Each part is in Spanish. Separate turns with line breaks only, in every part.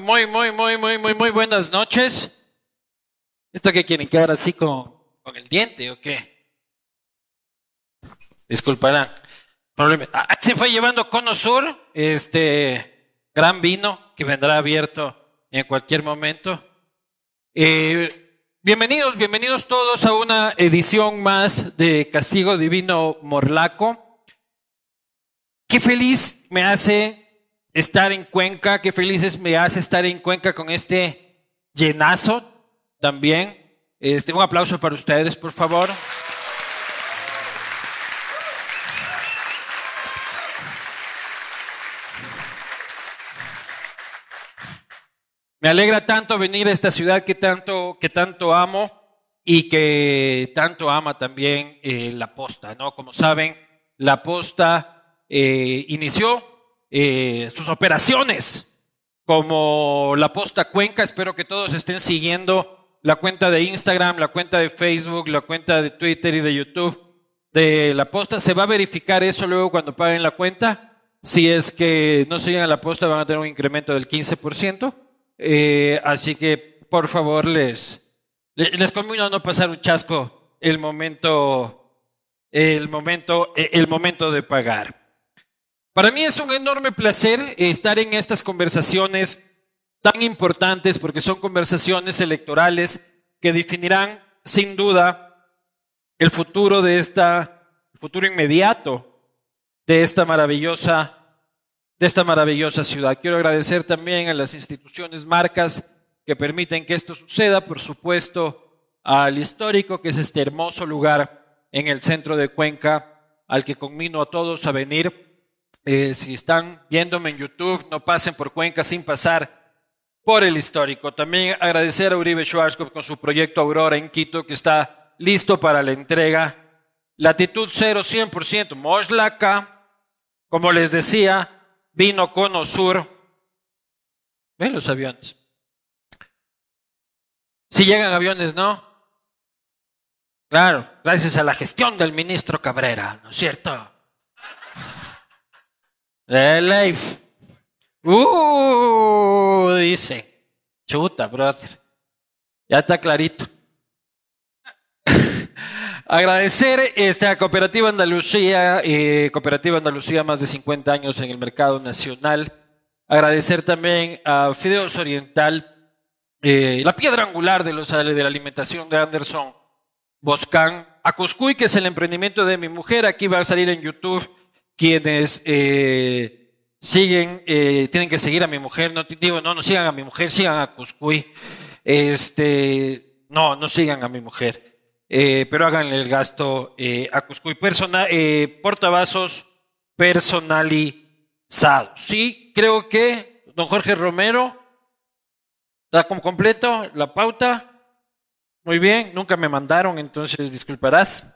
Muy, muy, muy, muy, muy, muy buenas noches. ¿Esto qué quieren? ¿Que ahora sí con, con el diente o qué? Disculparán. Problema. Ah, se fue llevando Cono Sur, este gran vino que vendrá abierto en cualquier momento. Eh, bienvenidos, bienvenidos todos a una edición más de Castigo Divino Morlaco. Qué feliz me hace estar en Cuenca, qué felices me hace estar en Cuenca con este llenazo también. Este, un aplauso para ustedes, por favor. Me alegra tanto venir a esta ciudad que tanto, que tanto amo y que tanto ama también eh, la posta, ¿no? Como saben, la posta eh, inició eh, sus operaciones como la posta Cuenca. Espero que todos estén siguiendo la cuenta de Instagram, la cuenta de Facebook, la cuenta de Twitter y de YouTube de la posta. Se va a verificar eso luego cuando paguen la cuenta. Si es que no siguen a la posta van a tener un incremento del 15%. Eh, así que por favor les, les, les conmino a no pasar un chasco el momento, el momento, e, el momento de pagar. Para mí es un enorme placer estar en estas conversaciones tan importantes porque son conversaciones electorales que definirán sin duda el futuro de esta el futuro inmediato de esta maravillosa de esta maravillosa ciudad. Quiero agradecer también a las instituciones, marcas que permiten que esto suceda, por supuesto, al histórico que es este hermoso lugar en el centro de Cuenca al que conmino a todos a venir eh, si están viéndome en YouTube, no pasen por Cuenca sin pasar por el histórico. También agradecer a Uribe Schwarzkopf con su proyecto Aurora en Quito, que está listo para la entrega. Latitud 0, 100%, Moslaca, como les decía, vino Cono Sur. Ven los aviones. Si llegan aviones, ¿no? Claro, gracias a la gestión del ministro Cabrera, ¿no es cierto? The Life. Uh, dice. Chuta, brother. Ya está clarito. Agradecer este, a Cooperativa Andalucía, eh, Cooperativa Andalucía, más de 50 años en el mercado nacional. Agradecer también a Fideos Oriental, eh, la piedra angular de, los, de la alimentación de Anderson Boscan. A Cuscuy, que es el emprendimiento de mi mujer, aquí va a salir en YouTube quienes eh, siguen, eh, tienen que seguir a mi mujer, no digo, no, no sigan a mi mujer, sigan a Cuscuy. Este, no, no sigan a mi mujer, eh, pero háganle el gasto eh, a Cuscuy. Persona, eh, portavasos personalizados. Sí, creo que don Jorge Romero está como completo la pauta. Muy bien, nunca me mandaron, entonces disculparás.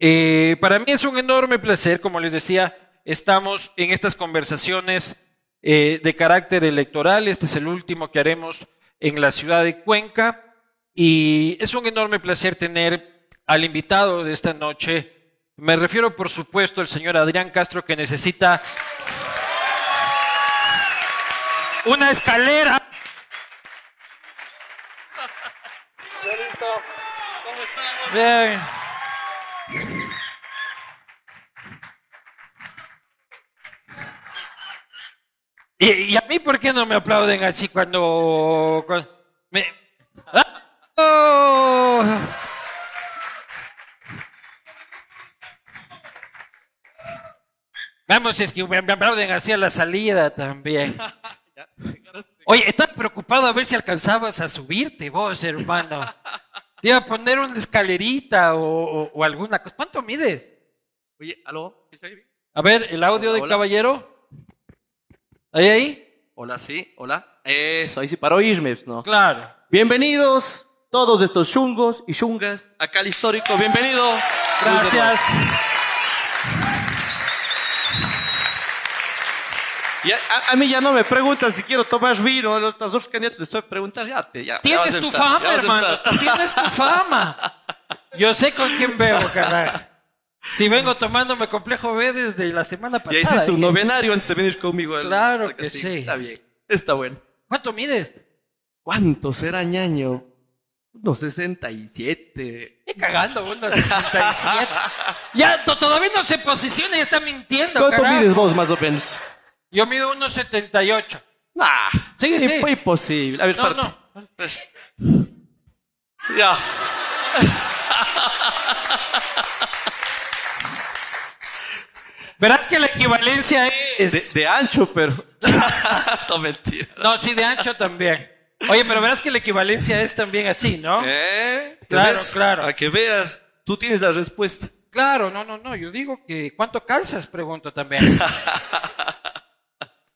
Eh, para mí es un enorme placer, como les decía, estamos en estas conversaciones eh, de carácter electoral. Este es el último que haremos en la ciudad de Cuenca y es un enorme placer tener al invitado de esta noche. Me refiero, por supuesto, al señor Adrián Castro, que necesita una escalera.
¿Cómo estamos?
Bien. ¿Y, ¿Y, a mí por qué no me aplauden así cuando... cuando me, ¡Ah! ¡Oh! Vamos, es que me, me aplauden así a la salida también. Oye, estás preocupado a ver si alcanzabas a subirte vos, hermano. Te iba a poner una escalerita o, o, o alguna cosa. ¿Cuánto mides?
Oye, ¿aló? ¿Sí se oye bien?
A ver, el audio
Hola,
del
hola.
caballero. ¿Ahí, ahí?
Hola, sí, hola. Eso, ahí sí para oírme, ¿no?
Claro.
Bienvenidos todos estos chungos y chungas acá al histórico. Bienvenido.
Gracias.
Y a, a- a mí ya no me preguntan si quiero tomar vino, a los a los otros candidatos les estoy preguntando, ya, te- ya, ya vas a
Tienes tu
empezar, ya
fama,
vas a
hermano.
empezar.
Tienes tu fama. Yo sé con quién veo, caray. Si vengo tomándome complejo B desde la semana pasada.
Ya hiciste un
dice.
novenario antes de venir conmigo. al-
Claro
al
que
castillo.
sí.
Está bien, está bueno.
¿Cuánto mides?
¿Cuánto será ñaño? Unos 67.
Estoy cagando, una 67. Ya to- todavía no se posiciona y está mintiendo,
¿Cuánto
carajo.
mides vos, más o menos?
Yo mido 1.78.
Nah,
Sí, sí.
imp- imposible. A ver,
No,
parte.
no. Pues,
Ya.
Verás que la equivalencia es.
De, de ancho, pero. no, mentira.
No, sí, de ancho también. Oye, pero verás que la equivalencia es también así, ¿no?
¿Eh? ¿Te
Claro, claro.
A que veas, tú tienes la respuesta.
Claro, no, no, no. Yo digo que cuánto calzas, pregunto también.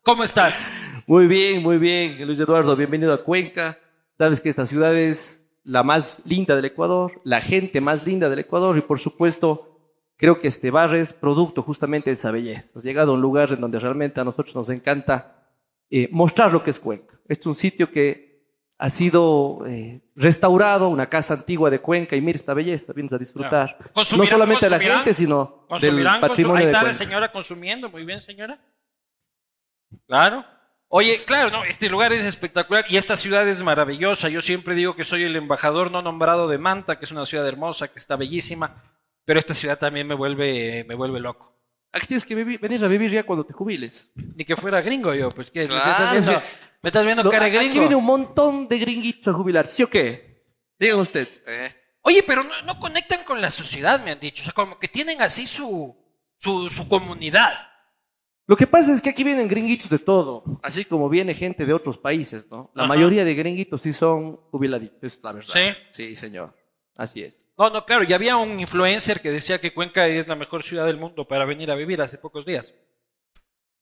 ¿Cómo estás?
Muy bien, muy bien. Luis Eduardo, bienvenido a Cuenca. Sabes que esta ciudad es la más linda del Ecuador, la gente más linda del Ecuador y por supuesto creo que este bar es producto justamente de esa belleza. Has llegado a un lugar en donde realmente a nosotros nos encanta eh, mostrar lo que es Cuenca. Este es un sitio que ha sido eh, restaurado, una casa antigua de Cuenca y mira esta belleza, vienes a disfrutar no
Consumirán,
solamente de la
consumirán,
gente, sino del
Consumirán, consu- ahí
patrimonio de
está la
Cuenca.
señora consumiendo, muy bien, señora. Claro. Oye, claro, no, este lugar es espectacular y esta ciudad es maravillosa. Yo siempre digo que soy el embajador no nombrado de Manta, que es una ciudad hermosa, que está bellísima, pero esta ciudad también me vuelve, me vuelve loco.
Aquí tienes que vivir- venir a vivir ya cuando te jubiles.
Ni que fuera gringo yo, pues que me estás
Claro.
viendo, me estás viendo
Lo-
cara de
aquí
gringo.
viene un montón de gringuitos a jubilar, ¿sí o qué? Diga usted.
Oye, pero no, no conectan con la sociedad, me han dicho. O sea, como que tienen así su, su, su comunidad.
Lo que pasa es que aquí vienen gringuitos de todo, así como viene gente de otros países, ¿no? La
Ajá.
mayoría de gringuitos sí son jubiladitos, es la verdad.
Sí.
Sí, señor. Así es.
No, no, claro, ya había un influencer que decía que Cuenca es la mejor ciudad del mundo para venir a vivir hace pocos días.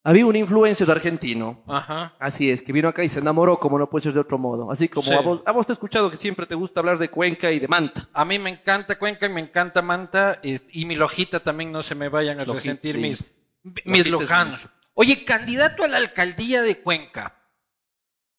Había un influencer argentino,
Ajá.
así es, que vino acá y se enamoró como no puede ser de otro modo. Así como
Sí.
a, vos, a vos te he escuchado que siempre te gusta hablar de Cuenca y de Manta.
A mí me encanta Cuenca y me encanta Manta y, y mi lojita también, no se me vayan a
Lojita,
resentir
sí.
mis, mis
Lojitas,
lojanos.
sí.
Oye, candidato a la alcaldía de Cuenca,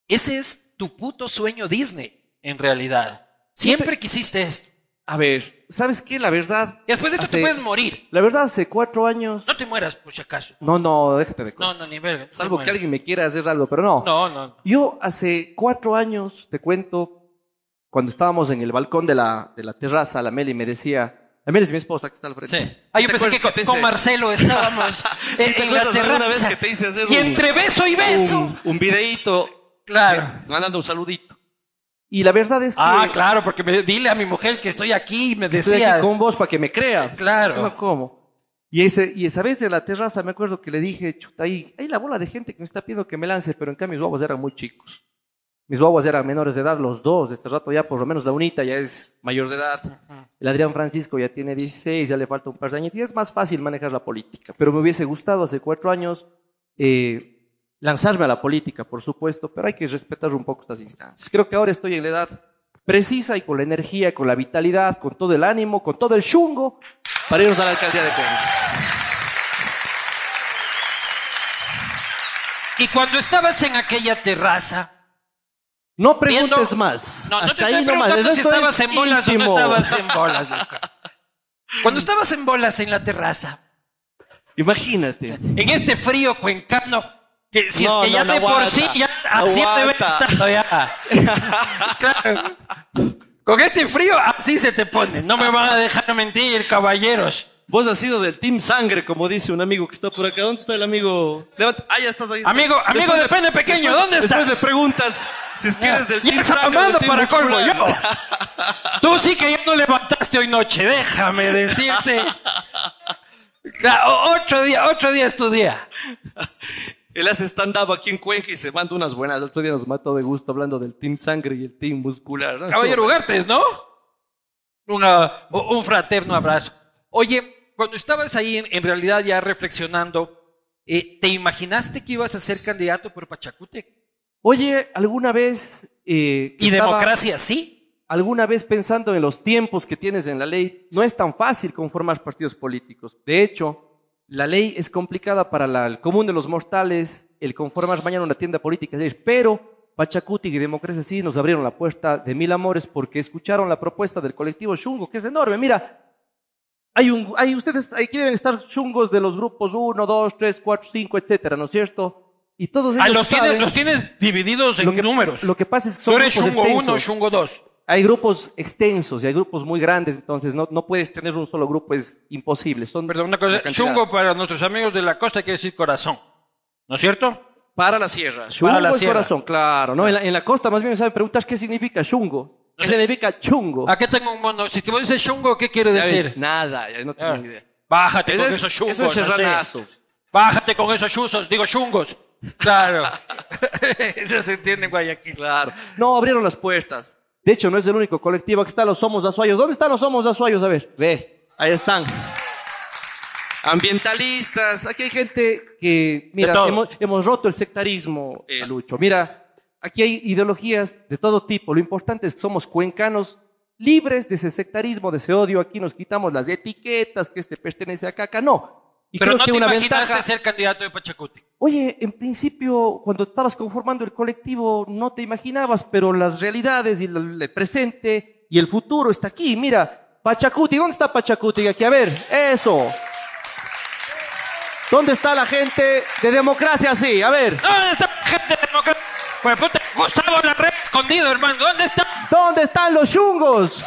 ese es tu puto sueño Disney, en realidad. Siempre quisiste esto.
A ver, ¿sabes qué? La verdad...
Y después de esto
hace-
te puedes morir.
La verdad, hace cuatro años...
No te mueras, por si acaso.
No, no, déjate de
No,
cosas.
no, ni verga.
Salvo
Te
que
mueres.
alguien me quiera hacer algo, pero no.
No, no.
Yo hace cuatro años, te cuento, cuando estábamos en el balcón de la, de la terraza, la Meli me decía, la Meli es mi esposa que está al frente.
Sí. Ah, yo
¿Te
pensé que,
acuerdas
con,
te
con
hice
Marcelo estábamos en,
¿Te
en la
acuerdas alguna
terraza.
vez que te hice hacer
y
un-
entre beso y beso.
Un, un videíto eh,
Claro.
mandando un saludito. Y la verdad es que
Ah, claro, porque me- dile a mi mujer que estoy aquí y me
estoy
decías.
aquí con vos para que me crea.
Claro.
No, ¿cómo? Y, ese, y esa vez de la terraza me acuerdo que le dije, chuta, ahí, ahí la bola de gente que me está pidiendo que me lance, pero en cambio mis guaguas eran muy chicos. Mis guaguas eran menores de edad, los dos. De este rato ya por lo menos la unita ya es mayor de edad. El Adrián Francisco ya tiene 16, ya le falta un par de años. Y es más fácil manejar la política. Pero me hubiese gustado hace cuatro años eh, lanzarme a la política, por supuesto, pero hay que respetar un poco estas instancias. Creo que ahora estoy en la edad precisa y con la energía, con la vitalidad, con todo el ánimo, con todo el chungo para irnos a la alcaldía de Cuenca.
Y cuando estabas en aquella terraza,
No preguntes
Viendo-
más.
no, no te
Hasta
estoy
ahí nomás. El
preguntando si
resto es
estabas en bolas o
íntimo.
no estabas en bolas. Luca. Cuando estabas en bolas en la terraza,
Imagínate.
en este frío cuencano, que si
No,
es que ya
no, no
de por
aguanta.
sí ya a
Aguanta.
siete veces estado ya. Claro. Con este frío así se te pone. No me van a dejar mentir, caballeros.
Vos has sido del Team Sangre, como dice un amigo que está por acá. ¿Dónde está el amigo? Levanta. Ah, ya estás ahí.
Amigo, amigo de pene pequeño, ¿dónde
Después
estás?
le preguntas si es que eres del
Ya
Team
está
Sangre. o del
tomando
team
para colmo
muscular.
yo. Tú sí que ya no levantaste hoy noche, déjame decirte. Claro, o- otro día, otro día es tu día.
Él hace stand-up aquí en Cuenca y se manda unas buenas. El otro día nos mató de gusto hablando del Team Sangre y el Team Muscular. ¿no?
Caballero Ugartes, ¿no? Una- u- un fraterno abrazo. Oye, cuando estabas ahí, en, en realidad ya reflexionando, eh, ¿te imaginaste que ibas a ser candidato por Pachacute?
Oye, ¿alguna vez... eh, que
¿Y
estaba-
democracia sí?
alguna vez pensando en los tiempos que tienes en la ley, no es tan fácil conformar partidos políticos. De hecho, la ley es complicada para la- el común de los mortales, el conformar mañana una tienda política. Pero Pachacuti y Democracia sí nos abrieron la puerta de mil amores porque escucharon la propuesta del colectivo Chungo, que es enorme. Mira, hay un, hay ustedes, ahí quieren estar chungos de los grupos 1, 2, 3, 4, 5, etcétera, ¿no es cierto? Y todos ellos
Ah, los,
saben-
tienes, los tienes divididos en
lo que-
números.
Lo que pasa es que son
Tú eres
grupos
Shungo
extensos.
1, Shungo 2.
Hay grupos extensos y hay grupos muy grandes, entonces no, no puedes tener un solo grupo, es imposible. Son
Perdón, una cosa.
cantidad.
Shungo para nuestros amigos de la costa quiere decir corazón. ¿No es cierto?
Para la sierra.
Chungo
la
es
sierra.
corazón, claro, ¿no? En la, en la costa más bien me saben preguntar qué significa chungo. ¿Qué significa chungo?
Acá tengo un mono. Si te vos dices Shungo, ¿qué quiere
Ya ves,
decir?
Nada, ya no tengo
Ah,
ni idea.
Bájate
Ese
con
es-
esos chungos.
eso es
no sé.
serranazo.
Bájate con esos chuzos, digo chungos. Claro. Eso se entiende en Guayaquil.
Claro.
No, abrieron las puertas.
Puertas.
De hecho, no es el único colectivo que está los Somos Azuayos. ¿Dónde están los Somos Azuayos? A ver, ve, ahí están.
Ambientalistas.
Aquí hay gente que, mira,
todo.
hemos, hemos roto el sectarismo,
Eh.
Lucho. Mira, aquí hay ideologías de todo tipo. Lo importante es que somos cuencanos libres de ese sectarismo, de ese odio. Aquí nos quitamos las etiquetas, que este pertenece a caca. No. Y
Pero
creo
no
que
te
una
imaginaste
ventaja.
ser candidato de Pachacuti.
Oye, en principio, cuando estabas conformando el colectivo, no te imaginabas, pero las realidades y el el presente y el futuro está aquí. Mira, Pachacuti, ¿dónde está Pachacuti? Aquí, a ver, eso. ¿Dónde está la gente de democracia? Sí, a ver,
¿Dónde está gente demócrata? Pues puta, Gustavo la red escondido, hermano. ¿Dónde está?
¿dónde están los chungos?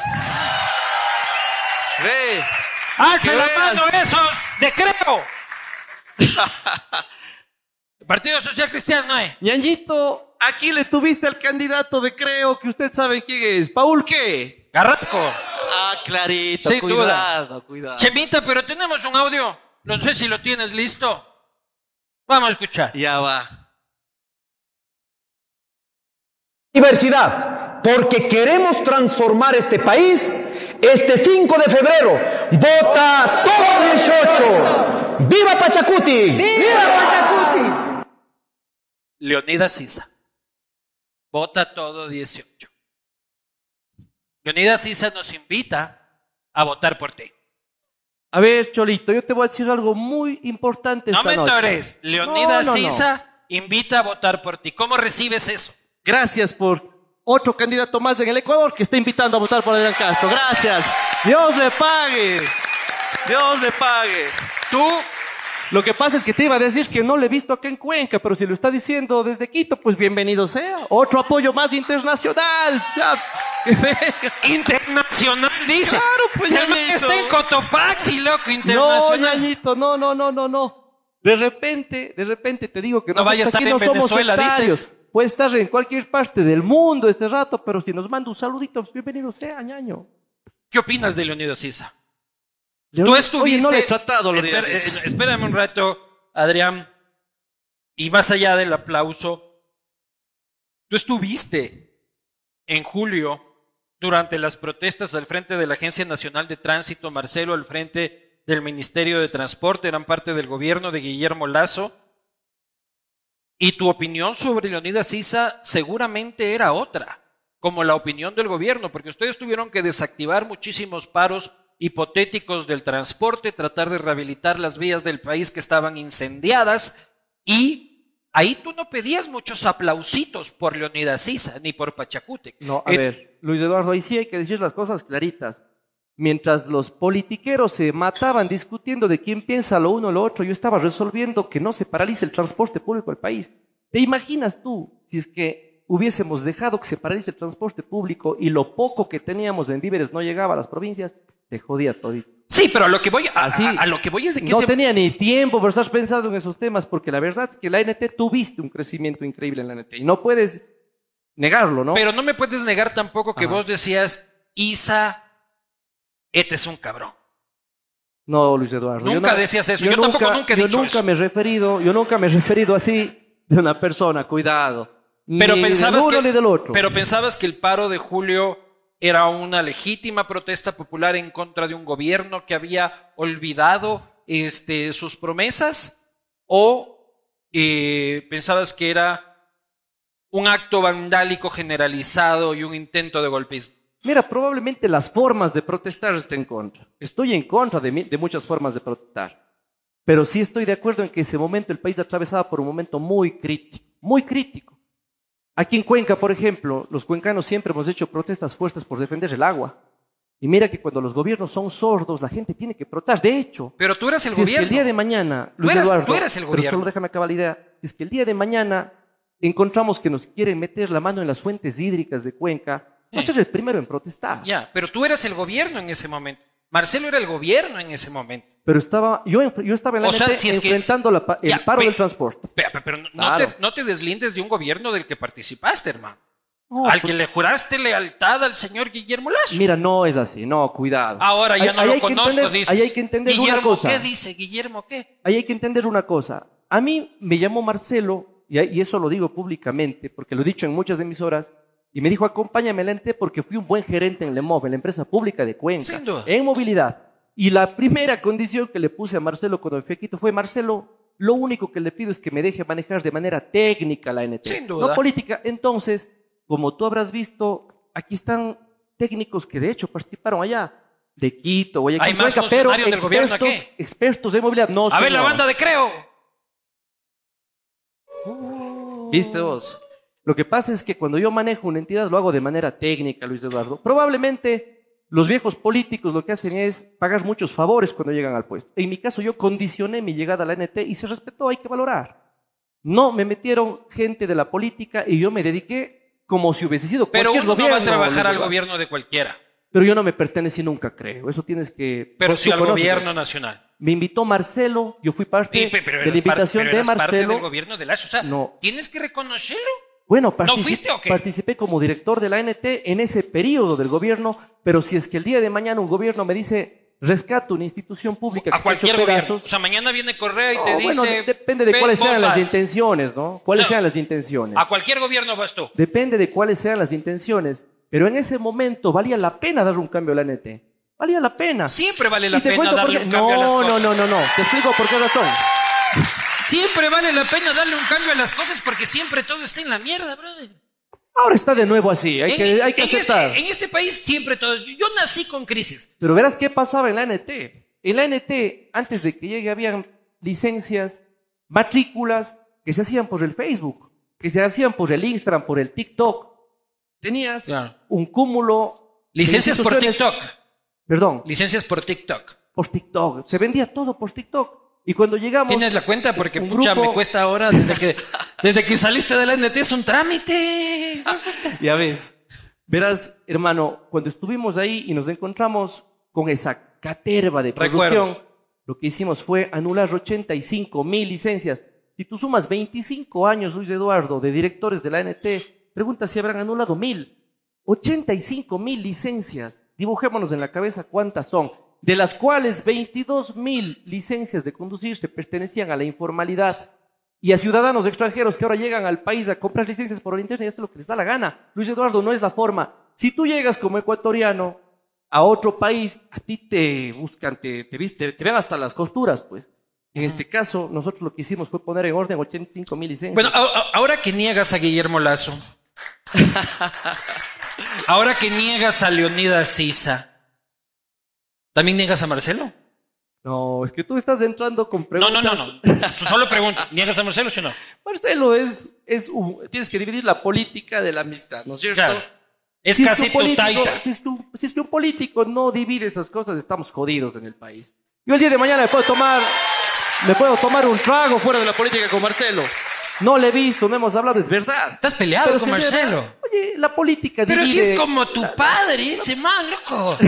Ve.
Alza
Que
la
veas.
mano esos de creo. El Partido Social Cristiano eh. no hay.
Ñañito, aquí le tuviste al candidato de creo que usted sabe quién es. Paul, ¿qué?
Carrasco.
Ah, clarito.
Sin
cuidado, cuidado.
Chemita, pero tenemos un audio. No sé si lo tienes listo. Vamos a escuchar.
Ya va.
diversidad, porque queremos transformar este país. Este 5 de febrero, vota todo 18. ¡Viva Pachacuti!
Leonidas Sisa. Vota todo 18. Leonidas Sisa nos invita a votar por ti.
A ver, Cholito, yo te voy a decir algo muy importante
No
esta
me
noche.
tores. Leonidas
No, no, no.
Sisa invita a votar por ti. ¿Cómo recibes eso?
Gracias por otro candidato más en el Ecuador que está invitando a votar por Adrián Castro. Gracias. Dios le pague.
Dios le pague.
Tú,
Lo que pasa es que te iba a decir que no le he visto acá en Cuenca, pero si lo está diciendo desde Quito, pues bienvenido sea. Otro apoyo más internacional. Ya.
internacional, dice.
Claro, pues,
Si el man
Ñañito.
está en Cotopaxi, loco,
No,
internacional.
ñañito, no, no, no, no, no. De repente, de repente te digo que
No vaya a
nosotros
estar
aquí
en Venezuela, dices.
sectarios. Puede estar en cualquier parte del mundo este rato, pero si nos manda un saludito, pues bienvenido sea, ñaño.
¿Qué opinas de Leonidas Sisa?
Yo-
Tú estuviste.
Oye, no le he
tratado, lo
Espera-
dices.
eh, espérame un rato, Adrián. Y más allá del aplauso, tú estuviste en julio durante las protestas al frente de la Agencia Nacional de Tránsito, Marcelo al frente del Ministerio de Transporte, eran parte del gobierno de Guillermo Lazo. Y tu opinión sobre Leonidas Sisa seguramente era otra, como la opinión del gobierno, porque ustedes tuvieron que desactivar muchísimos paros hipotéticos del transporte, tratar de rehabilitar las vías del país que estaban incendiadas y ahí tú no pedías muchos aplausitos por Leonidas Sisa ni por Pachacute.
No, a
Eh,
ver, Luis Eduardo, ahí sí hay que decir las cosas claritas. Mientras los politiqueros se mataban discutiendo de quién piensa lo uno o lo otro, yo estaba resolviendo que no se paralice el transporte público del país. ¿Te imaginas tú si es que hubiésemos dejado que se paralice el transporte público y lo poco que teníamos en víveres no llegaba a las provincias? Te jodía todito.
Sí, pero a lo que voy, a,
Así.
a- a lo que voy es de que
No
se-
tenía ni tiempo para estar pensando en esos temas, porque la verdad es que la NT tuviste un crecimiento increíble en la NT y no puedes negarlo, ¿no?
Pero no me puedes negar tampoco que
Ajá.
vos decías, Isa, este es un cabrón.
No, Luis Eduardo. yo
Nunca
no-
decías eso. Yo tampoco nunca he
yo
dicho
nunca
eso.
me he referido, yo nunca me he referido así de una persona. Cuidado.
Pero
ni
pensabas
del uno
que,
ni del otro.
Pero pensabas que el paro de julio era una legítima protesta popular en contra de un gobierno que había olvidado este, sus promesas o eh, pensabas que era un acto vandálico generalizado y un intento de golpismo.
Mira, probablemente las formas de protestar estén en contra. Estoy en contra de, mi- de muchas formas de protestar. Pero sí estoy de acuerdo en que ese momento el país atravesaba por un momento muy crítico, muy crítico. Aquí en Cuenca, por ejemplo, los cuencanos siempre hemos hecho protestas fuertes por defender el agua. Y mira que cuando los gobiernos son sordos, la gente tiene que protestar. De hecho,
Pero tú eres el
si es que
gobierno.
el día de mañana,
Tú
Luis
eres-
Eduardo,
tú eres el
Pero
gobierno.
solo déjame acabar la idea. Si es que el día de mañana encontramos que nos quieren meter la mano en las fuentes hídricas de Cuenca, va a ser el primero en protestar.
Ya, pero tú eras el gobierno en ese momento. Marcelo era el gobierno en ese momento.
Pero estaba, yo, enf- yo estaba en la
O sea,
NP
si es que-
enfrentando la pa- el
Ya,
paro
pe-
del transporte.
Pe- pe- Pero no,
Claro.
te, no te deslindes de un gobierno del que participaste, hermano.
No, pues
al
por-
que le juraste lealtad al señor Guillermo Lazo.
Mira, no es así, no, cuidado.
Ahora
Ahí-
ya no
ahí
lo
hay que
conozco,
entender-
dices.
Ahí hay que entender
Guillermo,
una cosa.
¿qué dice? ¿Guillermo qué?
Ahí hay que entender una cosa. A mí me llamó Marcelo, y y eso lo digo públicamente, porque lo he dicho en muchas de mis horas, y me dijo, acompáñame al ente porque fui un buen gerente en Lemov, en la empresa pública de Cuenca,
Sin duda.
en movilidad. Y la primera condición que le puse a Marcelo cuando me fui a Quito fue, Marcelo, lo único que le pido es que me deje manejar de manera técnica la NT,
Sin duda.
no política. Entonces, como tú habrás visto, aquí están técnicos que de hecho participaron allá, de Quito, Guayaquil,
Hay más
Cuenca, pero
funcionarios del gobierno
expertos,
aquí.
expertos de movilidad. No,
a ver, la
señor.
banda de Creo.
¿Viste vos? Lo que pasa es que cuando yo manejo una entidad lo hago de manera técnica, Luis Eduardo. Probablemente los viejos políticos lo que hacen es pagar muchos favores cuando llegan al puesto. En mi caso yo condicioné mi llegada a la NT y se respetó, hay que valorar. No me metieron gente de la política y yo me dediqué como si hubiese sido
Pero uno no
cualquier
va a
gobierno, Luis
trabajar al
Eduardo.
gobierno de cualquiera,
Pero yo no me pertenecí nunca, creo. Eso tienes que...
pero
tú
sí al
conoces.
gobierno nacional.
Me invitó Marcelo, yo fui parte
Sí, pe- pero
de
eras
la invitación
parte, pero
de
eras parte del
Marcelo.
gobierno de Lazo. O sea,
No.
tienes que reconocerlo.
Bueno, partici-
fuiste o qué?
participé como director de la ANT en ese periodo del gobierno, pero si es que el día de mañana un gobierno me dice rescato una institución pública que
A
está hecho
cualquier gobierno.
pedazos",
O sea, mañana viene Correa y
no,
te dice.
bueno, de- depende de
"Ve,
cuáles
vos
sean las
vas".
intenciones, ¿no? ¿Cuáles
O sea,
sean las intenciones?
A cualquier gobierno vas tú.
Depende de cuáles sean las intenciones, pero en ese momento valía la pena dar un cambio a la ANT. Valía la pena.
Siempre vale
Y
la
te
pena
cuento por
darle
qué-
un cambio a las
no,
cosas.
no, no, no, no. Te explico por qué razón.
Siempre vale la pena darle un cambio a las cosas porque siempre todo está en la mierda, brother.
Ahora está de nuevo así, hay
En-
que, hay que
en este-
aceptar.
en este país siempre todo. Yo nací con crisis.
Pero verás qué pasaba en la NT. En la NT, antes de que llegue, habían licencias, matrículas que se hacían por el Facebook, que se hacían por el Instagram, por el TikTok. Tenías
Claro.
un cúmulo. de
Licencias por
instituciones-
TikTok.
Perdón,
Licencias por TikTok.
por TikTok. Se vendía todo por TikTok. Y cuando llegamos.
¿Tienes la cuenta? Porque
un
pucha,
grupo-
me cuesta ahora desde que, desde que saliste de la NT es un trámite.
Ya ves. Verás, hermano, cuando estuvimos ahí y nos encontramos con esa caterva de producción,
Recuerdo.
lo que hicimos fue anular 85 mil licencias. Si tú sumas 25 años, Luis Eduardo, de directores de la NT, pregunta si habrán anulado mil. 85 mil licencias. Dibujémonos en la cabeza cuántas son, de las cuales 22 mil licencias de conducir se pertenecían a la informalidad y a ciudadanos extranjeros que ahora llegan al país a comprar licencias por el internet y hacen lo que les da la gana. Luis Eduardo, no es la forma. Si tú llegas como ecuatoriano a otro país, a ti te buscan, te, te, viste- te ven hasta las costuras, pues. En este caso, nosotros lo que hicimos fue poner en orden 85 mil licencias.
Bueno, a- a- ahora que niegas a Guillermo Lazo, ahora que niegas a Leonidas Sisa, ¿también niegas a Marcelo?
no, es que tú estás entrando con
No,
preguntas.
no, no, no. Solo pregunto, ¿niegas a Marcelo sí o no?
Marcelo, es, es un- tienes que dividir la política de la amistad, ¿no es cierto?
Claro. Es
Si es
casi
que un
tu
político-
taita.
Si es, que un, si es que un político no divide esas cosas, estamos jodidos en el país. Yo el día de mañana me puedo tomar, me puedo tomar un trago fuera de la política con Marcelo. No le he visto, no hemos hablado, es verdad.
Estás peleado
Pero
con
si es
Marcelo.
verdad, Oye, la política
Pero si
divide-
es como tu padre, ese man, loco.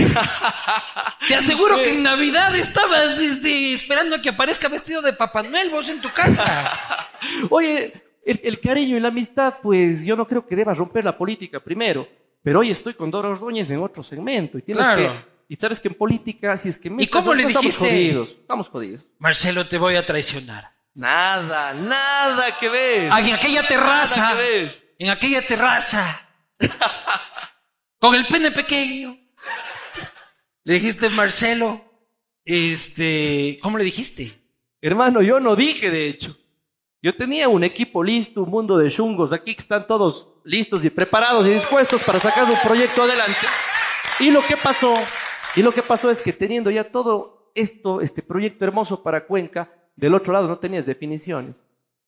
Te aseguro que en Navidad estabas este, esperando a que aparezca vestido de Papá Noel vos en tu casa.
Oye, el, el cariño y la amistad, pues yo no creo que debas romper la política primero. Pero hoy estoy con Dora Ordóñez en otro segmento. Y tienes
Claro.
que- y sabes que en política, si es que... mezclas
cómo le
cosas, Estamos
dijiste?
jodidos, estamos jodidos.
Marcelo, te voy a traicionar.
Nada, nada que ver.
Ah, En aquella terraza,
Nada que ver.
en aquella terraza, con el pene pequeño, le dijiste, Marcelo, este, ¿cómo le dijiste?
Hermano, yo no dije, de hecho. Yo tenía un equipo listo, un mundo de chungos aquí que están todos listos y preparados y dispuestos para sacar un proyecto adelante. Y lo que pasó, y lo que pasó es que teniendo ya todo esto, este proyecto hermoso para Cuenca, Del otro lado no tenías definiciones.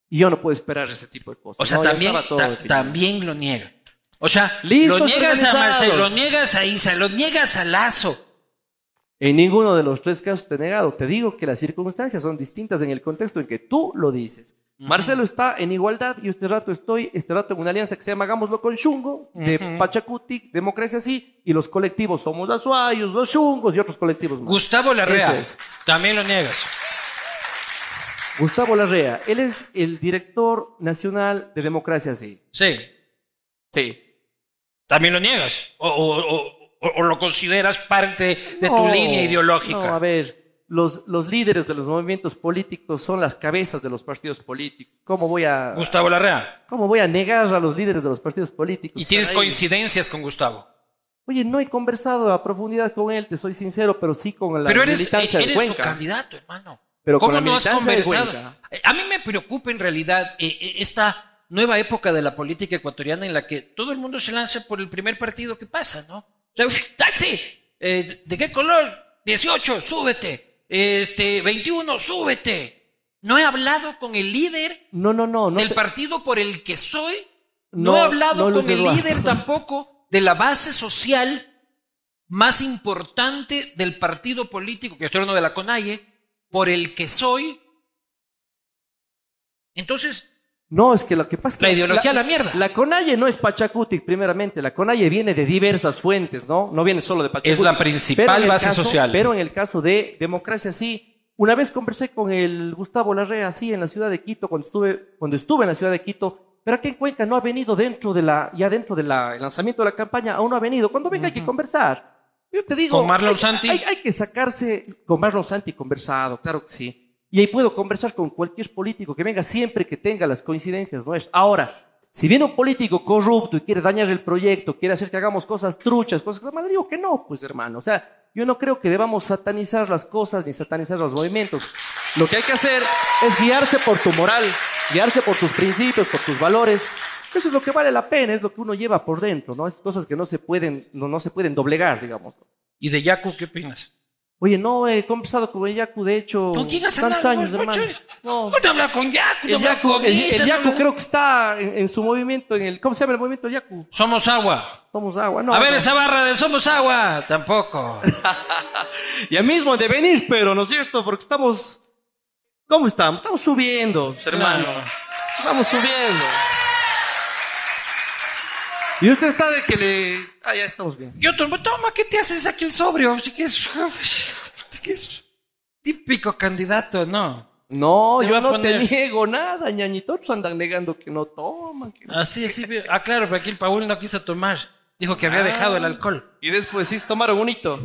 Y yo no puedo esperar ese tipo de cosas.
O sea,
No, ya
también,
estaba todo
ta-
definido.
también lo niega. O sea,
Listos,
lo niegas a
organizados.
Marcelo, lo niegas a Isa, lo niegas a Lazo.
En ninguno de los tres casos te he negado. Te digo que las circunstancias son distintas en el contexto en que tú lo dices. Marcelo está en igualdad y este rato estoy, este rato en una alianza que se llama Hagámoslo con Chungo, de Pachacuti, Democracia Sí, y los colectivos somos los Azuayos, los Chungos y otros colectivos más.
Gustavo Larrea,
Ese es.
también lo niegas.
Gustavo Larrea, él es el director nacional de Democracia Sí.
Sí. Sí. También lo niegas. O, o- o- o- o lo consideras parte de tu
No,
línea
No, a
ideológica.
ver, los, los líderes de los movimientos políticos son las cabezas de los partidos políticos. ¿Cómo voy a,
Gustavo Larrea.
cómo voy a negar a los líderes de los partidos políticos?
Y tienes
Caray.
coincidencias con Gustavo.
Oye, no he conversado a profundidad con él, te soy sincero, pero sí con la
Pero eres, e-,
militancia de
eres su
Cuenca.
candidato, hermano.
Pero con
¿Cómo
la
no has
militancia de
conversado?
Cuenca.
Eh, A mí me preocupa en realidad eh, eh, esta nueva época de la política ecuatoriana en la que todo el mundo se lanza por el primer partido que pasa, ¿no? O sea, "Uy, taxi, eh, ¿de qué color? 18, súbete. Este, 21, súbete. No he hablado con el líder
No, no, no, no.
del
te-
partido por el que soy. No,
No,
he hablado
no,
con
Luis
el
Eduardo.
líder tampoco de la base social más importante del partido político, que estoy hablando de la CONAIE, por el que soy. Entonces,
No, es que lo que pasa es que
La ideología a la mierda.
La Conalle no es Pachacutic, primeramente. La Conalle viene de diversas fuentes, ¿no? No viene solo de Pachacutic.
Es la principal
Pero en el
base
caso-
social.
Pero en el caso de democracia, sí. Una vez conversé con el Gustavo Larrea, sí, en la ciudad de Quito, cuando estuve, cuando estuve en la ciudad de Quito. Pero aquí en Cuenca no ha venido dentro de la, ya dentro del lanzamiento de la campaña, aún no ha venido. Cuando venga hay que conversar. Yo te digo.
¿Con Marlon
hay-
Santi?
hay- hay que sacarse con Marlon Santi conversado, claro que sí. Y ahí puedo conversar con cualquier político que venga siempre que tenga las coincidencias, ¿no es? Ahora, si viene un político corrupto y quiere dañar el proyecto, quiere hacer que hagamos cosas truchas, cosas que madre digo que no, pues hermano. O sea, yo no creo que debamos satanizar las cosas ni satanizar los movimientos. Lo que hay que hacer es guiarse por tu moral, guiarse por tus principios, por tus valores. Eso es lo que vale la pena, es lo que uno lleva por dentro, ¿no? Es cosas que no se pueden, no, no se pueden doblegar, digamos.
¿y de Yacu qué opinas?
Oye, no, eh, he conversado con el Yaku, de hecho,
¿Con quién has
tantos
hablado?
años, hermano. No.
No te hablar con Yacu,
El Yaku, el- el Yaku creo que está en, en su movimiento, en el, ¿cómo se llama el movimiento del Yaku?
Somos agua.
Somos agua, no.
a ver
no.
esa barra de Somos agua, tampoco.
Ya mismo han de venir, pero no es cierto, porque estamos, ¿cómo estamos? Estamos subiendo, hermano. Estamos subiendo. Y usted está de que le, ah, ya estamos bien.
Y otro, "Pues, toma, ¿qué te haces aquí el sobrio? Así que es, que es típico candidato, ¿no?
No,
Te voy
yo
a
no
poner-
te niego nada, ñañito. Otros andan negando que no toman. que no-
Así, así. veo. Ah, claro, pero aquí el Paul no quiso tomar. Dijo que había dejado el alcohol.
Y después sí tomaron un hito.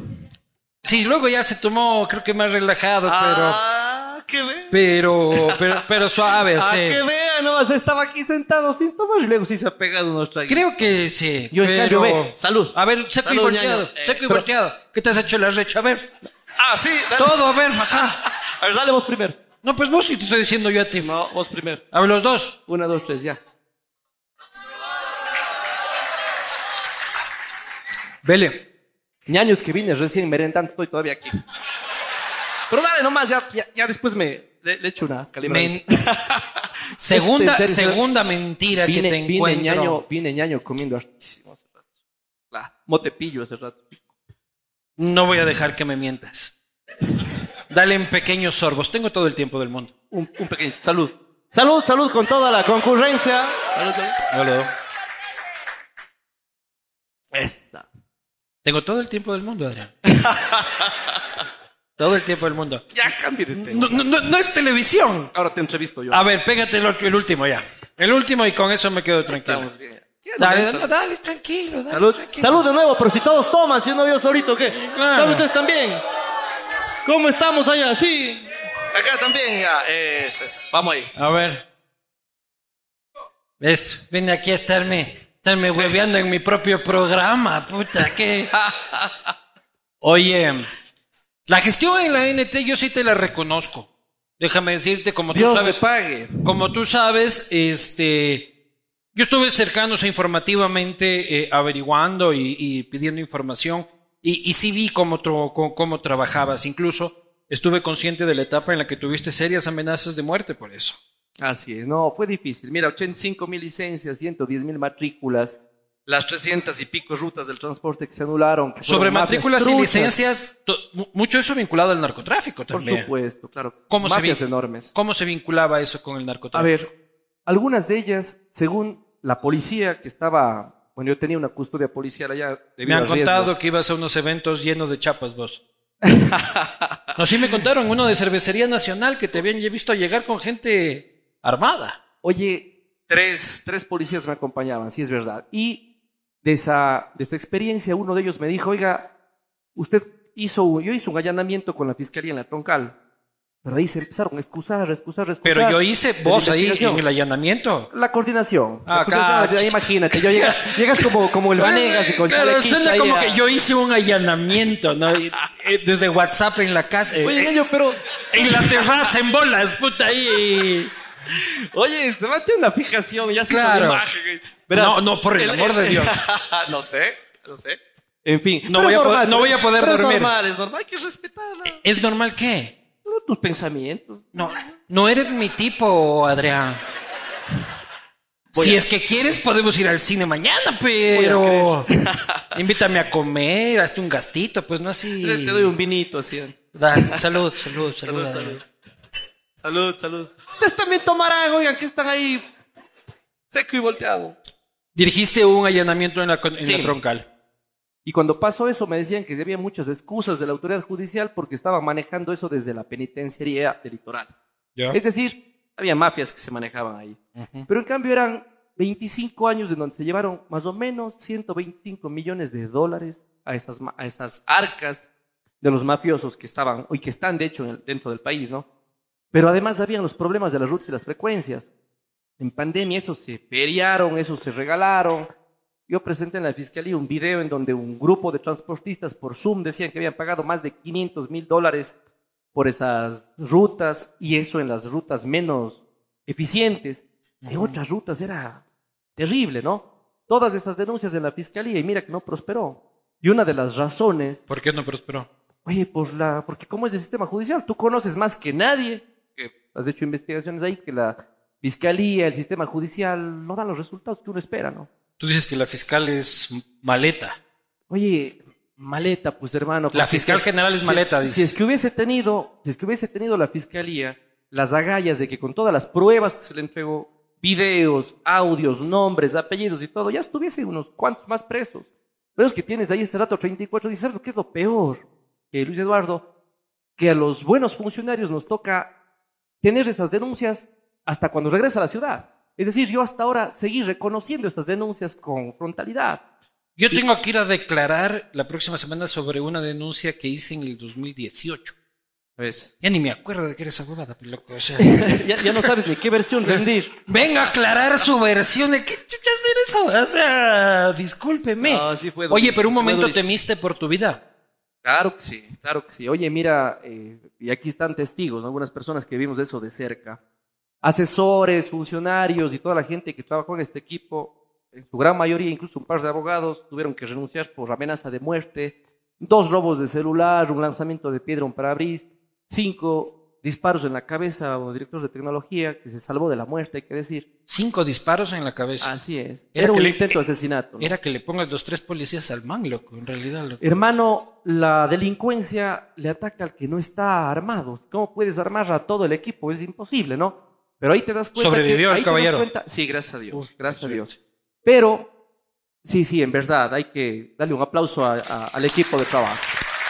Sí, luego ya se tomó, creo que más relajado,
Ah, que ve.
pero, pero, pero, pero suave,
Ah,
sí.
que vea, nomás estaba aquí sentado sin tomar y luego sí se ha pegado unos tragos.
Creo que sí.
Yo, en
pero...
cambio, ve,
salud.
A ver, seco y
Salud,
volteado.
ñaño. Eh,
seco y volteado. ¿Qué te has hecho la recha? A ver.
Ah, sí, dale.
Todo, a ver, ajá.
A ver, dale vos primero.
No, pues vos sí te estoy diciendo yo a ti.
No, vos primero.
A ver, los dos.
Una, dos, tres, ya.
Vele.
Ñaños que vine recién merendando, estoy todavía aquí. Pero dale nomás, ya, ya, ya después me le, le echo una calibrada.
Men- segunda,
Este, en serio,
segunda mentira que
Vine,
te
vine
encuentro.
ñaño, vine ñaño comiendo hartísimo hace rato. La, motepillo hace rato.
No voy a dejar que me mientas. Dale en pequeños sorbos. Tengo todo el tiempo del mundo.
Un, un pequeño, salud. Salud, salud con toda la concurrencia. Salud, salud. Esa.
Tengo todo el tiempo del mundo, Adrián. todo el tiempo del mundo.
Ya cambié de tema.
No, no- no- no es televisión. Ah,
Ahora te entrevisto yo.
A ver, pégate el, otro- el último ya. El último y con eso me quedo tranquilo.
Estamos bien.
Dale, dale, dale, tranquilo. dale,
Salud.
tranquilo.
Salud de nuevo, pero si todos toman, si uno yo solito, ¿qué?
Claro.
¿Todos ustedes también? ¿Cómo estamos allá? Sí.
Acá también, ya. Eso, eso. Vamos ahí.
A ver. ¿Ves? Vine aquí a estarme, estarme hueveando en mi propio programa, puta, que. Oye, la gestión en la NT yo sí te la reconozco. Déjame decirte, como tú
Dios me
sabes.
pague.
Como tú sabes, este, yo estuve cercano o sea, informativamente eh, averiguando y, y pidiendo información y, y sí vi cómo, tro- cómo- cómo trabajabas. Incluso estuve consciente de la etapa en la que tuviste serias amenazas de muerte por eso.
Así es, no, fue difícil. Mira, 85 mil licencias, 110 mil matrículas, las 300 y pico rutas del transporte que se anularon. que
Sobre
fueron mafias
matrículas y
truchas.
licencias, to- mu- mucho eso vinculado al narcotráfico
Por
también.
supuesto, claro.
¿Cómo se,
Mafias
vin-
enormes.
¿Cómo se vinculaba eso con el
A
narcotráfico?
ver, algunas de ellas, según la policía que estaba, bueno, yo tenía una custodia policial allá.
me
debido
han
al riesgo.
contado que ibas a unos eventos llenos de chapas vos. no, sí me contaron uno de Cervecería Nacional que te habían visto llegar con gente armada.
Oye, tres, tres policías me acompañaban, sí es verdad. Y de esa, de esa experiencia, uno de ellos me dijo, oiga, usted hizo, yo hice un allanamiento con la fiscalía en la Troncal. Pero ahí se empezaron a excusar, a excusar, a excusar.
Pero yo hice
De
vos ahí
investigación.
en el allanamiento.
La coordinación. La
Ah,
coordinación,
cacho.
ya imagínate, yo llega- llegas como, como el Vanegas y con
claro,
chalequito
suena
ahí
como
a-
que yo hice un allanamiento, ¿no? Y- eh, Desde WhatsApp en la casa. eh,
Oye,
eh,
Ñaño, pero.
en la terraza, en bolas, puta, ahí.
Oye, te mate una fijación, ya se hizo
Claro.
la imagen, güey. Verás,
No, no, por el amor de Dios.
no sé, no sé.
En fin.
No
pero
voy a
es
poder- no voy a poder
pero es
dormir.
normal,
Es normal, hay que respetarla.
¿Es normal qué?
pero tus pensamientos.
No, no eres mi tipo, Adrián. si es que quieres, podemos ir al cine mañana, pero invítame a comer, hazte un gastito, pues no así.
Te doy un vinito así.
Da- salud, salud, salud.
Salud,
Adrián.
salud. Salud, salud.
Ustedes también tomarán, oigan, que están ahí.
Seco y volteado.
Dirigiste un allanamiento en la, con- en la
Sí.
troncal.
Y cuando pasó eso, me decían que había muchas excusas de la autoridad judicial porque estaba manejando eso desde la penitenciaría del litoral. Es decir, había mafias que se manejaban ahí. Pero en cambio eran 25 años en donde se llevaron más o menos 125 millones de dólares a esas, ma- a esas arcas de los mafiosos que estaban, y que están de hecho en el- dentro del país, ¿no? Pero además habían los problemas de las rutas y las frecuencias. En pandemia eso se feriaron, eso se regalaron. Yo presenté en la fiscalía un video en donde un grupo de transportistas por Zoom decían que habían pagado más de 500 mil dólares por esas rutas y eso en las rutas menos eficientes. En otras rutas era terrible, ¿no? Todas esas denuncias de la fiscalía y mira que no prosperó. Y una de las razones
¿Por qué no prosperó?
Oye, pues la, porque cómo es el sistema judicial, tú conoces más que nadie. que Has hecho investigaciones ahí que la fiscalía, el sistema judicial no dan los resultados que uno espera, ¿no?
Tú dices que la fiscal es maleta.
Oye, maleta, pues hermano.
La
porque si
fiscal
es-
general es
si
maleta,
Si es
dices.
que hubiese tenido, si es que hubiese tenido la fiscalía las agallas de que con todas las pruebas que se le entregó, videos, audios, nombres, apellidos y todo, ya estuviese unos cuantos más presos. Pero es que tienes ahí este rato 34 y ¿sabes lo que es lo peor? Que Luis Eduardo, que a los buenos funcionarios nos toca tener esas denuncias hasta cuando regresa a la ciudad. Es decir, yo hasta ahora seguí reconociendo esas denuncias con frontalidad.
Yo tengo que ir a declarar la próxima semana sobre una denuncia que hice en el 2018.
¿Ves?
Ya ni me acuerdo de que era esa huevada, pues, loco. O sea,
Ya, ya no sabes ni qué versión rendir.
Venga a aclarar su versión. ¿de ¿Qué chucha hacer eso? O sea, discúlpeme.
No, sí fue
Oye,
durísimo,
pero un
sí fue
momento
durísimo.
temiste por tu vida.
Claro que sí, claro que sí. Oye, mira, eh, y aquí están testigos, ¿no? algunas personas que vimos eso de cerca. Asesores, funcionarios y toda la gente que trabajó en este equipo, en su gran mayoría, incluso un par de abogados, tuvieron que renunciar por amenaza de muerte, dos robos de celular, un lanzamiento de piedra, un parabris, cinco disparos en la cabeza a un director de tecnología que se salvó de la muerte, hay que decir.
Cinco disparos en la cabeza.
Así es.
Era
Era
que
un
le-
intento de asesinato. Ah, ¿no? Eh,
Era que le pongas los tres policías al man, loco, en realidad. loco.
Hermano, la delincuencia le ataca al que no está armado. ¿Cómo puedes armar a todo el equipo? Es imposible, ¿no? Pero ahí te das cuenta.
Sobrevivió
que-
el
ahí te das
caballero.
cuenta- Sí, gracias a Dios.
Uf,
gracias a
qué
Dios. Pero, sí, sí, en verdad, hay que darle un aplauso a- a- al equipo de trabajo.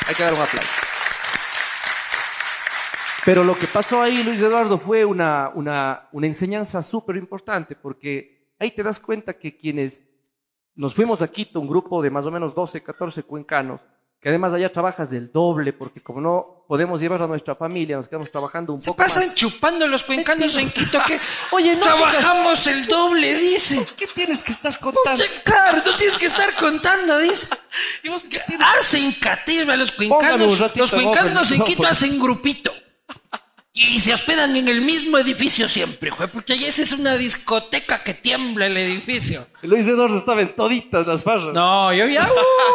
Hay que dar un aplauso. Pero lo que pasó ahí, Luis Eduardo, fue una, una, una enseñanza súper importante, porque ahí te das cuenta que quienes nos fuimos a Quito, un grupo de más o menos 12, 14 cuencanos, que además allá trabajas del doble, porque como no podemos llevar a nuestra familia, nos quedamos trabajando un
Se
poco
pasan
más.
chupando los cuencanos en Quito que
Oye, no,
trabajamos el doble, dice.
¿Qué tienes que estar
Pucha,
contando?
claro, no tienes que estar contando, dice.
¿Y vos qué tienes?
Hacen caterva los
Póngame un
cuencanos.
ratito
Los
de voz,
cuencanos en
por
Quito
favor.
hacen grupito. Y se hospedan en el mismo edificio siempre, juez, porque ya esa es una discoteca que tiembla el edificio.
Luis Eduardo estaba en toditas las farras.
No, yo ya.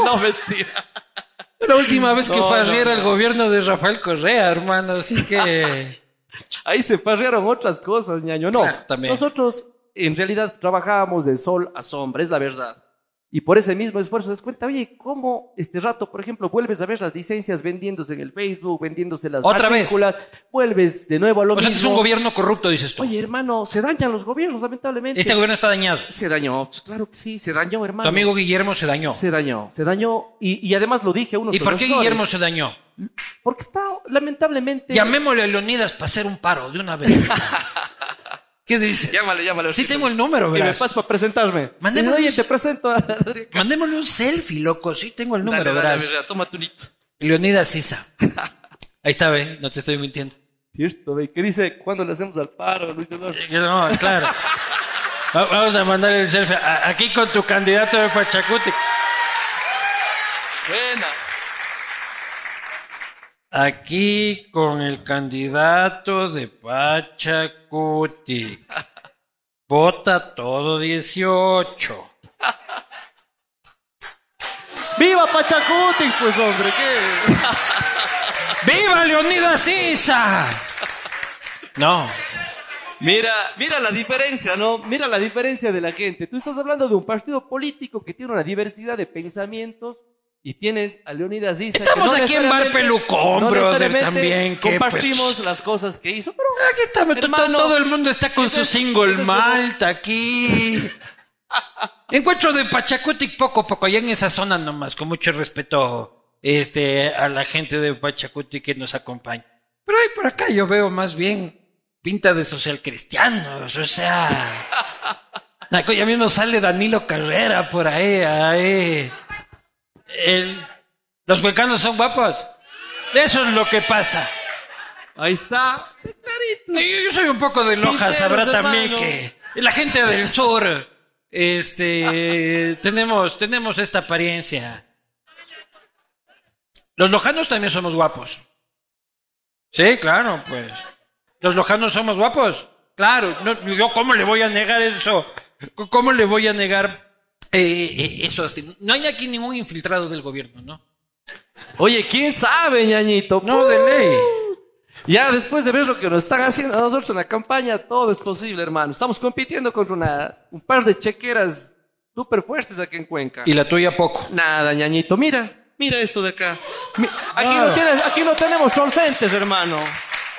no mentira.
Fue uh, La última vez que farriera el gobierno de Rafael Correa, hermano, así que...
Ahí se farrearon otras cosas, ñaño. No,
Claro, también.
nosotros en realidad trabajábamos de sol a sombra, es la verdad. Y por ese mismo esfuerzo das cuenta, oye, ¿cómo este rato, por ejemplo, vuelves a ver las licencias vendiéndose en el Facebook, vendiéndose las
Otra vez.
matrículas, vuelves de nuevo a lo
O sea, que es
mismo?
un gobierno corrupto, dices tú.
Oye, hermano, se dañan los gobiernos, lamentablemente.
Este gobierno está dañado.
se dañó, pues, claro que sí, se dañó, hermano.
Tu amigo Guillermo se dañó.
Se dañó, se dañó. Y, y además lo dije a uno
¿Y
de
por
los
qué
doctores,
Guillermo se dañó?
Porque está, lamentablemente...
Llamémosle a Leonidas para hacer un paro de una vez. ¿Qué dice?
Llámale, llámale.
Sí tengo el número,
Y me
verás.
paso para presentarme.
Mandemos-
Oye, te presento a Adrián.
Mandémosle un selfie, loco. Sí tengo el número,
Dale, dale,
verás.
verá, toma tu nito.
Leonidas Sisa. Ahí está, ve. No te estoy mintiendo.
Cierto, ve, ¿qué dice? ¿Cuándo le hacemos al paro, Luis Eduardo?
Eh, No, claro. Va- Vamos a mandar el selfie a- aquí con tu candidato de Pachacuti.
Aquí con el candidato de Pachacuti. Vota todo 18.
¡Viva Pachacuti! Pues hombre, ¿qué?
¡Viva Leonidas Sisa! No.
Mira, mira la diferencia, ¿no? Mira la diferencia de la gente. Tú estás hablando de un partido político que tiene una diversidad de pensamientos y tienes a Leonidas Issa. que
Estamos aquí en Bar
necesariamente-
Pelucón, brother,
necesariamente
también, que,
Compartimos
pues,
las cosas que hizo, pero
Aquí está, to- to-
Hermano,
todo el mundo está con
ese
su
es-
single
ese es el-
Malta aquí. Encuentro de Pachacuti poco a poco, allá en esa zona nomás, con mucho respeto este, a la gente de Pachacuti que nos acompaña. Pero ahí por acá yo veo más bien pinta de social cristianos, o sea. La co- Ya mismo sale Danilo Carrera por ahí, ahí. El- los huecanos son guapos. Eso es lo que pasa.
ahí está.
Yo, yo soy un poco de Loja,
Piteros,
sabrá también
hermano.
que la gente del sur, este, tenemos, tenemos esta apariencia. Los lojanos también somos guapos. Sí, claro, pues. Los lojanos somos guapos. Claro, no, yo cómo le voy a negar eso. ¿Cómo le voy a negar eh, eh, eso? No hay aquí ningún infiltrado del gobierno, ¿no?
Oye, ¿quién sabe, ñañito?
No, de ley.
Ya después de ver lo que nos están haciendo a nosotros en la campaña, todo es posible, hermano. Estamos compitiendo contra una, un par de chequeras súper fuertes aquí en Cuenca.
Y la tuya poco.
Nada, ñañito, mira. Mira esto de acá. Mi- aquí,
Ah.
no tienes- aquí no tenemos troncentes, hermano.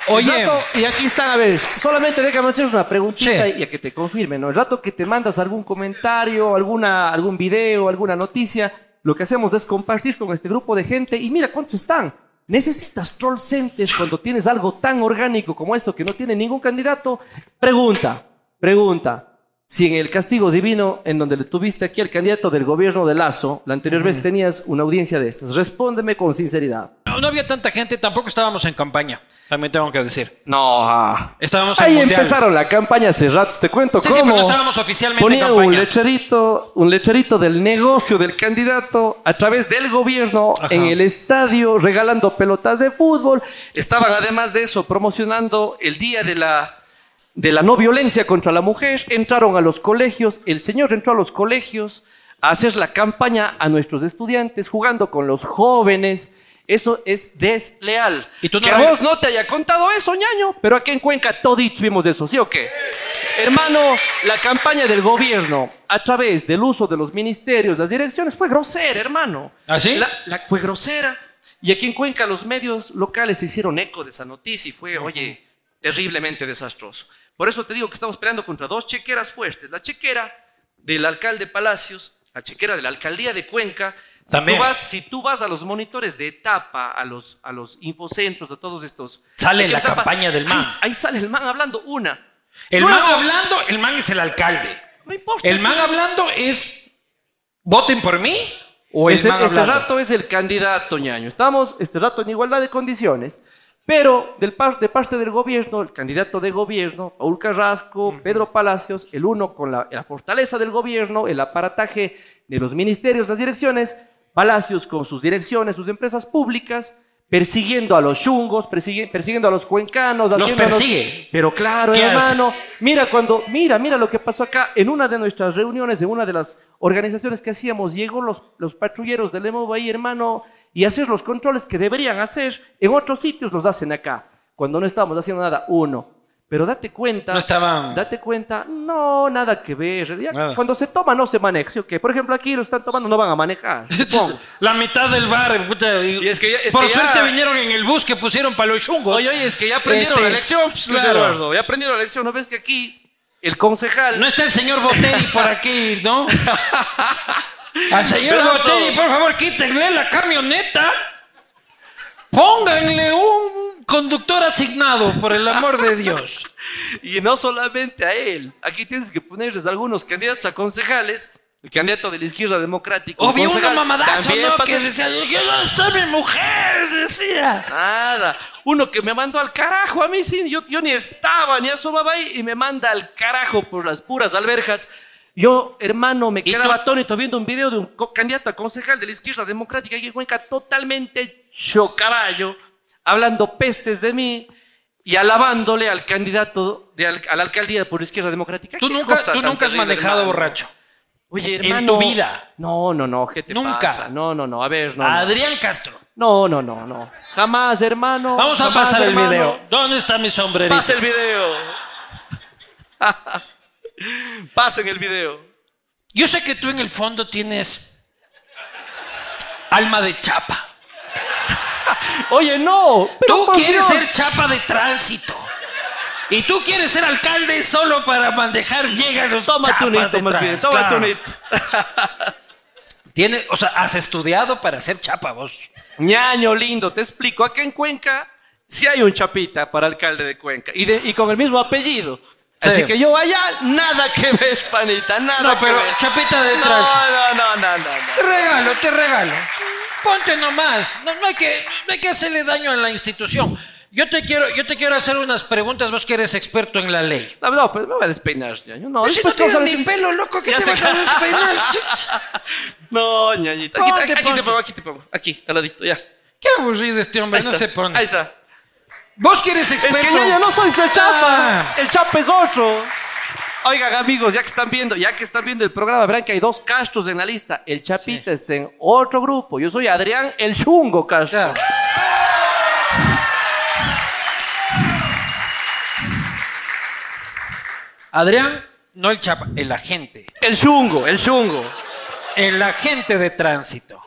Oye.
El rato- y aquí están, a ver, solamente déjame hacer una preguntita
Sí.
y a que te confirmen, ¿no? El rato que te mandas algún comentario, alguna, algún video, alguna noticia, lo que hacemos es compartir con este grupo de gente y mira cuántos están. Necesitas troll centers cuando tienes algo tan orgánico como esto que no tiene ningún candidato. Pregunta, pregunta. Si en el castigo divino, en donde le tuviste aquí al candidato del gobierno de Lazo, la anterior vez tenías una audiencia de estas, respóndeme con sinceridad.
No, no había tanta gente, tampoco estábamos en campaña. También tengo que decir.
No,
Estábamos en
Ahí
mundial.
empezaron la campaña hace rato, te cuento
Sí, sí,
cómo.
pero no estábamos oficialmente
Ponían
en campaña.
un lecherito, un lecherito del negocio del candidato a través del gobierno en el estadio regalando pelotas de fútbol. Estaban además de eso promocionando el día de la de la no violencia contra la mujer. Entraron a los colegios, el señor entró a los colegios a hacer la campaña a nuestros estudiantes jugando con los jóvenes. Eso es desleal.
Y tú no
que a
re-
vos no te haya contado eso, ñaño. Pero aquí en Cuenca toditos vimos eso, ¿sí o qué? Hermano, la campaña del gobierno a través del uso de los ministerios, las direcciones, fue grosera, hermano.
¿Ah, sí?
La- la- fue grosera. Y aquí en Cuenca los medios locales se hicieron eco de esa noticia y fue, oye, terriblemente desastroso. Por eso te digo que estamos peleando contra dos chequeras fuertes. La chequera del alcalde Palacios, la chequera de la alcaldía de Cuenca. Si
También.
tú vas, si tú vas a los monitores de etapa, a los, a los infocentros, a todos estos...
Sale
Aquí
la
etapa,
campaña del man.
Ahí, ahí sale el man hablando una.
El
Luego,
man hablando, el man es el alcalde.
No importa.
El man hablando es voten por mí o el
este,
man
este
hablando.
rato es el candidato, ñaño. Estamos este rato en igualdad de condiciones, pero del par- de parte del gobierno, el candidato de gobierno, Paul Carrasco, Pedro Palacios, el uno con la, la fortaleza del gobierno, el aparataje de los ministerios, las direcciones, Palacios con sus direcciones, sus empresas públicas, persiguiendo a los chungos, persigue- persiguiendo a los cuencanos. haciéndonos-
persigue.
Pero claro,
¿Qué hace?
hermano, Mira cuando, mira, mira lo que pasó acá. En una de nuestras reuniones, en una de las organizaciones que hacíamos, llegó los, los patrulleros del Emo Bahía, hermano,
y hacer los controles que deberían hacer en otros sitios, los hacen acá. Cuando no estamos haciendo nada, uno. Pero date cuenta.
No estaban.
Date cuenta, no, nada que ver. en realidad,
Nada.
Cuando se toma, no se maneja. ¿sí o qué? Por ejemplo, aquí lo están tomando, no van a manejar. Supongo.
La mitad del bar, puta, y-
Y es que ya- es
por
que ya-
suerte vinieron en el bus que pusieron para los chungos.
Oye, oye, es que ya aprendieron
Este,
la lección, pues, Luis
claro.
Eduardo. Ya aprendieron la lección. ¿No ves que aquí el concejal...
No está el señor Botelli por aquí, ¿no? Al señor
Eduardo.
Botelli, por favor, quítenle la camioneta. Pónganle un conductor asignado, por el amor de Dios.
Y no solamente a él. Aquí tienes que ponerles algunos candidatos a concejales. El candidato de la izquierda democrática.
O vi una
concejal,
mamadazo,
también
¿no?
pasa-
Que decía, yo no está mi mujer, decía.
Nada. Uno que me mandó al carajo. A mí sí. Yo, yo ni estaba, ni asomaba ahí. Y me manda al carajo por las puras alberjas. Yo, hermano, me quedaba atónito viendo un video de un co- candidato a concejal de la izquierda democrática aquí en Cuenca totalmente chocaballo, hablando pestes de mí y alabándole al candidato de al- a la alcaldía por la izquierda democrática.
Tú
Qué
nunca,
cosa
tú
tan
nunca has
terrible,
manejado
hermano.
borracho.
Oye,
en
hermano.
tu vida.
No, no, no. ¿qué te
Nunca.
pasa? No, no, no. A ver, no. no.
Adrián Castro.
No, no, no, no. Jamás, hermano.
Vamos a
Jamás,
pasar el
hermano.
video. ¿Dónde está mi sombrerito?
Pasa el video. Pasen el video.
Yo sé que tú en el fondo tienes alma de chapa.
Oye, no. pero
Tú
por
quieres
Dios.
ser chapa de tránsito. Y tú quieres ser alcalde solo para manejar llegas los
Toma tu
chapas de
nito más bien.
tránsito.
Toma tu
Claro.
nito.
Tiene, o sea, has estudiado para ser chapa vos.
Ñaño lindo, te explico. Acá en Cuenca sí hay un chapita para alcalde de Cuenca y, de- y con el mismo apellido.
Sí.
Así que yo allá nada que ver, panita, nada
No,
que
pero
ver.
chapita de
No,
tránsito.
no, no, no, no, no.
Te regalo, te regalo. Ponte nomás. No, no hay que, no hay que hacerle daño a la institución. Yo te quiero, yo te quiero hacer unas preguntas, vos que eres experto en la ley.
No, no, pues me voy a despeinar, ñaño. No,
Pues si no
después te
tienes
vas a
ni
decir-
pelo, loco, que
Ya
te
se
vas a
acabó.
despeinar.
No, ñañita. Aquí,
Ponte,
aquí
ponte.
te pongo, aquí te pongo. Aquí, al ladito, ya.
Qué aburrido este hombre,
Ahí
no
está,
se pone.
Ahí está.
Vos que eres experto.
Es que ñaño no soy el chapa.
Ah.
El chapa es otro. Oigan, amigos, ya que están viendo, ya que están viendo el programa, verán que hay dos castros en la lista.
El Chapita está en otro grupo. Yo soy Adrián el Chungo, Castro.
Ya. Adrián, no el chapa, el agente.
El chungo, el chungo.
El agente de tránsito.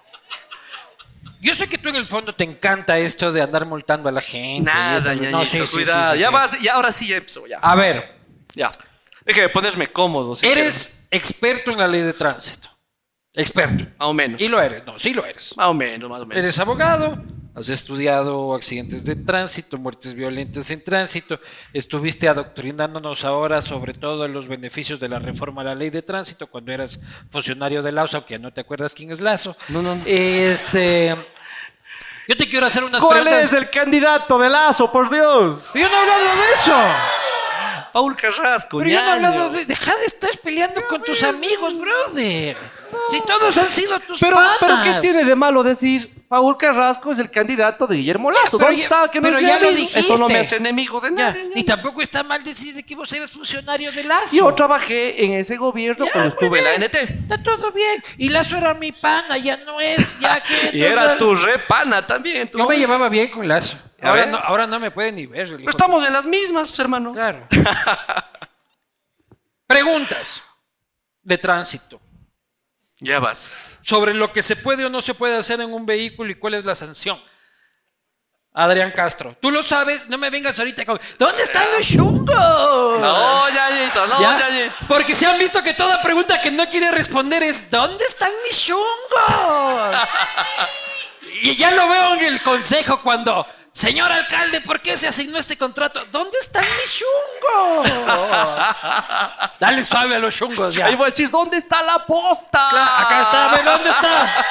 Yo sé que tú en el fondo te encanta esto de andar multando a la gente.
Nada,
Y esto-
ñañito,
no, sí, sí,
cuidado.
sí, sí,
ya
sí.
vas, ya ahora sí, ya empezó, ya.
A ver,
Ya. Déjame ponerme cómodo. si quieres.
eres experto en la ley de tránsito. Experto.
Más o menos.
Y lo eres, no, sí lo eres.
Más o menos, más o menos.
Eres abogado, has estudiado accidentes de tránsito, muertes violentas en tránsito, estuviste adoctrinándonos ahora sobre todo los beneficios de la reforma a la ley de tránsito cuando eras funcionario de Lazo, aunque no te acuerdas quién es Lazo. No, no, Este, yo te quiero hacer unas
¿Cuál
preguntas.
es el candidato de Lazo, por Dios?
Yo no he hablado de eso.
Paul Carrasco,
Pero yo no he
ñaño.
hablado de. Deja de estar peleando con tus amigos, brother. Si todos han sido tus
Pero,
panas.
pero ¿qué tiene de malo decir? Paul Carrasco es el candidato de Guillermo Lazo.
pero
¿Dónde
ya-
está? Que no
pero
es
ya lo
realismo.
dijiste.
Eso no me hace.
Es enemigo de
Ya,
nadie.
Y tampoco está mal decir de que vos eres funcionario de Lazo.
Yo trabajé en ese gobierno
Ya,
cuando
muy
estuve en la
bien.
NT.
Está todo bien. Y Lazo era mi pana, ya no es, ya que.
Ah, Y era tu repana también. tú.
Yo me llevaba bien con Lazo.
¿Ya
Ahora
ves?
no, ahora no me puede ni ver. el hijo
Pero estamos en las mismas, pues, hermano.
de- Claro. Preguntas de tránsito
Ya vas.
sobre lo que se puede o no se puede hacer en un vehículo y cuál es la sanción. Adrián Castro, tú lo sabes, no me vengas ahorita con. ¿Dónde están los chungos?
No, ñañito, no,
¿Ya?
ñañito.
Porque se han visto que toda pregunta que no quiere responder es ¿Dónde están mis chungos? y ya lo veo en el consejo cuando, señor alcalde, ¿por qué se asignó este contrato? ¿Dónde están mis chungos? Dale suave a los chungos ya.
Ahí voy a decir, ¿dónde está la posta?
Cla- acá está, a ver, ¿dónde está?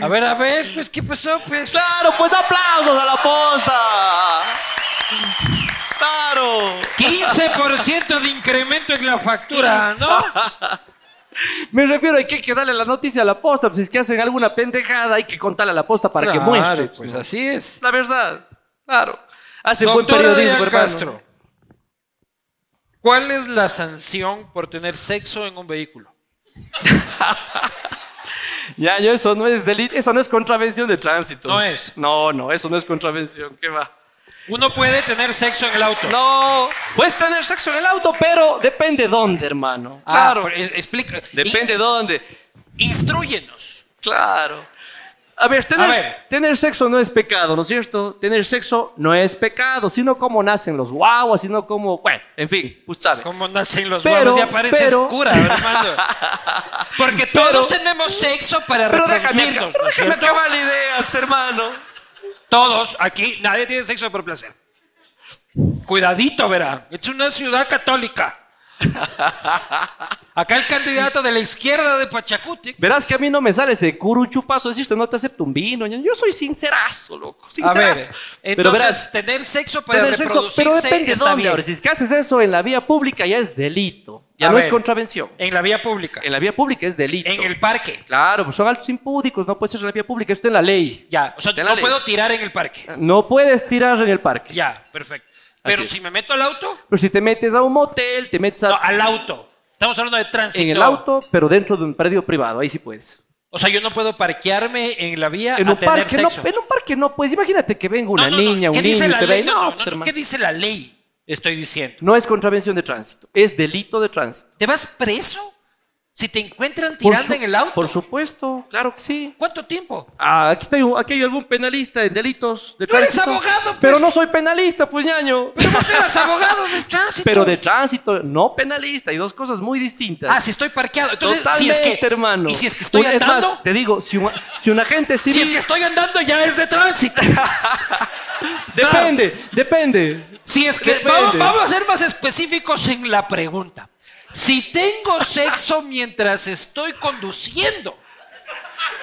A ver, a ver, pues, ¿qué pasó? Pues,
Claro, pues aplausos a la posta. Claro.
15% de incremento en la factura, ¿no?
Me refiero a que hay que darle la noticia a la posta. Pues si es que hacen alguna pendejada, hay que contarle a la posta para que
Claro,
muestre.
Pues así es.
La verdad. Claro. Hace buen
Doctor
periodismo,
Adrián
hermano.
Castro, ¿cuál es la sanción por tener sexo en un vehículo?
Ya, yo, eso no es delito, eso no es contravención de tránsito.
No es.
No, no, eso no es contravención, ¿qué va?
Uno puede tener sexo en el auto.
No, puedes tener sexo en el auto, pero depende dónde, hermano.
Ah,
Claro,
pero, eh, explica.
depende dónde.
In- instrúyenos.
Claro. A ver, tener,
A ver.
tener sexo no es pecado, ¿no es cierto? Tener sexo no es pecado, sino como nacen los guaguas, sino como, bueno, en fin, usted sabe.
Como nacen los
Pero,
huevos, ya pareces
pero-
cura, hermano. Porque
Pero-
todos tenemos sexo para
Pero déjame,
reproducirnos,
aca-
¿no es
déjame
cierto?
acabar la idea, pues, hermano.
Todos aquí, nadie tiene sexo por placer. Cuidadito, verá. Es una ciudad católica. Acá el candidato de la izquierda de Pachacuti.
Verás que a mí no me sale ese curuchupazo, decirte no te acepto un vino. Yo soy sincerazo, loco,
A
sincerazo.
ver,
pero
entonces
verás,
tener sexo para
tener sexo,
reproducirse
pero depende
está
dónde.
bien.
Ahora, si es que haces eso en la vía pública ya es delito, ya
A
no es
ver.
contravención.
En la vía pública.
En la vía pública es delito.
En el parque.
Claro, pues son altos impúdicos, no puede ser en la vía pública, esto es la ley.
Ya, o sea, yo
Está en la
no
ley.
puedo tirar en el parque.
No puedes tirar en el parque.
Ya, perfecto. Pero
es.
si me meto al auto,
Pero si te metes a un motel, te metes a-
no, al auto. Estamos hablando de tránsito.
en el auto, pero dentro de un predio privado, ahí sí puedes.
O sea, yo no puedo parquearme en la vía
En
a
un,
tener
parque, no,
sexo.
en un parque no puedes. Imagínate que venga
No,
una
no, no.
niña,
¿Qué
un niño
dice
y
la
te ve.
ley? No, no, no,
pues, hermano.
¿Qué dice la ley? Estoy diciendo.
No es contravención de tránsito, es delito de tránsito.
¿Te vas preso si te encuentran
Por
tirando
su-
en el auto?
Por supuesto, claro que sí.
¿Cuánto tiempo?
Ah, aquí, está, un- aquí hay algún penalista en delitos de
Tú eres
tránsito.
abogado, pues.
Pero no soy penalista, pues ñaño.
Pero vos eras abogado de tránsito.
Pero
pues.
de tránsito, no penalista. Hay dos cosas muy distintas.
Ah, si estoy parqueado. Entonces,
Totalmente,
si es que,
hermano.
Y si es que estoy
Un- es
andando.
más, te digo, si un, si un agente
si
civil...
es que estoy andando, ya es de tránsito.
Depende, depende.
Si es que
Depende.
vamos, vamos a ser más específicos en la pregunta. Si tengo sexo mientras estoy conduciendo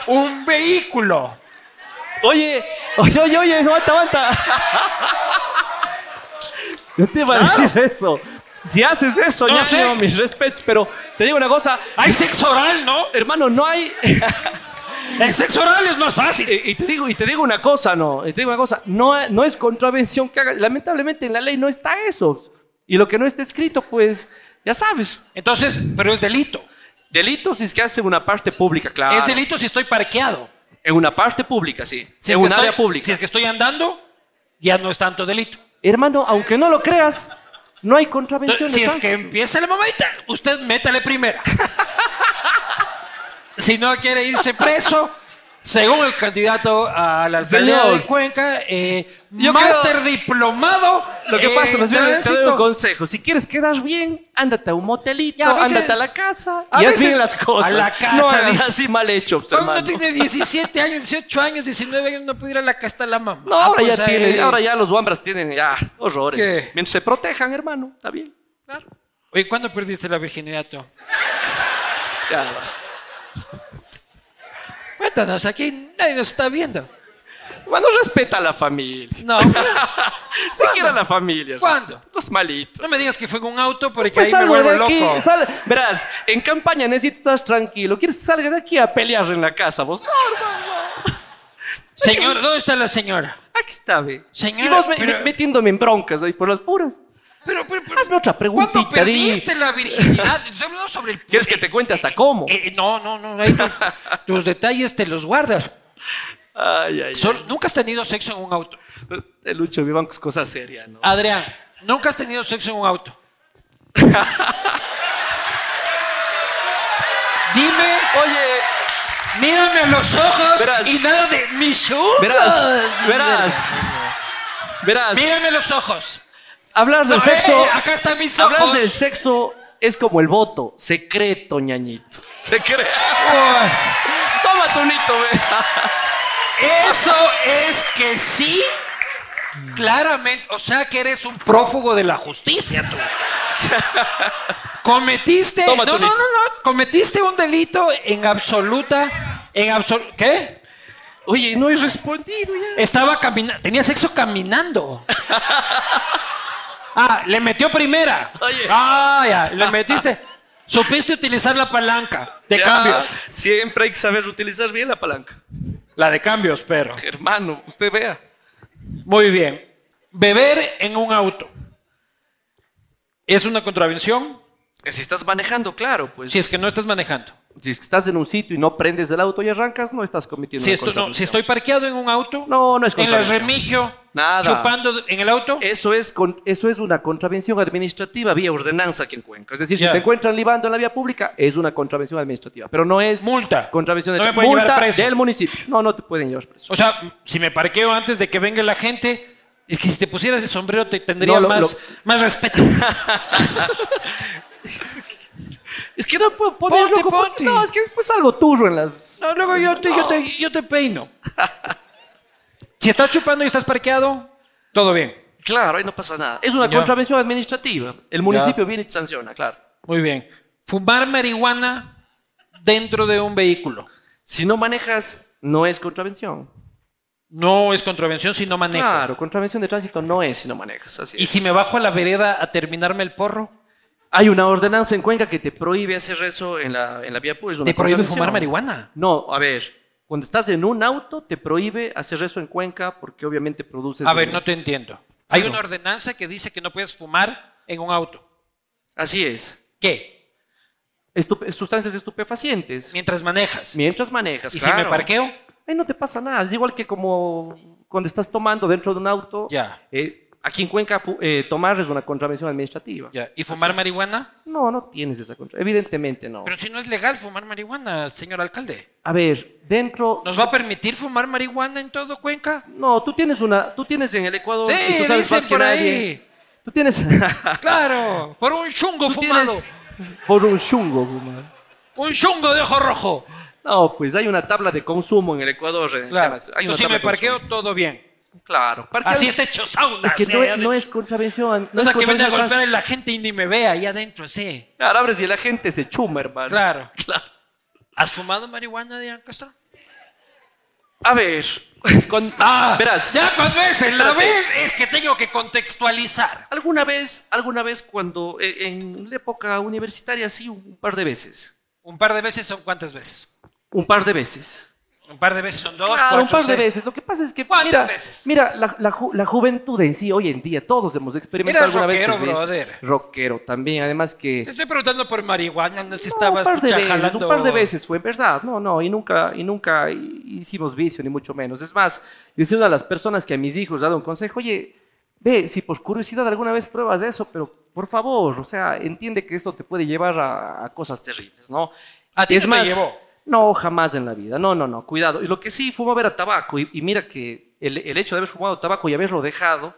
un vehículo,
Oye, oye, oye, oye, aguanta, aguanta. Yo te iba a decir eso. Si haces eso,
No
ya
sé.
tengo mis respetos, pero te digo una cosa,
Hay sexo oral, ¿no?
hermano, no hay.
El sexo oral es más fácil.
y, y te digo, y te digo una cosa, no, y te digo una cosa, no, no es contravención que hagas. Lamentablemente en la ley no está eso. Y lo que no está escrito, pues, ya sabes.
Entonces, pero es delito.
Delitos es que hace una parte pública, claro.
Es delito si estoy parqueado.
En una parte pública, sí.
Si es
en
que
un
estoy-
área pública.
Si es que estoy andando, ya no es tanto delito.
Hermano, aunque no lo creas, no hay ¿ah? contravención.
Si
de
es
tránsito.
que empieza la mamadita, usted métale primera. si no quiere irse preso, según el candidato a la alcaldía
Señor.
de Cuenca, eh,
Yo
máster diplomado.
Lo que
en
pasa, más bien, te doy un
tránsito.
consejo. Si quieres quedar bien, ándate a un motelito,
Ya, a veces-
ándate a la casa.
a
y haz
veces-
bien las cosas.
a la casa,
No hagas
dice.
así mal hecho, pues,
cuando uno
hermano.
tiene 17 años, 18 años, 19 años, no pudiera la casta la mamá.
No, ahora,
Pues,
ya tiene-
eh,
ahora ya los guambras tienen ya horrores.
¿Qué?
Mientras se protejan, hermano, está bien.
Oye, ¿cuándo perdiste la virginidad tú?
Ya vas.
Cuéntanos, aquí nadie nos está viendo.
Bueno, respeta a la familia.
No,
Se quiere a la familia.
¿Cuándo?
No es malito.
no me digas que fue en un auto porque
Pues
ahí me
salgo
vuelvo
de aquí,
loco.
sal- verás, en campaña necesitas estar tranquilo. ¿Quieres que salga de aquí a pelear en la casa vos? No,
Señor, ¿dónde está la señora?
aquí está, ve.
Señora,
y vos me-
pero-
me- metiéndome en broncas ahí por las puras.
Pero, pero, pero
Hazme otra preguntita,
¿Cuándo
di.
perdiste la virginidad? Estoy hablando sobre el...
¿Quieres que te cuente hasta cómo?
Eh, no, no, no, ahí tus, tus detalles te los guardas.
Ay, ay, ay.
Sol- nunca has tenido sexo en un auto.
El Lucho Vivanco es cosa seria, ¿no?
Adrián, nunca has tenido sexo en un auto. Dime,
Oye,
mírame a los ojos
Verás.
y nada de mis ojos.
verás, verás, verás.
Mírame a los ojos.
Hablar del
No,
sexo,
eh, acá están mis
hablar
ojos.
del sexo es como el voto, secreto, ñañito. Secreto. Toma tu nito,
Eso es que sí. Claramente, o sea que eres un prófugo de la justicia tú. Cometiste,
Toma,
no, no, no,
Tunito.
no, cometiste un delito en absoluta, en absoluta, ¿qué?
Oye, no he respondido ya.
Estaba caminando, tenía sexo caminando. Ah, le metió primera.
Oye.
Ah, ya, le metiste. Supiste utilizar la palanca de
Ya,
cambios.
Siempre hay que saber utilizar bien la palanca.
La de cambios, pero.
Hermano, usted vea.
Muy bien. Beber en un auto. ¿Es una contravención?
Si estás manejando, claro, pues.
Si es que no estás manejando.
Si es que estás en un sitio y no prendes el auto y arrancas, no estás cometiendo
Si,
una
esto, no, si
contravención.
estoy parqueado en un auto,
No, no es
en el
contravención.
remigio,
Nada.
chupando en el auto,
Eso es, con- eso es una contravención administrativa vía ordenanza aquí en Cuenca. Es decir, si te encuentran libando en la vía pública, es una contravención administrativa. Pero no es
multa.
contravención de
No me pueden
multa
llevar preso.
del municipio. No, no te pueden llevar preso.
O sea, si me parqueo antes de que venga la gente, es que si te pusieras el sombrero te tendría
No, lo-
más,
lo-
más respeto.
Es que no puedo
Ponte,
loco,
ponte.
No, es que después algo turro en las...
No, luego yo te, yo te, yo te peino. Si estás chupando y estás parqueado, todo bien.
Claro, ahí no pasa nada.
Es una
Ya.
contravención administrativa. El municipio viene y te sanciona, claro.
Muy bien. Fumar marihuana dentro de un vehículo.
Si no manejas, no es contravención.
No es contravención si no manejo.
Claro, contravención de tránsito no es si no manejas. Así
Y si me bajo a la vereda a terminarme el porro,
Hay una ordenanza en Cuenca que te prohíbe hacer eso en la, en la vía pública. es una
te prohíbe
contravención.
fumar marihuana.
No, a ver, cuando estás en un auto te prohíbe hacer eso en Cuenca porque obviamente produces...
A ver,
un-
no te entiendo. Hay una ordenanza que dice que no puedes fumar en un auto.
Así es.
¿Qué?
Estupe- sustancias estupefacientes.
Mientras manejas.
Mientras manejas,
Y si
claro.
me parqueo,
Ahí no te pasa nada. Es igual que como cuando estás tomando dentro de un auto.
Ya.
Eh, aquí en Cuenca fu- eh, tomar es una contravención administrativa.
ya. y fumar marihuana.
No, no tienes esa contravención. Evidentemente no.
Pero si no es legal fumar marihuana, señor alcalde.
A ver, dentro...
¿Nos va a permitir fumar marihuana en todo Cuenca?
No, tú tienes una, tú tienes en el Ecuador.
Sí,
y tú sabes
dicen
más que
por ahí.
nadie. Tú tienes,
Claro, por un chungo
tú
fumado.
tienes por un chungo, Guma.
Un chungo de ojo rojo.
No, pues hay una tabla de consumo en el Ecuador. en
Claro.
temas- hay
Yo
una
si
tabla
me
de consumo.
parqueo, todo bien.
claro. Parquear-
Así está hecho sauna.
Es que
sí,
no,
allá
es- no
adentro.
es contravención.
No
es
sea, que venga a
contravención.
golpear a la gente y ni me vea ahí adentro, sí.
Claro, ahora si la gente se chuma, hermano.
Claro. ¿Has fumado marihuana, Diana Castro?
A ver, con- verás,
Ah, Ya cuando es en la
Espérate.
vez es que tengo que contextualizar.
alguna vez, alguna vez cuando eh, en la época universitaria sí, un par de veces,
Un par de veces son cuántas veces?
un par de veces.
Un par de veces son dos,
Claro,
cuatro,
un par de
seis.
veces. Lo que pasa es que.
¿Cuántas
mira,
veces?
Mira, la, la ju- la juventud en sí, hoy en día, todos hemos experimentado
Eras
alguna vez.
rockero,
eso.
brother.
Rockero también, además que.
Te estoy preguntando por marihuana, no si
No,
estabas
un par, de
pucha,
veces,
jalando.
un par de veces fue, en verdad. No, no, y nunca, y nunca hicimos vicio, ni mucho menos. Es más, decía una de las personas que a mis hijos le ha dado un consejo, oye, ve, si por curiosidad alguna vez pruebas eso, pero por favor, o sea, entiende que esto te puede llevar a, a cosas terribles, ¿no?
¿A ti
es
no te
más,
llevó?
No, jamás en la vida. No, no, no, cuidado. Y lo que sí, fumo ver a tabaco. Y, y mira que el, el hecho de haber fumado tabaco y haberlo dejado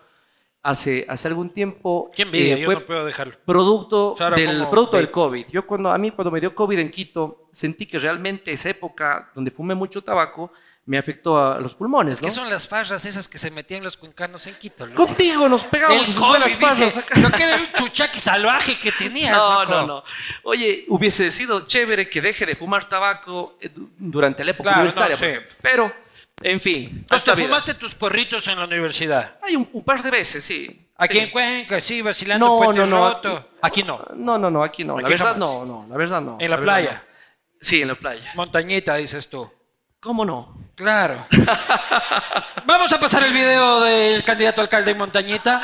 hace, hace algún tiempo
Qué envidia,
eh,
yo
fue
no puedo dejarlo.
producto
O sea, ahora
del
como
producto
vape.
del COVID. Yo cuando a mí cuando me dio COVID en Quito, sentí que realmente esa época donde fumé mucho tabaco me afectó a los pulmones, ¿no?
¿Qué son las farras esas que se metían los cuencanos en Quito? loco?
Contigo nos pegamos
El
sus
COVID,
buenas
dice.
pasas acá.
Lo que era un chuchaqui salvaje que tenías,
No,
loco.
no, no. Oye, hubiese sido chévere que deje de fumar tabaco eh, du- durante la época
Claro,
universitaria,
no,
por
sí.
ejemplo. pero en fin,
Entonces,
hasta
te fumaste tus porritos en la universidad.
Hay un, un par de veces, sí.
Aquí
Sí.
en Cuenca, sí, vacilando
No,
puente
no, no,
roto. Aquí, no.
No, no, no, aquí no. la
Aquí
verdad
jamás.
no, no, la verdad no.
En la
verdad
playa.
no. Sí, en la playa.
Montañita, dices tú.
¿Cómo no?
Claro. Vamos a pasar el video del candidato alcalde en Montañita.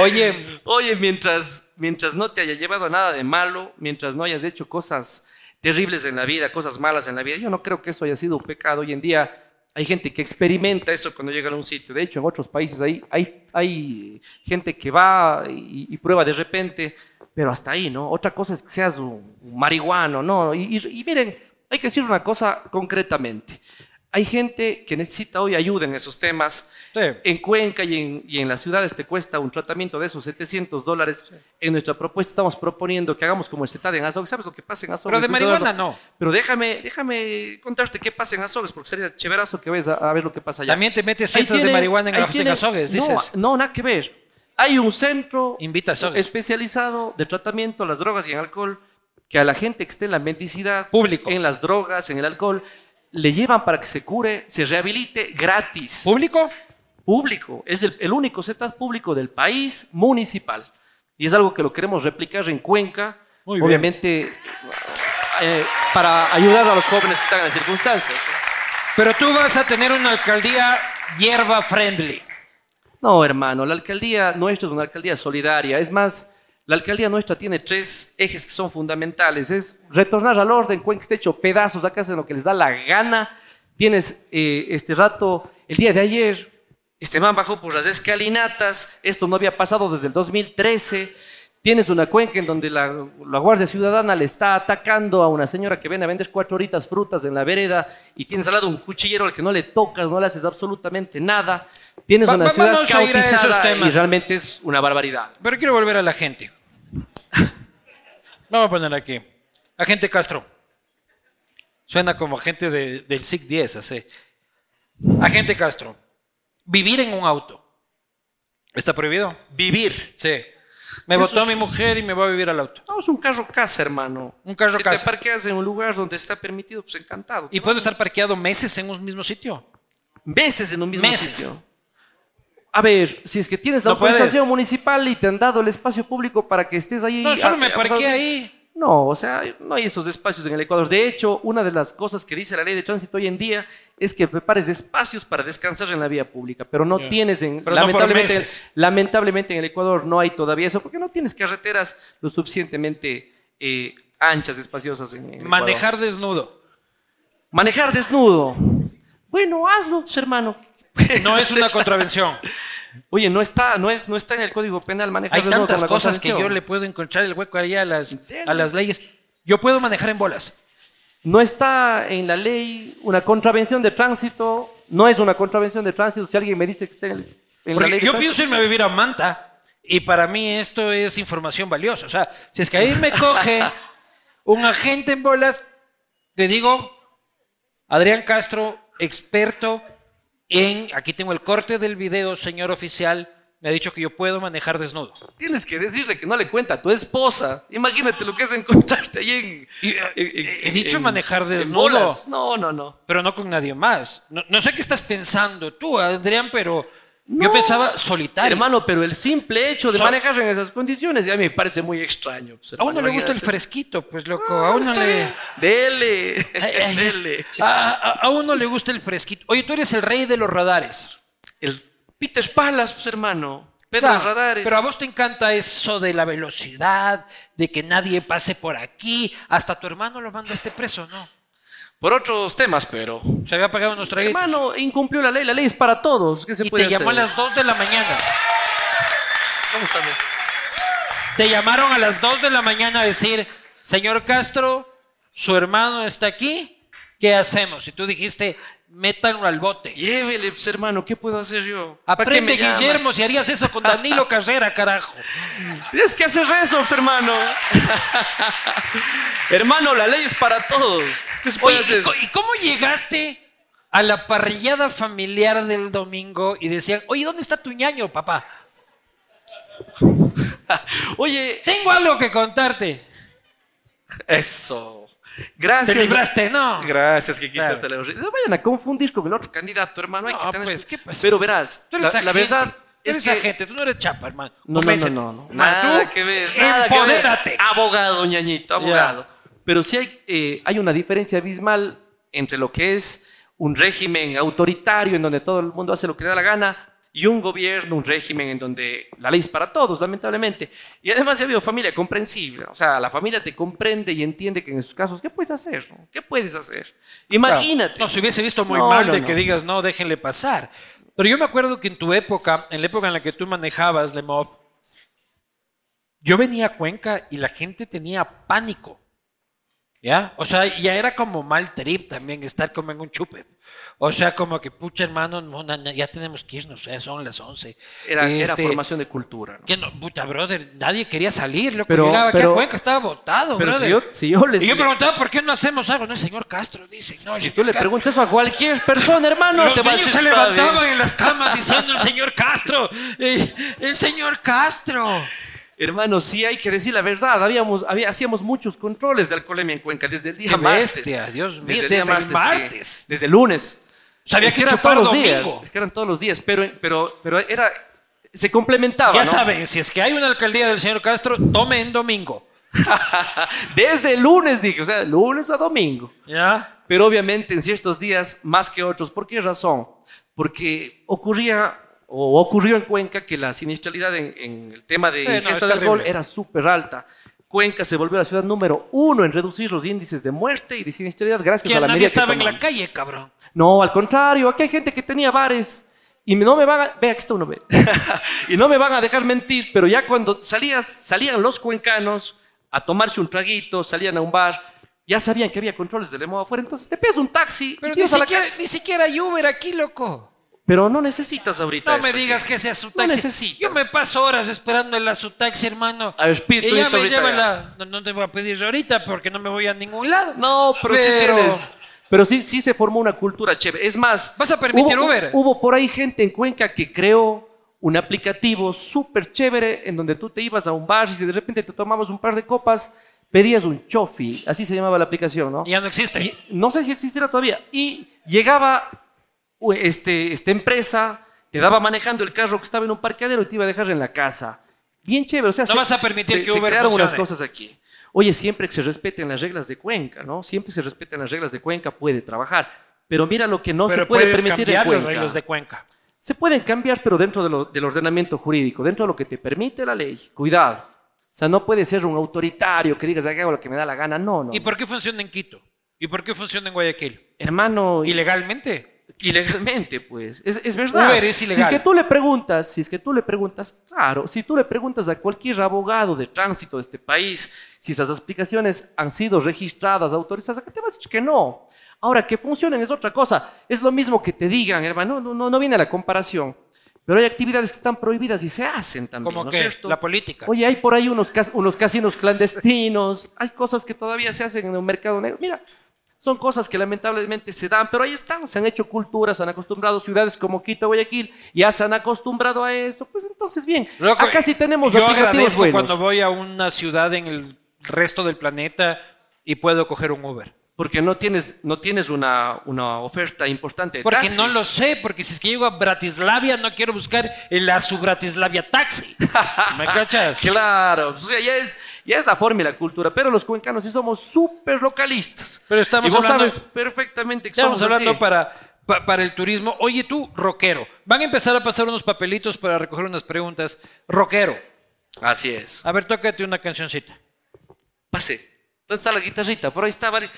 Oye,
Oye, mientras, mientras no te haya llevado a nada de malo, mientras no hayas hecho cosas terribles en la vida, cosas malas en la vida, yo no creo que eso haya sido un pecado. Hoy en día hay gente que experimenta eso cuando llega a un sitio. De hecho, en otros países hay, hay, hay gente que va y, y prueba de repente, pero hasta ahí, ¿no? Otra cosa es que seas un, un marihuano, ¿no? Y, y- y miren, hay que decir una cosa concretamente. Hay gente que necesita hoy ayuda en esos temas.
Sí.
En Cuenca y en, y en las ciudades te cuesta un tratamiento de esos 700 dólares. En nuestra propuesta estamos proponiendo que hagamos como el CETAD en Azogues. ¿Sabes lo que pasa en Azogues?
Pero de
Luis Eduardo?
marihuana no.
Pero déjame, déjame contarte qué pasa en Azogues, porque sería chéverazo que ves a, a ver lo que pasa allá.
también te metes
Ahí
fiestas de
tienen-
marihuana en
ahí
los
tienen-
Azogues,
no,
dices.
No, nada que ver. Hay un centro
Invita a Azogues.
especializado de tratamiento a las drogas y en alcohol que a la gente que esté en la mendicidad,
Público.
en las drogas, en el alcohol, le llevan para que se cure, se rehabilite gratis
¿Público?
público, es el, el único CETAD público del país municipal. Y es algo que lo queremos replicar en Cuenca,
Muy bien.
obviamente eh, para ayudar a los jóvenes que están en las circunstancias.
Pero tú vas a tener una alcaldía hierba friendly.
No, hermano, la alcaldía nuestra es una alcaldía solidaria. Es más,
La alcaldía nuestra tiene tres ejes que son fundamentales. Es
retornar al orden, Cuenca está hecho pedazos, acá hacen lo que les da la gana. Tienes eh, este rato, el día de ayer,
este man bajó por las escalinatas,
esto no había pasado desde el 2013. Tienes una cuenca en donde la, la Guardia Ciudadana le está atacando a una señora que viene a vender cuatro horitas frutas en la vereda y tienes al lado un cuchillero al que no le tocas, no le haces absolutamente nada. Tienes
Va-
una
va-
ciudad
vamos a ir a esos
caotizada y
temas.
realmente es una barbaridad.
Pero quiero volver a la gente. Vamos a poner aquí. Agente Castro. Suena como agente de- del SIC 10, así. Agente Castro. Vivir en un auto. ¿Está prohibido?
vivir.
Sí. Me votó mi mujer y me va a vivir al auto.
No, es un carro casa, hermano.
Un carro
si
casa.
te parqueas en un lugar donde está permitido, pues encantado.
¿Y puedo estar parqueado meses en un mismo sitio?
meses en un mismo
Meses.
sitio.
A ver, si es que tienes la
No puedes.
autorización municipal y te han dado el espacio público para que estés ahí.
No, solo
ah,
me
ah,
parqué
ah,
ahí.
No, o sea, no hay esos espacios en el Ecuador. De hecho, una de las cosas que dice la ley de tránsito hoy en día es que prepares espacios para descansar en la vía pública, pero no tienes en
Pero no por
lamentablemente,
meses.
lamentablemente en el Ecuador no hay todavía eso porque no tienes carreteras lo suficientemente eh, anchas, espaciosas en el Ecuador.
Manejar desnudo.
manejar desnudo. Bueno, hazlo, hermano.
No es una contravención.
Oye, no está, no es, no está en el Código Penal manejar
Hay
desnudo con
tantas
la
cosas que yo
contravención.
le puedo encontrar el hueco ahí a las, a las leyes. Yo puedo manejar en bolas.
No está en la ley una contravención de tránsito, no es una contravención de tránsito si alguien me dice que está en, el- en la
Porque
ley de
yo
tránsito.
pienso irme a vivir a Manta y para mí esto es información valiosa. O sea, si es que ahí me coge un agente en bolas, te digo, Adrián Castro, experto en, aquí tengo el corte del video, señor oficial, me ha dicho que yo puedo manejar desnudo.
Tienes que decirle que no le cuenta a tu esposa. Imagínate lo que es encontrarte ahí en.
Y, eh,
en- en-
he dicho
en-
manejar
en
desnudo.
bolas. No, no, no.
pero no con nadie más. No, no sé qué estás pensando tú, Adrián, pero yo pensaba solitario.
Hermano, pero el simple hecho de
So-
manejar en esas condiciones ya me parece muy extraño. pues,
a uno
hermano,
le gusta el
imagínate.
fresquito, pues loco, a uno
Está
le...
bien. Dele.
Ay, ay,
Dele.
A, a- a uno le gusta el fresquito. Oye, tú eres el rey de los radares.
El Peter Palas, pues, hermano. Pedro
Claro,
Radares.
Pero a vos te encanta eso de la velocidad, de que nadie pase por aquí. Hasta tu hermano lo mandaste preso, ¿no?
Por otros temas, pero.
Se había pagado unos traguitos.
Hermano, incumplió la ley, la ley es para todos. ¿Qué se
Y
puede
te llamó a
hacer?
las 2 de la mañana.
Vamos a ver.
Te llamaron a las 2 de la mañana a decir, señor Castro, su hermano está aquí, ¿qué hacemos? Y tú dijiste, métanlo al bote.
Llévele, pues, hermano, ¿qué puedo hacer yo? ¿Para qué
Aprende,
me llama?
Guillermo, si harías eso con Danilo Carrera, carajo.
Tienes que hacer eso, pues, hermano. hermano, la ley es para todos. ¿Qué se puede
Oye, ¿y
hacer?
co- ¿y cómo llegaste a la parrillada familiar del domingo y decían, oye, ¿dónde está tu ñaño, papá?
Oye,
Tengo algo que contarte.
eso.
Te
Gracias.
libraste, ¿no?
Gracias que quitaste la
No vayan a confundir con el otro.
Candidato, hermano, hay
No,
que tener-
este-
pues, ¿qué pasó?
Pero verás,
Tú
la,
eres
la
agente,
verdad
tú
es
eres
que
agente, tú no eres chapa, hermano.
No, no, no,
Convéncete.
no, no.
nada
Tú,
que ver, nada que ver.
empodérate.
Abogado, ñañito, abogado.
Pero sí hay, eh, hay una diferencia abismal entre lo que es
un régimen auto
autoritario, en donde todo el mundo hace lo que le da la gana,
y un gobierno, un régimen en donde la ley es para todos, lamentablemente. Y además ha habido familia comprensible. O sea, la familia te comprende y entiende que en esos casos, ¿qué puedes hacer? no? ¿Qué puedes hacer? Imagínate.
No, se hubiese visto muy
No,
mal
no,
de
no.
que digas, no, déjenle pasar. Pero yo me acuerdo que en tu época, en la época en la que tú manejabas Lemov, yo venía a Cuenca y la gente tenía pánico. ¿Ya? O sea, ya era como mal trip también estar como en un chupe. O sea, como que, pucha, hermano, no, na- na- ya tenemos que irnos, ya son las 11.
Era, era
Este,
formación de cultura. ¿no?
que no, puta, brother, nadie quería salir, loco.
Pero-
Llegaba aquí a
pero-
Cuenca, estaba botado,
Pero si
brother.
yo, si yo les-
Y yo preguntaba, ¿por qué no hacemos algo? No, el señor Castro, dice. No,
si tú le preguntas eso a cualquier persona, hermano,
los
te va a
niños
decir,
se
"Está bien".
levantaban en las camas diciendo el señor Castro, eh, el señor Castro.
Ah,
Hermano, sí hay que decir la verdad. Habíamos, había- hacíamos muchos controles de alcoholemia en Cuenca desde el día
Qué
martes.
bestia, Dios mío,
Desde el,
desde
día
el
martes,
martes.
sí. Desde el lunes.
Sabía
Es
que,
eran
chupar
todos los
domingo.
días. Es que eran todos los días, pero, pero, pero era, se complementaba.
Ya
¿no?
saben, si es que hay una alcaldía del señor Castro, tomen domingo.
Desde el lunes, dije, o sea, de lunes a domingo.
¿Ya?
Pero obviamente en ciertos días más que otros. ¿Por qué razón? Porque ocurría
o ocurrió en Cuenca que la siniestralidad en, en el tema de
Sí, no, es
ingesta de alcohol
terrible.
era súper alta. Cuenca se volvió la ciudad número uno en reducir los índices de muerte y de siniestralidad gracias
Que
a la
nadie
medida que
estaba en la
tomamos.
calle, cabrón.
No, al contrario, aquí hay gente que tenía bares y no me van a... Vea que esto no ve. y no me van a dejar mentir, pero ya cuando salías, salían los cuencanos a tomarse un traguito, salían a un bar, ya sabían que había controles de lemo afuera, entonces te pides un taxi
Pero
y te
ni
ibas a la
siquiera,
casa.
ni siquiera hay Uber aquí, loco.
Pero no necesitas ahorita
No me
eso,
digas
tío.
que sea su
No
taxi.
necesitas.
Yo me paso horas esperando el su taxi, hermano.
A ver, Speed, tú
Ella
ahorita,
me
ahorita
lleva
ya.
la. No, no te voy a pedir ahorita porque no me voy a ningún lado.
No, pero, sí tienes- Pero sí, sí se formó una cultura chévere. Es más...
¿Vas a permitir
hubo-
Uber?
Hubo por ahí gente en Cuenca que creó un aplicativo súper chévere en donde tú te ibas a un bar y si de repente te tomabas un par de copas, pedías un chofi, así se llamaba la aplicación, ¿no?
Ya no existe.
Y no sé si existiera todavía. Y llegaba u- este, esta empresa, te daba manejando el carro que estaba en un parqueadero y te iba a dejar en la casa. Bien chévere. O sea,
No vas a permitir
se-
que
se
Uber
crearon unas
funcione.
cosas aquí. Oye, siempre que se respeten las reglas de Cuenca, ¿no? Siempre se respeten las reglas de Cuenca, puede trabajar. Pero mira lo que no se
Pero
puede
puedes
permitir en
cambiar
Cuenca.
los reglas de Cuenca.
Se pueden cambiar, pero dentro de lo- del ordenamiento jurídico, dentro de lo que te permite la ley. Cuidado. O sea, no puede ser un autoritario que digas, "Aquí hago lo que me da la gana. No, no.
¿Y por qué funciona en Quito? ¿Y por qué funciona en Guayaquil?
Hermano,
¿Ilegalmente?
ilegalmente, pues. Es, es verdad.
Uber es ilegal.
Si es que tú le preguntas, si es que tú le preguntas, claro, si tú le preguntas a cualquier abogado de tránsito de este país si esas explicaciones han sido registradas, autorizadas, ¿qué te vas a decir que no? Ahora, que funcionen es otra cosa. Es lo mismo que te digan, hermano, no, no, no viene a la comparación. Pero hay actividades que están prohibidas y se hacen también.
Como
¿no es
que
cierto?
la política.
Oye, hay por ahí unos, cas- unos casinos clandestinos, hay cosas que todavía se hacen en el mercado negro. Mira, son cosas que lamentablemente se dan, pero ahí están, se han hecho culturas, se han acostumbrado ciudades como Quito, Guayaquil, ya se han acostumbrado a eso. Pues entonces, bien,
Loco,
acá sí tenemos
Yo
aplicativos
agradezco
buenos.
cuando voy a una ciudad en el resto del planeta y puedo coger un Uber.
Porque no tienes, no tienes una, una oferta importante. de
Porque
taxis.
no lo sé, porque si es que llego a Bratislavia, no quiero buscar el a su Bratislavia taxi. ¿Me cachas?
Claro, o sea, ya es, ya es la forma y la cultura, pero los cuencanos sí somos súper localistas.
Pero estamos
y vos
hablando-
sabes perfectamente que
Estamos
somos
hablando
así.
para, pa- para el turismo. Oye, tú, rockero, van a empezar a pasar unos papelitos para recoger unas preguntas. Rockero,
Así es.
a ver, tócate una cancioncita.
Pase. ¿Dónde está la guitarrita? Por ahí está, vale.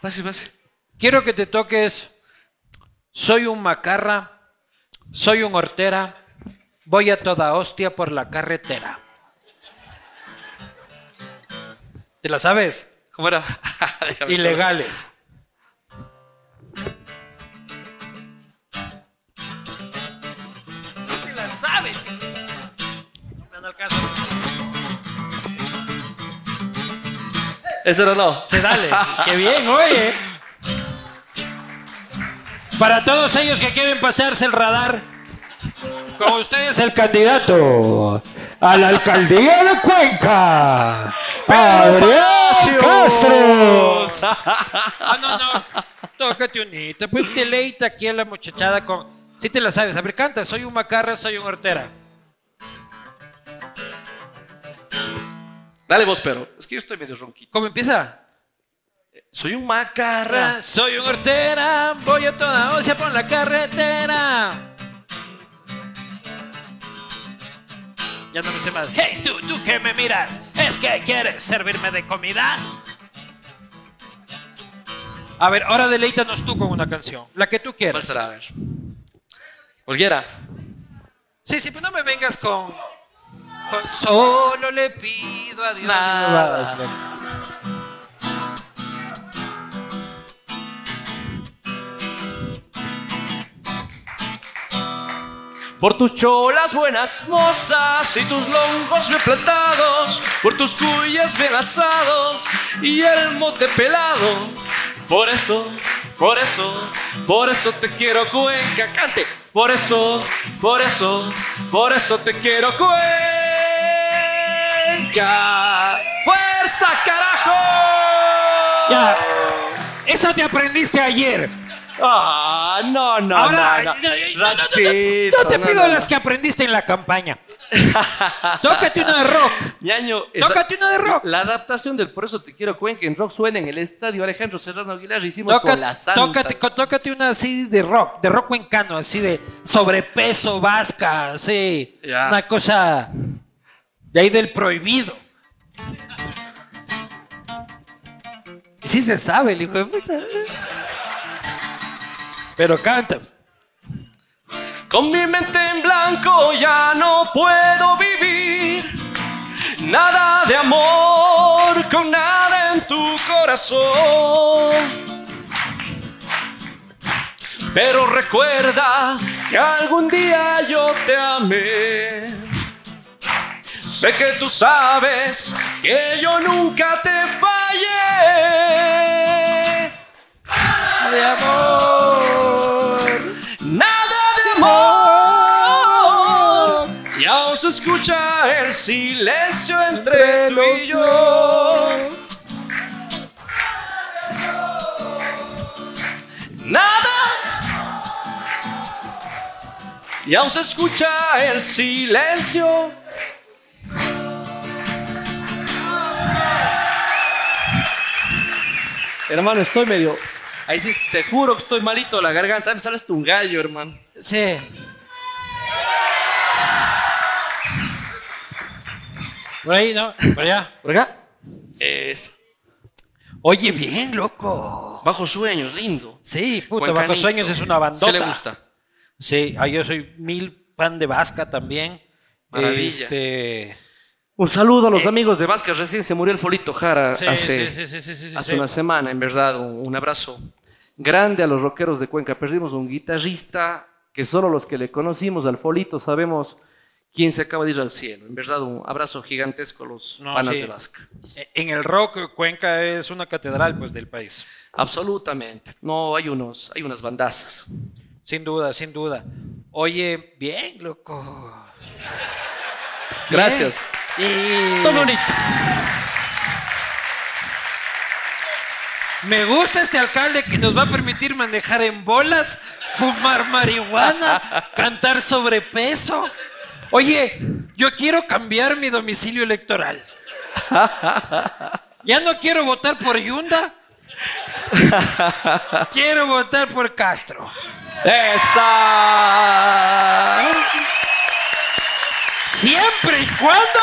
Pase, pase.
Quiero que te toques Soy un macarra, soy un hortera, voy a toda hostia por la carretera. ¿Te la sabes?
¿Cómo era? Déjame ver.
Ilegales.
Eso era no.
Se dale. Qué bien, oye. Para todos ellos que quieren pasarse el radar, con ustedes el candidato a la alcaldía de Cuenca, Adrián Castro. Ah, no, no. Tócate unita. Pues deleita aquí a la muchachada con. Si te la sabes. A ver, canta. Soy un macarra, soy un hortera.
Dale vos, pero. Es que yo estoy medio ronquito.
¿Cómo empieza?
Soy un macarra.
Soy un hortera, voy a toda hostia por la carretera. Ya no me sé más. Hey, tú, tú que me miras, ¿es que quieres servirme de comida? A ver, ahora deleítanos tú con una canción, la que tú
¿Cuál
quieras.
será? A ver. Olguera.
Sí, sí, pues no me vengas con. con solo le pido a Dios.
Nada. Por tus cholas buenas mozas y tus longos bien plantados, por tus cuyas bien asados y el mote pelado. Por eso, por eso, por eso te quiero cuenca, cante. Por eso, por eso, por eso te quiero cuenca. ¡Fuerza, carajo!
Ya. Esa te aprendiste ayer.
Ah, no, no,
Ahora,
no,
no,
no.
no, no, no, no,
Ratito,
no te
no,
pido
no.
las que aprendiste en la campaña. Tócate una de rock.
Ñaño, esa-
Tócate una de rock.
La adaptación del Por eso te quiero Cuenca en rock suena en el estadio Alejandro Serrano Aguilar. Hicimos
Toca-
con la Santa.
tócate, co- tócate una así de rock, de rock cuencano, así de sobrepeso vasca, así.
Ya.
Una cosa de ahí del prohibido. Sí se sabe, el hijo de puta. Pero canta.
Con mi mente en blanco ya no puedo vivir. Nada de amor, con nada en tu corazón. Pero recuerda que algún día yo te amé. Sé que tú sabes que yo nunca te fallé. Nada de amor. Nada de amor. Y aún se escucha el silencio entre tú y yo. Nada. Y aún se escucha el silencio. Hermano, estoy medio. Ahí sí, te juro que estoy malito de la garganta. Me sale hasta un gallo, hermano.
Sí. Por ahí, ¿no? Por allá.
¿Por acá? Es.
Oye, bien, loco.
Bajo sueños, lindo.
Sí, puta,
Cuencanito.
Bajo Sueños es una bandota.
Se le gusta.
Sí, ah, yo soy mil pan de vasca también.
Maravilla.
Este,
Un saludo a los amigos de Vázquez. Recién se murió el Folito Jara
Eh. sí,
hace,
sí, sí, sí, sí, sí,
hace
sí.
ah, una semana, en verdad. Un, un abrazo grande a los rockeros de Cuenca. Perdimos un guitarrista que solo los que le conocimos al Folito sabemos quién se acaba de ir al cielo. En verdad, un abrazo gigantesco a los
No,
panas
sí.
de Vázquez.
E,
En el rock, Cuenca es una catedral pues, del país.
Absolutamente. No, hay, unos, hay unas bandazas.
Sin duda, sin duda. Oye, bien, loco.
Gracias.
Y
Todo bonito.
me gusta este alcalde que nos va a permitir manejar en bolas, fumar marihuana, cantar sobrepeso. Oye, yo quiero cambiar mi domicilio electoral. Ya no quiero votar por Yunda. Quiero votar por Castro.
¡Esa!
Siempre y cuando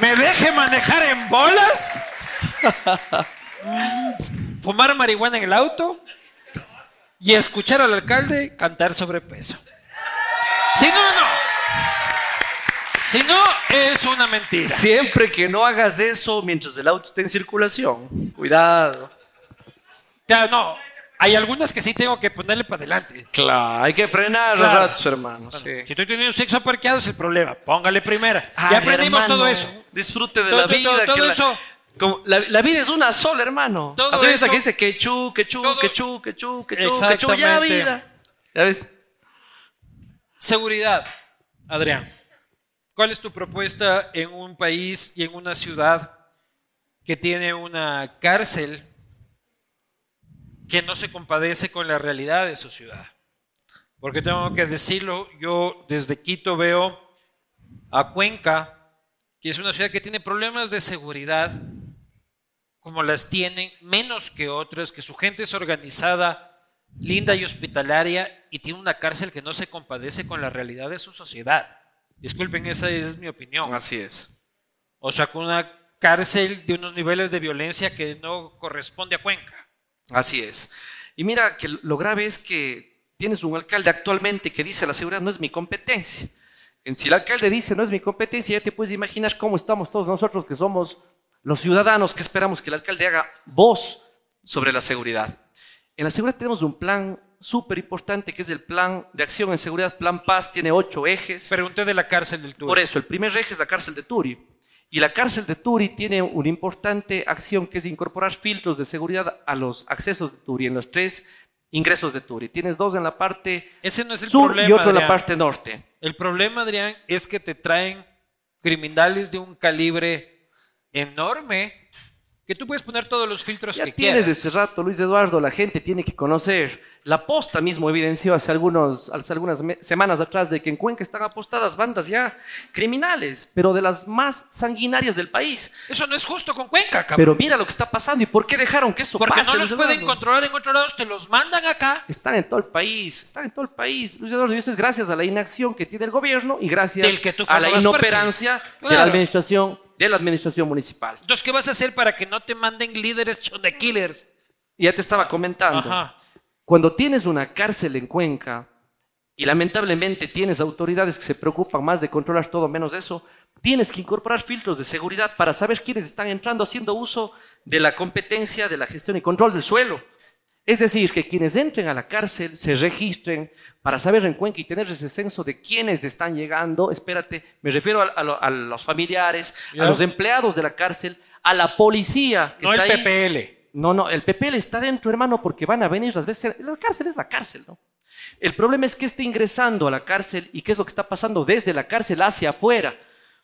me deje manejar en bolas, mm, fumar marihuana en el auto y escuchar al alcalde cantar sobrepeso. Si no, no. Si no, es una mentira.
Siempre que no hagas eso mientras el auto esté en circulación. Cuidado.
Ya, no. Hay algunas que sí tengo que ponerle para adelante.
Claro, hay que frenar
Claro.
los ratos, hermano. sí.
Si estoy teniendo sexo aparqueado es el problema. Póngale primera. ya aprendimos
hermano,
todo eso.
Disfrute de
Todo-
la
todo-
vida.
todo
que la-
eso.
como- la, la vida es una sola, hermano.
Todo
Así esa
eso-
que dice quechú, quechú,
Todo-
quechú, quechú, quechú, quechú, ya
Exactamente.
vida. ¿Ya ves?
Seguridad, Adrián. ¿Cuál es tu propuesta en un país y en una ciudad que tiene una cárcel que no se compadece con la realidad de su ciudad? Porque tengo que decirlo, yo desde Quito veo a Cuenca, que es una ciudad que tiene problemas de seguridad, como las tienen, menos que otras, que su gente es organizada, linda y hospitalaria, y tiene una cárcel que no se compadece con la realidad de su sociedad. Disculpen, esa es mi opinión.
Así es.
O sea, con una cárcel de unos niveles de violencia que no corresponde a Cuenca.
Así es. Y mira que lo grave es que tienes un alcalde actualmente que dice la seguridad no es mi competencia. En- Si el alcalde dice no es mi competencia, ya te puedes imaginar cómo estamos todos nosotros que somos los ciudadanos que esperamos que el alcalde haga voz sobre la seguridad. En la seguridad tenemos un plan súper importante que es el plan de acción en seguridad, plan paz, tiene ocho ejes.
Pregunté de la cárcel del Tour.
Por eso, el primer eje es la cárcel de Turi. Y la cárcel de Turi tiene una importante acción que es incorporar filtros de seguridad a los accesos de Turi, en los tres ingresos de Turi. Tienes dos en la parte
Ese no es el
sur
problema.
y otro en la
Adrián.
parte norte.
El problema, Adrián, es que te traen criminales de un calibre enorme
que tú puedes poner todos los filtros
Ya
que
tienes
quieras.
desde rato, Luis Eduardo, la gente tiene que conocer. La posta mismo evidenció hace, algunos, hace algunas me- semanas atrás de que en Cuenca están apostadas bandas ya criminales, pero de las más sanguinarias del país.
Eso no es justo con Cuenca, cabrón.
Pero mira lo que está pasando y por qué dejaron que eso
porque
pase.
no
Luis
los pueden
Eduardo?
controlar en otros lados, te los mandan acá,
Están en todo el país, están en todo el país. Luis Eduardo, y eso es gracias a la inacción que tiene el gobierno y gracias
Del que tú
a la
formas parte.
inoperancia de la
Claro.
administración, de la administración municipal.
Entonces, ¿qué vas a hacer para que no te manden líderes o de killers?
Ya te estaba comentando.
Ajá.
Cuando tienes una cárcel en Cuenca y lamentablemente tienes autoridades que se preocupan más de controlar todo menos eso, tienes que incorporar filtros de seguridad para saber quiénes están entrando haciendo uso de la competencia de la gestión y control del suelo. Es decir, que quienes entren a la cárcel se registren para saber en Cuenca y tener ese censo de quiénes están llegando. Espérate, me refiero a, a lo- a los familiares, a los empleados de la cárcel, a la policía que
No el
está ahí.
PPL.
No, no, el PPL está dentro, hermano, porque van a venir las veces. La cárcel es la cárcel, ¿no? El problema es que esté ingresando a la cárcel y qué es lo que está pasando desde la cárcel hacia afuera.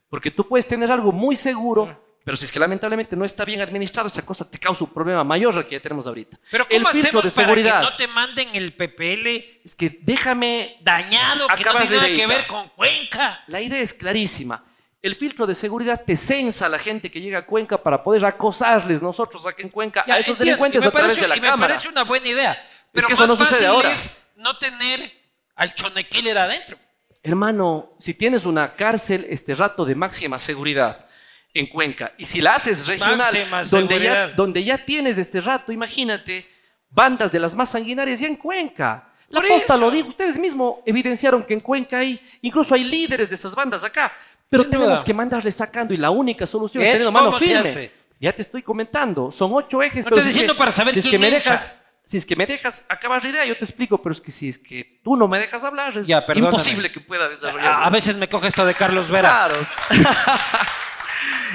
Porque tú puedes tener algo muy seguro, pero si es que lamentablemente no está bien administrado, esa cosa te causa un problema mayor al que ya tenemos ahorita.
Pero ¿cómo
el filtro
hacemos
de
para
seguridad.
que no te manden el PPL
Es que déjame
dañado, que
Acabas
no tiene
de
nada que
editar.
ver con Cuenca?
La idea es clarísima. El filtro de seguridad te censa a la gente que llega a Cuenca para poder acosarles nosotros aquí en Cuenca
Ya,
a esos
entiendo,
delincuentes
y me
a través
parece-
de la
y Me
cámara.
parece una buena idea. Pero
que eso
más
no sucede
fácil
ahora.
es no tener al chone killer adentro.
Hermano, si tienes una cárcel este rato de máxima seguridad en Cuenca y si la haces regional,
Máxima
donde, ya,
seguridad.
donde ya tienes este rato, imagínate, bandas de las más sanguinarias ya en Cuenca. La
Por
posta
eso.
lo dijo, ustedes mismos evidenciaron que en Cuenca hay, incluso hay líderes de esas bandas acá, pero
Sin
tenemos
duda.
que mandarles sacando y la única solución es
Es
tener mano
cómo se
firme.
hace.
Ya te estoy comentando, son ocho ejes.
No
pero
estoy
si es
diciendo
que-
para saber
si es
quién
que me
hincha.
dejas, Si es que me dejas acabar la idea, yo te explico, pero es que si es que tú no me dejas hablar, es
Ya, perdóname.
imposible que pueda desarrollar.
Ah,
A, a veces me coge esto de Carlos Vera.
Claro.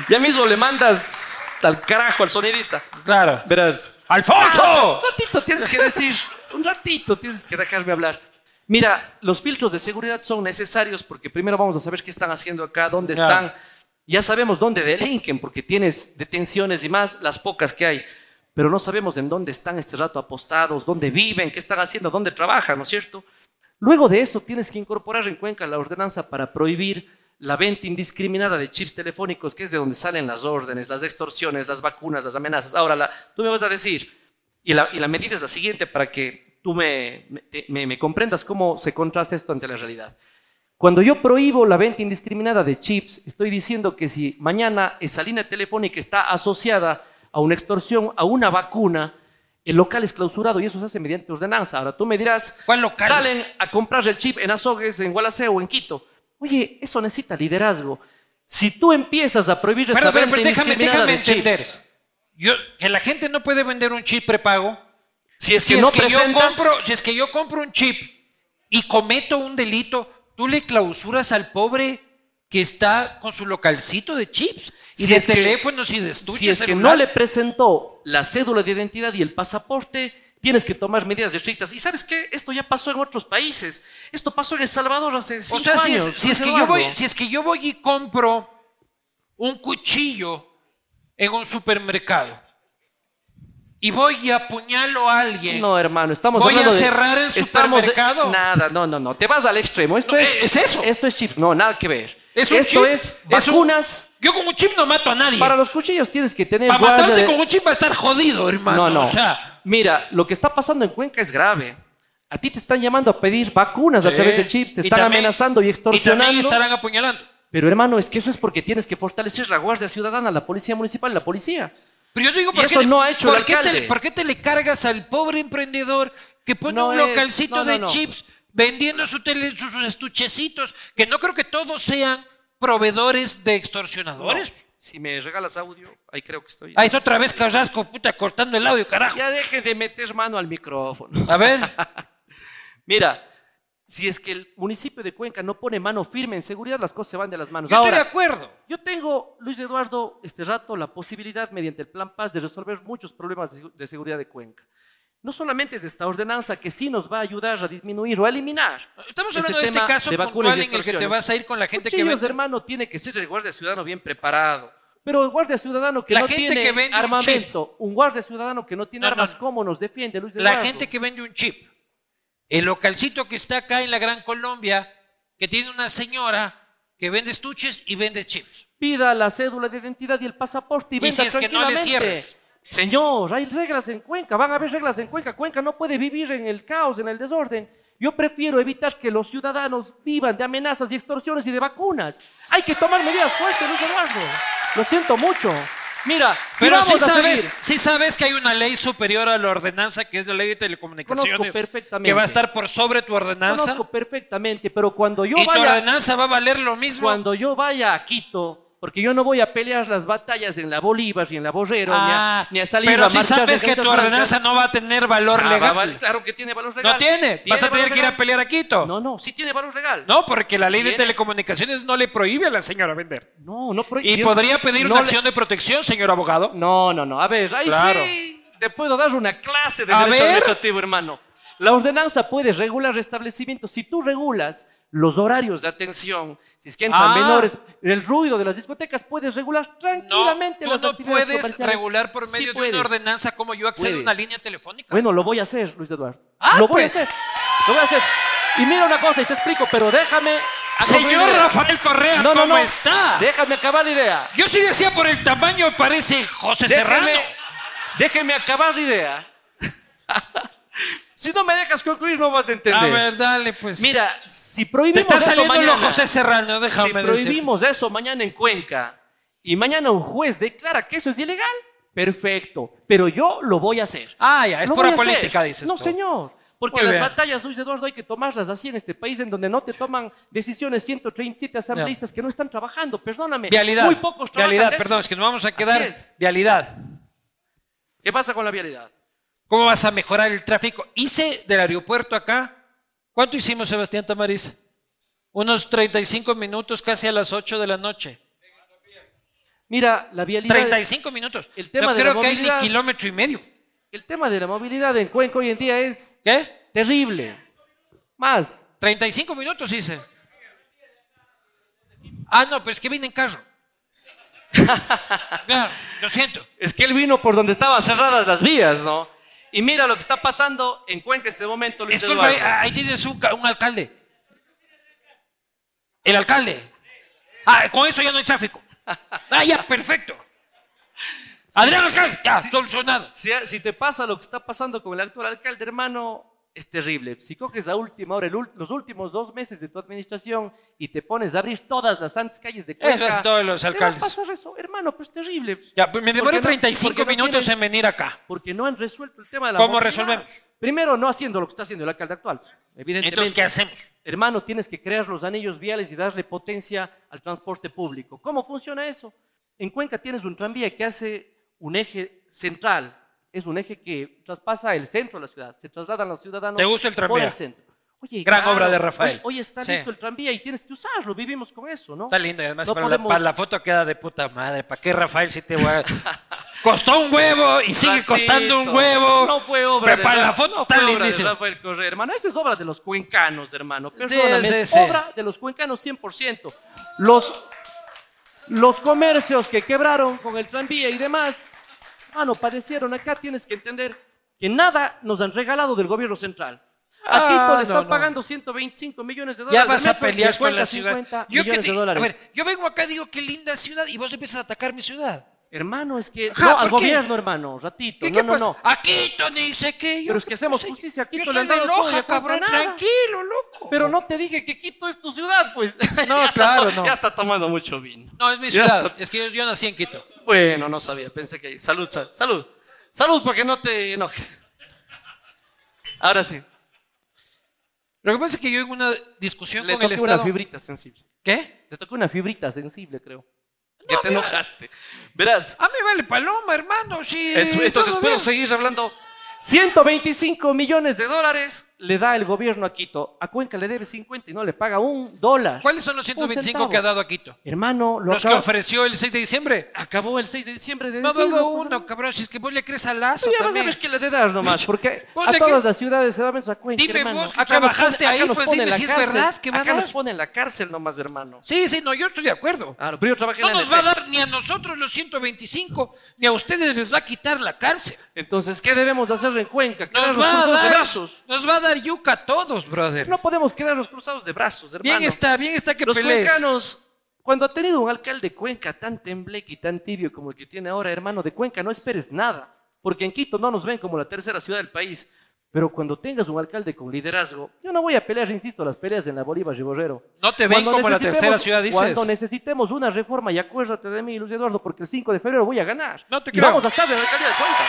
ya mismo le mandas al carajo al sonidista.
Ah.
Claro.
Verás.
¡Alfonso!
Ah, Un ratito tienes que decir, un ratito tienes que dejarme hablar. Mira, los filtros de seguridad son necesarios porque primero vamos a saber qué están haciendo acá, dónde
Claro.
están. Ya sabemos dónde delinquen porque tienes detenciones y más, las pocas que hay. Pero no sabemos en dónde están este rato apostados, dónde viven, qué están haciendo, dónde trabajan, ¿no es cierto? Luego de eso tienes que incorporar en Cuenca la ordenanza para prohibir la venta indiscriminada de chips telefónicos, que es de donde salen las órdenes, las extorsiones, las vacunas, las amenazas. Ahora, la- tú me vas a decir, y la, y la medida es la siguiente para que tú me, me- te- me- me comprendas cómo se contrasta esto ante la realidad. Cuando yo prohíbo la venta indiscriminada de chips, estoy diciendo que si mañana esa línea telefónica está asociada a una extorsión, a una vacuna, el local es clausurado y eso se hace mediante ordenanza. Ahora tú me dirás,
¿Cuál local?
salen a comprar el chip en Azogues, en Gualaceo o en Quito. Oye, eso necesita liderazgo. Si tú empiezas a prohibir esa
Pero, pero,
venta
pero déjame,
indiscriminada
déjame
de chips,
entender. Yo, que la gente no puede vender un chip prepago.
si es
Si
que
es
no
que yo
presentas,
compro, si es que yo compro un chip y cometo un delito, tú le clausuras al pobre que está con su localcito de chips y
Si
de
es que-
teléfonos y de estuches.
si es que
celular.
no le presentó la cédula de identidad y el pasaporte, tienes que tomar medidas estrictas. ¿Y sabes qué? Esto ya pasó en otros países. Esto pasó en El Salvador hace cinco
O sea, si es,
años.
si es
hace
que yo
algo.
voy, si es que yo voy y compro un cuchillo en un supermercado y voy y apuñalo a alguien.
No, hermano, estamos
Voy a
hablando de-
cerrar el
estamos de-
supermercado.
nada, no, no, no. Te vas al extremo. Esto
No,
es,
es eso.
Esto es chips. No, nada que ver.
Es un chip,
esto es
es un-
vacunas.
Yo con un chip no mato a nadie.
Para
Para,
los cuchillos tienes que tener guardia
matarte
de-
con un chip va a estar jodido, hermano.
No, no.
O sea,
Mira, lo que está pasando en Cuenca es grave. A ti te están llamando a pedir vacunas a través de chips, te
y
están
también-
amenazando y
Y también
extorsionando.
estarán apuñalando.
Pero hermano, es que eso es porque tienes que fortalecer la Guardia Ciudadana, la Policía Municipal, la Policía.
Pero yo digo,
Y
¿por qué,
eso
le-
no ha hecho
¿por,
el
qué te,
alcalde.
por qué te le cargas al pobre emprendedor que pone
No
un
es-
localcito
no, no,
de
no.
chips vendiendo su tele- sus sus estuchecitos? Que no creo que todos sean proveedores de extorsionadores.
Si me regalas audio, ahí creo que estoy.
Ahí está otra vez Carrasco, puta, cortando el audio, carajo.
Ya deje de meter mano al micrófono.
A ver,
Mira, si es que el municipio de Cuenca no pone mano firme en seguridad, las cosas se van de las manos.
yo estoy de
Ahora,
acuerdo.
Yo tengo, Luis Eduardo, este rato la posibilidad, mediante el Plan Paz, de resolver muchos problemas de segu- de seguridad de Cuenca. No solamente es esta ordenanza que sí nos va a ayudar a disminuir o a eliminar.
Estamos
ese
hablando de este
tema
caso
de vacunas
puntual
y
en el que te
extorsiones.
vas a ir con la gente que
Cuchillos,
vende.
hermano, tiene que ser el guardia ciudadano bien preparado. Pero el guardia ciudadano que
La
no
gente
tiene
que vende un
armamento, un, guardia ciudadano que no tiene
No, no,
armas,
no.
¿cómo nos defiende Luis
La
Eduardo?
gente que vende un chip. El localcito que está acá en la Gran Colombia, que tiene una señora que vende estuches y vende chips.
pida la cédula de identidad y el pasaporte y,
Y
venga
si es que no le
tranquilamente.
cierres.
Señor, hay reglas en Cuenca, van a haber reglas en Cuenca. Cuenca no puede vivir en el caos, en el desorden. Yo prefiero evitar que los ciudadanos vivan de amenazas y extorsiones y de vacunas. Hay que tomar medidas fuertes, Luis Eduardo. Lo siento mucho. Mira, si
Pero sí
vamos a
sabes,
seguir-
sí sabes que hay una ley superior a la ordenanza, que es la ley de
Conozco
telecomunicaciones,
perfectamente.
que va a estar por sobre tu ordenanza.
Conozco perfectamente, pero cuando yo
y tu
vaya...
ordenanza va a valer lo mismo.
cuando yo vaya a Quito, porque yo no voy a pelear las batallas en la Bolívar ni en la Borrero, ni a-
Ah,
ni, a, salir
pero
a
si
marchar
sabes
de
que tu
Gaitas Blancas.
ordenanza no va a tener valor
Ah,
legal.
va- vale, claro que tiene valor legal.
No tiene. Vas a
valor
tener que ir a
legal.
pelear a Quito.
No, no, sí
Sí tiene valor legal.
No, porque la ley de
Tiene.
telecomunicaciones no le prohíbe a la señora vender.
No, no, pero-
Y
yo-
podría pedir
no
una
le-
acción de protección, señor abogado.
No, no, no. A ver, ahí
Claro.
sí te puedo dar una clase de
A
derecho
ver.
administrativo, hermano. La ordenanza puede regular establecimientos. Si tú regulas los horarios de atención, si es que entran
Ah.
menores, el ruido de las discotecas, puedes regular
No,
tranquilamente
tú
las
no
actividades
puedes
comerciales.
regular por
Sí
medio de
puedes.
una ordenanza como yo accedo a
Puedes.
una línea telefónica.
Bueno, lo voy a hacer, Luis Eduardo.
Ah,
lo voy
pues.
a hacer. Lo voy a hacer. Y mira una cosa, y te explico, pero déjame. acabar la
señor
idea.
Rafael Correa,
Ah, No, no,
¿cómo
no.
está?
Déjame acabar la idea.
Yo sí decía por el tamaño parece José
Este
Déjame,
Serrano.
déjeme acabar la idea.
Si no me dejas concluir, no vas a entender.
A ver, dale pues.
Mira,
Si
te
prohibimos
está
eso
saliendo
mañana,
lo José Serrano, déjame
si
decirte.
prohibimos eso mañana en Cuenca y mañana un juez declara que eso es ilegal, perfecto. Pero yo lo voy a hacer.
Ah, ya, es
Lo
pura
voy a hacer.
política, dices
No,
tú.
señor. Porque
Muy
las
bien.
batallas, Luis Eduardo, hay que tomarlas así en este país, en donde no te toman decisiones 137 asambleístas que no están trabajando. Perdóname.
Vialidad.
Muy pocos trabajan
Vialidad,
de eso.
perdón, es que nos vamos a quedar.
Así es.
Vialidad.
¿Qué pasa con la vialidad?
¿Cómo vas a mejorar el tráfico? Hice del aeropuerto acá. ¿Cuánto hicimos, Sebastián Tamariz? Unos 35 minutos, casi a las 8 de la noche.
Mira, la vialidad.
35 minutos.
El tema
no
de la
creo que hay ni
movilidad-
kilómetro y medio.
El tema de la movilidad en Cuenca hoy en día es
¿Qué?
terrible. Más.
35 minutos hice. Ah, no, pero es que vine en carro. Claro, lo siento.
es que él vino por donde estaban cerradas las vías, ¿no? Y mira lo que está pasando en Cuenca en este momento, Luis
Disculpa, ahí,
Eduardo.
ah, ahí tienes un, ca- un alcalde. El alcalde. Ah, con eso ya no hay tráfico. Ah, ya, perfecto. Adrián Alcalde, ya, solucionado.
Si, si te pasa lo que está pasando con el actual alcalde, hermano, es terrible. Si coges a última hora, el ul- los últimos dos meses de tu administración y te pones a abrir todas las santas calles de
Eso
Cuenca.
es todo de los
¿te va a
alcaldes.
pasar eso, hermano, pues terrible.
Ya, pues me demoré
Porque no-
35
porque no
minutos
tienes-
en venir acá.
Porque no han resuelto el tema de la
¿Cómo
movilidad.
resolvemos?
Primero, no haciendo lo que está haciendo el alcalde actual. Evidentemente.
Entonces, ¿qué hacemos?
Hermano, tienes que crear los anillos viales y darle potencia al transporte público. ¿Cómo funciona eso? En Cuenca tienes un tranvía que hace un eje central. Es un eje que traspasa el centro de la ciudad. Se trasladan los ciudadanos
¿Te gusta el
por
tranvía?
centro. Oye,
Gran obra de Rafael.
Hoy, hoy está
Sí.
listo el tranvía y tienes que usarlo. Vivimos con eso, ¿no?
Está lindo y además
No
para,
podemos-
la, para la foto queda de puta madre. ¿Para qué Rafael si te voy a... Costó un huevo y sigue
Ratito.
costando un huevo.
No fue obra
Pero para
de
la
Ra-
foto
no
está
fue obra de
lindísimo.
Rafael Correa, hermano. Esa es obra de los cuencanos, hermano.
Perdóname,
Sí,
es
sí, sí.
obra de los cuencanos 100%. Los, los comercios que quebraron con el tranvía y demás, mano, padecieron. Acá tienes que entender que nada nos han regalado del gobierno central.
Ah,
Aquí
no,
le están
no.
pagando 125 millones de
Ya
dólares.
vas
de
a
metro y
pelear
de
con
Cuenca
la ciudad.
50
Yo que
millones
te-
de dólares.
A ver, yo vengo acá digo qué linda ciudad y vos empiezas a atacar mi ciudad.
hermano, es que
Ajá,
no, al
¿por qué?
gobierno, hermano, ratito.
¿Qué,
no,
qué
no,
pasa?
no.
Aquí Tony dice que yo.
Pero es que hacemos
yo soy-
justicia aquí,
Yo
Tony,
soy
han
de
dado todo y
Loja,
acá
cabrón,
nada.
tranquilo, loco.
Pero no te dije que Quito es tu ciudad, pues.
No, claro, no.
Ya está tomando mucho vino.
No, es mi
Ya
ciudad.
está-
Es que yo, yo nací en Quito.
Bueno, no sabía. Pensé que... Salud, sal- salud. Salud para que no te enojes. Ahora sí.
Lo que pasa es que yo en una discusión
Le
con el
toqué una
Estado.
fibrita sensible.
¿Qué?
Te tocó una fibrita sensible, creo.
Que te enojaste. Verás.
A mí Ah, vale paloma, hermano. Sí.
Entonces
todo
puedo
bien.
seguir hablando
125 millones de dólares.
dólares
le da el gobierno a Quito. A Cuenca le debe 50 y no le paga un dólar.
¿Cuáles son los
Un
125
centavo.
que ha dado a Quito?
Hermano, lo Pues
¿Los que
acaba-
ofreció el 6 de diciembre?
Acabó el 6 de diciembre de
No ha dado
no,
uno, cabrón. Si es que vos le crees a Lazo
Tú ya vas a
también.
ver que le das nomás.
Porque
Vos
a
de
todas
qué-
las ciudades se va menos a Cuenca.
Dime
hermano.
vos que
Acá nos
trabajaste
acá
ahí,
nos
pues
ponen
dime
la
si es
cárcel.
verdad que va a
Acá
dar.
nos pone en la cárcel nomás, hermano.
Sí, sí, no, yo estoy de acuerdo.
Ah,
Claro, pero yo trabajé
No
en la
E.
nos va a dar ni a nosotros los 125, ni a ustedes les va a quitar la cárcel.
Entonces, ¿qué debemos hacer en Cuenca?
Nos
Quedarnos
va a
cruzados de
dar,
brazos.
nos va a dar yuca a todos, brother.
No podemos quedarnos cruzados.
cruzados de brazos, hermano.
bien está, bien está que
Los
pelees.
cuencanos,
Cuando ha tenido un alcalde de Cuenca tan tembleque y tan tibio como el que tiene ahora, hermano de Cuenca, no esperes nada, porque en Quito no nos ven como la tercera ciudad del país. Pero cuando tengas un alcalde con liderazgo, yo no voy a pelear, insisto, las peleas en la Bolívar y Borrero.
No te ven como la tercera ciudad, dices.
Cuando necesitemos una reforma, y acuérdate de mí, Luis Eduardo, porque el 5 de febrero voy a ganar.
No te
Y
creo.
Vamos a estar en la alcaldía de Cuenca.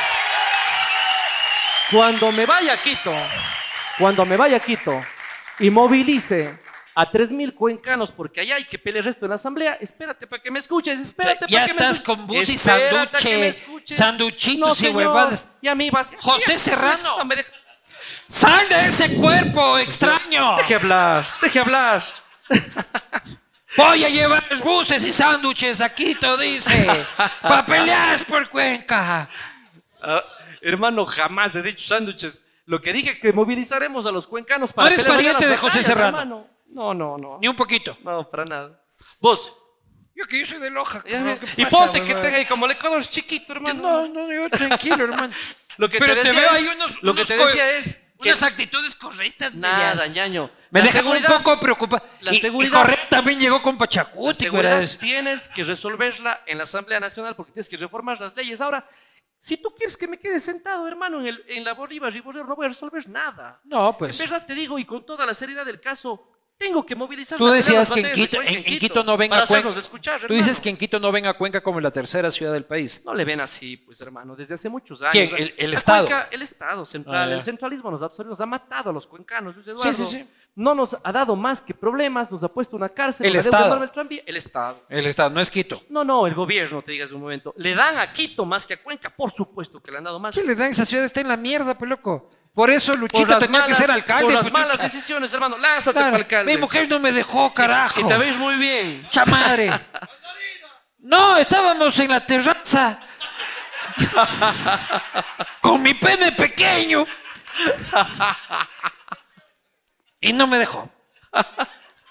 cuando me vaya a Quito,
Cuando me vaya a Quito y movilice a 3.000 cuencanos, porque allá hay que pelear esto en la asamblea, espérate para que me escuches, espérate
ya
para que me
estás
escuches.
con bus y
Espérate a que me
sanduche,
escuches.
No,
sanduchitos y
señor.
huevadas.
y a mí vas.
José
Ya,
Serrano.
no me deja-
¡Sal de ese cuerpo extraño!
Deje hablar, deje hablar.
Voy a llevar buses y sándwiches a Quito, dice. Para pelear por Cuenca.
Ah, hermano, jamás he dicho sándwiches. Lo que dije es que movilizaremos a los cuencanos
No
para
eres
que le vayan
pariente
las
de José
batallas,
Serrano.
hermano. No, no, no.
Ni un poquito.
No, para nada. Vos.
Yo que yo soy de Loja.
ya
cabrón,
ve-
¿qué
y
pasa,
ponte que
huevón?
tenga ahí como le conos chiquito, hermano.
No, no, yo tranquilo, hermano.
Lo que
Pero
te
te,
decía
veo
es-
ahí unos.
lo que
unos
te
co-
decía es que-
Unas actitudes correctas,
Nada,
medias.
ñaño.
Me
La
dejan un
seguridad-
poco preocupado.
la
Y- y
seguridad-
Correa también llegó con
la
Pachacuti,
seguridad
güey.
tienes que resolverla en la Asamblea Nacional porque tienes que reformar las leyes. Ahora, si tú quieres que me quede sentado, hermano, en, el, en la Bolívar y Borrero, no voy a resolver nada.
No, pues.
En verdad te digo, y con toda la seriedad del caso, tengo que movilizar.
Tú
las
decías
primeras
que en
batallas de
Quito,
Cuenca
en, en Quito no venga
para
Cuenca.
hacernos escuchar,
Tú dices
hermano.
que en Quito no venga Cuenca como la tercera ciudad del país.
No le ven así, pues hermano, desde hace muchos años.
¿Quién? ¿El- el
La
Estado?
Cuenca, el Estado
Ah,
central,
ya.
el centralismo nos, absorbió, nos ha matado a los cuencanos, Luis Eduardo.
sí, sí.
No nos ha dado más que problemas, nos ha puesto una cárcel,
El
nos ha deuda
Estado.
enorme el tranvía.
El Estado.
El Estado, no es Quito.
No, no, el
El gobierno, te digas de un momento. ¿Le dan a Quito más que a Cuenca? Por supuesto que le han dado más.
¿Qué le dan? Esa ciudad está en la mierda, pues loco. Por eso
Por
Luchita
las
tenía que
malas-
ser alcalde.
Por las
pues,
malas
chucha.
decisiones, hermano. Lánzate
Claro,
para alcalde.
Mi mujer no me dejó, carajo.
Y te ves muy bien.
Mucha madre. No, estábamos en la terraza. Con mi pene pequeño. Y no me dejó.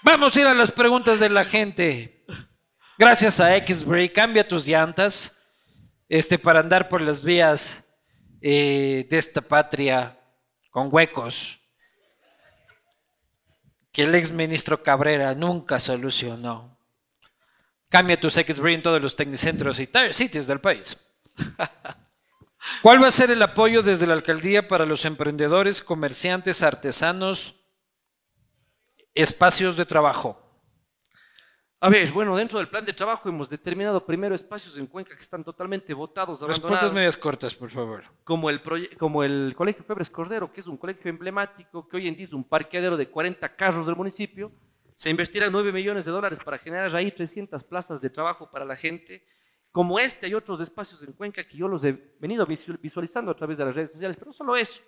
Vamos a ir a las preguntas de la gente. Gracias a X-Bray, cambia tus llantas este, para andar por las vías eh, de esta patria con huecos que el ex ministro Cabrera nunca solucionó. Cambia tus X-Bray en todos los tecnicentros y tire sitios del país. ¿Cuál va a ser el apoyo desde la alcaldía para los emprendedores, comerciantes, artesanos, espacios de trabajo?
A ver, bueno, dentro del plan de trabajo hemos determinado primero espacios en Cuenca que están totalmente votados,
Respuestas
abandonados,
medias cortas, por favor.
como el, proye- como el Colegio Febres Cordero, que es un colegio emblemático, que hoy en día es un parqueadero de 40 carros del municipio. Se invertirá 9 millones de dólares para generar ahí 300 plazas de trabajo para la gente. Como este hay otros espacios en Cuenca que yo los he venido visu- visualizando a través de las redes sociales, pero no solo eso.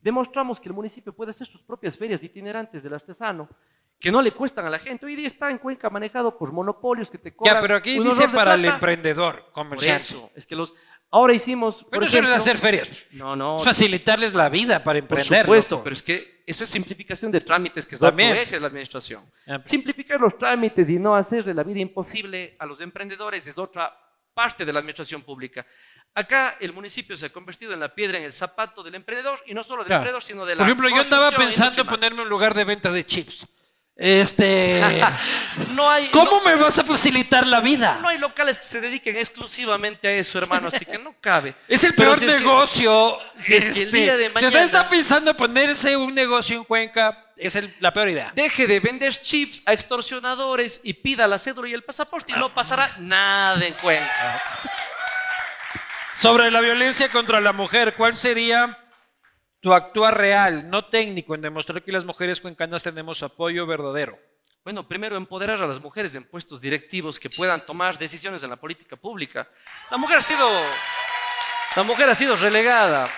Demostramos que el municipio puede hacer sus propias ferias itinerantes del artesano, que no le cuestan a la gente. Hoy día está en Cuenca manejado por monopolios que te cobran.
Ya, pero aquí
un
dice
horror de
para el
plata.
emprendedor,
Por
comerciante.
eso, es que los. Ahora hicimos. por
Pero no solo es
ejemplo-
hacer ferias,
No, no.
facilitarles la vida para
Por
emprender.
supuesto,
loco.
pero es que eso es simplificación de trámites que es
pues. También.
lo que es la administración.
Ah,
Simplificar los trámites y no hacerle la vida imposible.
Posible a los emprendedores es otra parte de la administración pública. Acá el municipio se ha convertido en la piedra en el zapato del emprendedor y no solo del
Claro.
emprendedor, sino de la
Por ejemplo, yo andaba
construcción y
pensando en
mucho más.
ponerme un lugar de venta de chips. Este,
No hay,
¿cómo me vas a facilitar la vida?
no- no hay locales que se dediquen exclusivamente a eso, hermano, así que no cabe.
es el
Pero
peor
si es que-
negocio.
si es que el día de
este, Si usted
mañana-
está pensando en ponerse un negocio en Cuenca, es el- la peor idea.
Deje de vender chips a extorsionadores y pida la cédula y el pasaporte y no pasará nada en cuenta.
Sobre la violencia contra la mujer, ¿cuál sería tu actuar real, no técnico, en demostrar que las mujeres cuencanas tenemos apoyo verdadero?
Bueno, primero empoderar a las mujeres en puestos directivos que puedan tomar decisiones en la política pública. La mujer ha sido, la mujer ha sido relegada.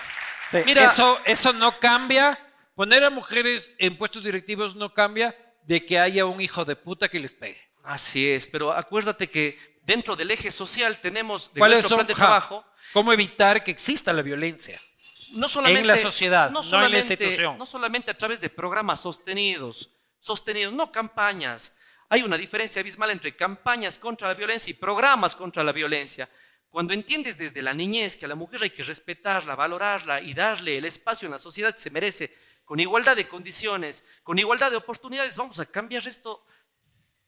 Mira,
eso, eso no cambia Poner a mujeres en puestos directivos no cambia de que haya un hijo de puta que les pegue.
Así es, pero acuérdate que dentro del eje social tenemos de
¿Cuáles son?
nuestro plan de
Ja,
trabajo
¿Cómo evitar que exista la violencia?
no solamente
En la sociedad, no en la
solamente-
institución.
No solamente a través de programas sostenidos, sostenidos, no campañas. Hay una diferencia abismal entre campañas contra la violencia y programas contra la violencia. Cuando entiendes desde la niñez que a la mujer hay que respetarla, valorarla y darle el espacio en la sociedad que se merece, con igualdad de condiciones, con igualdad de oportunidades, vamos a cambiar esto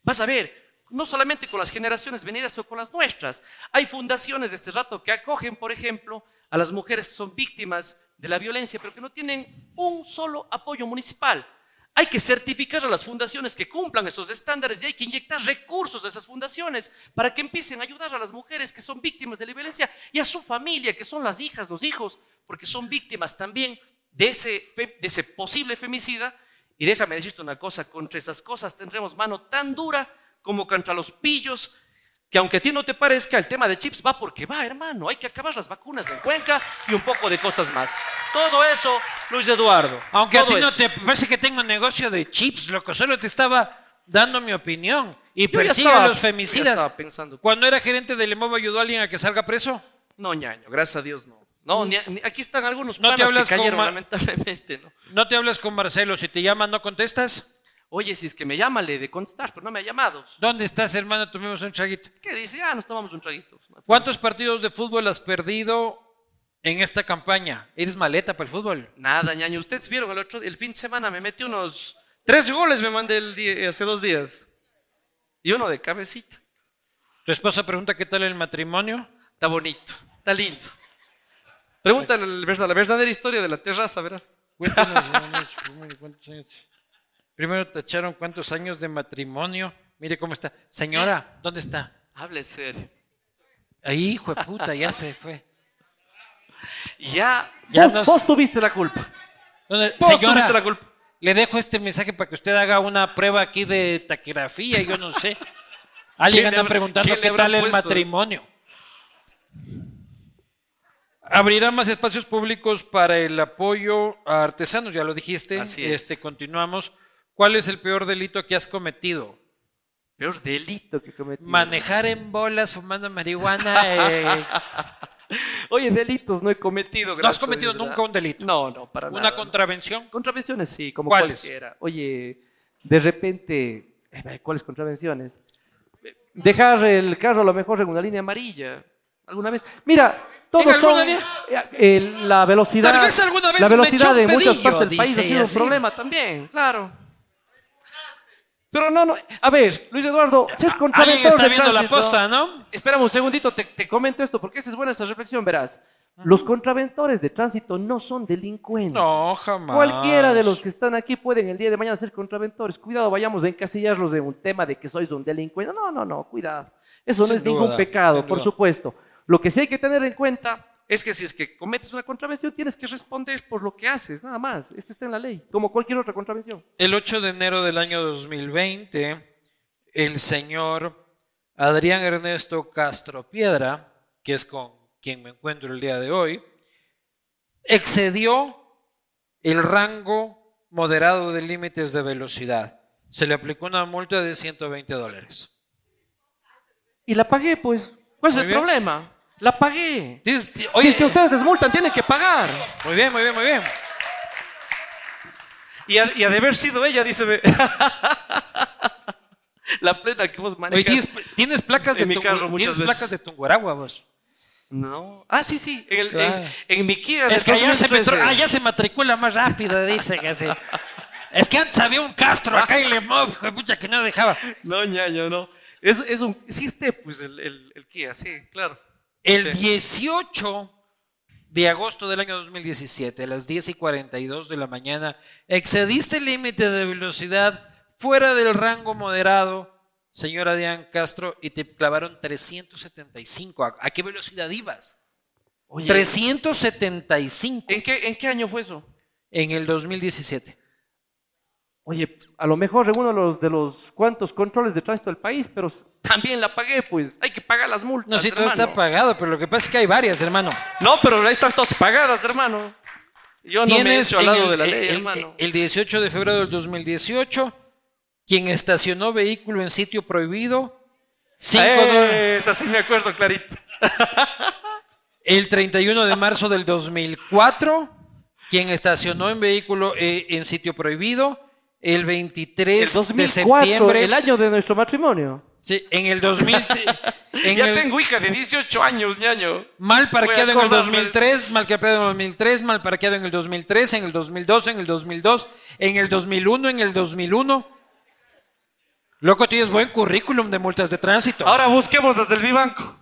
Vas a ver, no solamente con las generaciones venidas o con las nuestras. Hay fundaciones de este rato que acogen, por ejemplo, a las mujeres que son víctimas de la violencia, pero que no tienen un solo apoyo municipal. Hay que certificar a las fundaciones que cumplan esos estándares y hay que inyectar recursos a esas fundaciones para que empiecen a ayudar a las mujeres que son víctimas de la violencia y a su familia, que son las hijas, los hijos, porque son víctimas también de ese, fe- de ese posible femicida y déjame decirte una cosa, contra esas cosas tendremos mano tan dura como contra los pillos, que aunque a ti no te parezca, el tema de chips va porque va, hermano. Hay que acabar las vacunas en Cuenca y un poco de cosas más. Todo eso, Luis Eduardo.
Aunque a
todo
ti no
eso.
te parece que tengo un negocio de chips, loco, solo te estaba dando mi opinión. Y
Yo ya
persigue
estaba-
a los
ya
femicidas.
estaba pensando.
Cuando era gerente de Lemova ayudó a alguien a que salga preso.
No, ñaño, gracias a Dios no. No, ni- ni- aquí están algunos
No te
panas que
hablas con
cayeron,
Ma-
lamentablemente, ¿no?
No te hablas con Marcelo, si te llama no contestas.
Oye, si es que me llama, le he de contestar, pero no me ha llamado.
¿Dónde estás, hermano? Tomemos un chaguito.
¿Qué dice? Ah, nos tomamos un traguito.
¿Cuántos partidos de fútbol has perdido en esta campaña? Eres maleta para el fútbol.
Nada, ñaño. Ustedes vieron el otro, el fin de semana me metí unos tres goles me mandé el día- hace dos días. Y uno de cabecita.
Tu esposa pregunta qué tal el matrimonio.
Está bonito, está lindo. Pregúntale
Pues-
al versa- la verdadera historia de la terraza, verás.
Cuéntanos, hermanos, primero, ¿cuántos años? Primero tacharon cuántos años de matrimonio. Mire cómo está. Señora, ¿dónde está?
Hable serio.
Ahí, hijo de puta, ya se fue.
Ya.
Ya
vos,
nos-
vos tuviste la culpa.
¿Dónde-
Vos
Señora,
tuviste la culpa.
le dejo este mensaje para que usted haga una prueba aquí de taquigrafía, yo no sé. Alguien
¿Quién le
anda
habrá-
preguntando
quién le
qué
habrá
tal el
puesto?
matrimonio. Abrirá más espacios públicos para el apoyo a artesanos, ya lo dijiste.
Así es.
este, Continuamos. ¿Cuál es el peor delito que has cometido?
Peor delito.
Delito que cometí.
Manejar en bolas fumando marihuana. eh,
Oye, delitos no he cometido.
Cometido,
no has
gracias a
cometido
Dios,
nunca
¿verdad?
un delito.
No, no, para
Una
nada.
contravención.
Contravenciones, sí, como
¿Cuáles?
cualquiera. Oye, de repente, eh, ¿cuáles contravenciones? Dejar el carro a lo mejor en una línea amarilla. ¿Alguna vez? Mira, todos
¿En
son...
alguna
eh, el- la velocidad...
Tal vez alguna vez
La
me
velocidad
echó un
de muchas
pedillo,
partes del país ha
dice
sido un
así.
problema también, claro. Pero no, no, a ver, Luis Eduardo, ser
Alguien
contraventor
está
de
viendo la
tránsito-
posta, ¿no?
Espérame un segundito, te, te comento esto, porque esa es buena esa reflexión, verás. Los contraventores de tránsito no son delincuentes.
No, jamás.
Cualquiera de los que están aquí pueden el día de mañana ser contraventores. Cuidado, vayamos a encasillarlos de un tema de que sois un delincuente. No, no, no, cuidado. Eso
Sin
no es ningún
duda,
pecado,
sin
por
duda.
supuesto. Lo que sí hay que tener en cuenta
Es que si es que cometes una contravención, tienes que responder por lo que haces, nada más.
es que está en la ley, como cualquier otra contravención.
El 8 de enero del año 2020, el señor Adrián Ernesto Castro Piedra, que es con quien me encuentro el día de hoy, excedió el rango moderado de límites de velocidad. Se le aplicó una multa de 120 dólares.
Y la pagué, pues.
¿Cuál es
Muy
el
bien.
problema? La pagué.
Tienes- ti-
Si
Oye,
es que ustedes les multan, tienen que pagar.
muy bien, muy bien, muy bien.
Y a, y a de haber sido ella, dice. la plena que vos
Oye,
manejas.
tienes, tienes placas de
En mi
Tungu-
carro muchas
tienes
veces.
placas de Tungurahua, vos.
No. Ah, sí, sí. En, el-
Claro.
en- en mi Kia. del
Es que allá se,
2013.
ah,
metro- allá se matricula más rápido, dicen así. Es que antes había un Castro acá en Lemov, hijo de pucha, que no dejaba.
No, ñaño, no. Es, es un. Sí, este, pues el, el, el Kia, sí, claro.
El
Sí.
18 de agosto del año 2017, a las 10 y 42 de la mañana, excediste el límite de velocidad fuera del rango moderado, señora Diane Castro, y te clavaron 375. ¿A, a qué velocidad ibas? 375
¿En qué, ¿En qué año fue eso?
en el 2017.
Oye, a lo mejor en uno de los, de los cuantos controles de tránsito del país, pero
También la pagué, pues. Hay que pagar las multas.
No, sí, todo
hermano.
está pagado, pero lo que pasa es que hay varias, hermano.
no, pero ahí están todas pagadas, hermano.
Yo no me he
Tienes
hecho al
en
lado
el-
de la
el-
ley,
el- e-
hermano.
El 18 de febrero del 2018, quien estacionó vehículo en sitio prohibido, 5 dólares.
Eh, Esa sí me acuerdo clarito.
El 31 de marzo del 2004, quien estacionó en vehículo eh, en sitio prohibido. El 23
El
de
2004,
septiembre.
el año de nuestro matrimonio.
Sí, en el 2000. en
ya
el-
tengo hija de 18 años, ñaño.
Mal parqueado
Voy a
en el
acordarme
2003, mal parqueado en el 2003, mal parqueado en el 2003, en el 2002, en el 2002, en el 2001, en el 2001. Loco, tienes buen currículum de multas de tránsito.
Ahora busquemos desde el Vivanco.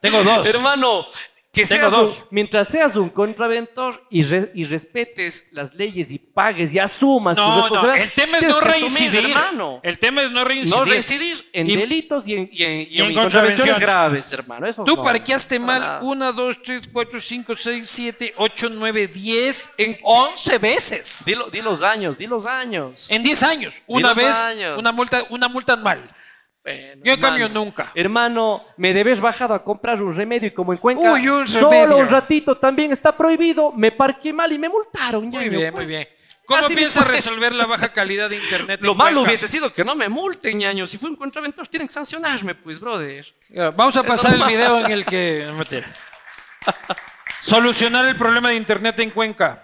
Tengo dos.
Hermano, que
Tengo
seas un-
dos.
Mientras seas un contraventor y, re- y respetes las leyes y pagues y asumas tus
No, no,
responsabilidades,
el tema es
tienes
no
que asumir,
reincidir.
hermano,
El tema es no reincidir.
no reincidir
en
y-
delitos y en,
y en,
Y en contravenciones.
contravenciones graves, hermano.
hermano, eso
Tú
no,
parqueaste
no,
mal
nada.
1, 2, 3, 4, 5, 6, 7, 8, 9, 10, en 11 veces.
Dilo,
Di los años, di los años.
En 10 años. Una
los
vez,
años.
una multa, una multa anual. Eh, Yo en cambio nunca.
Hermano, me debes bajado a comprar un remedio y como en Cuenca
Uy, un remedio.
solo un ratito también está prohibido, me parqué mal y me multaron.
Muy
ñaño,
bien, muy
pues.
bien. ¿Cómo
Así
piensas
mismo es.
resolver la baja calidad de internet? en
Lo malo
Cuenca?
hubiese sido que no me multen, ñaño. Si fue un contraventor, tienen que sancionarme, pues, brother.
Ya, Vamos a pasar el video en el que. no, mentira. Solucionar el problema de internet en Cuenca.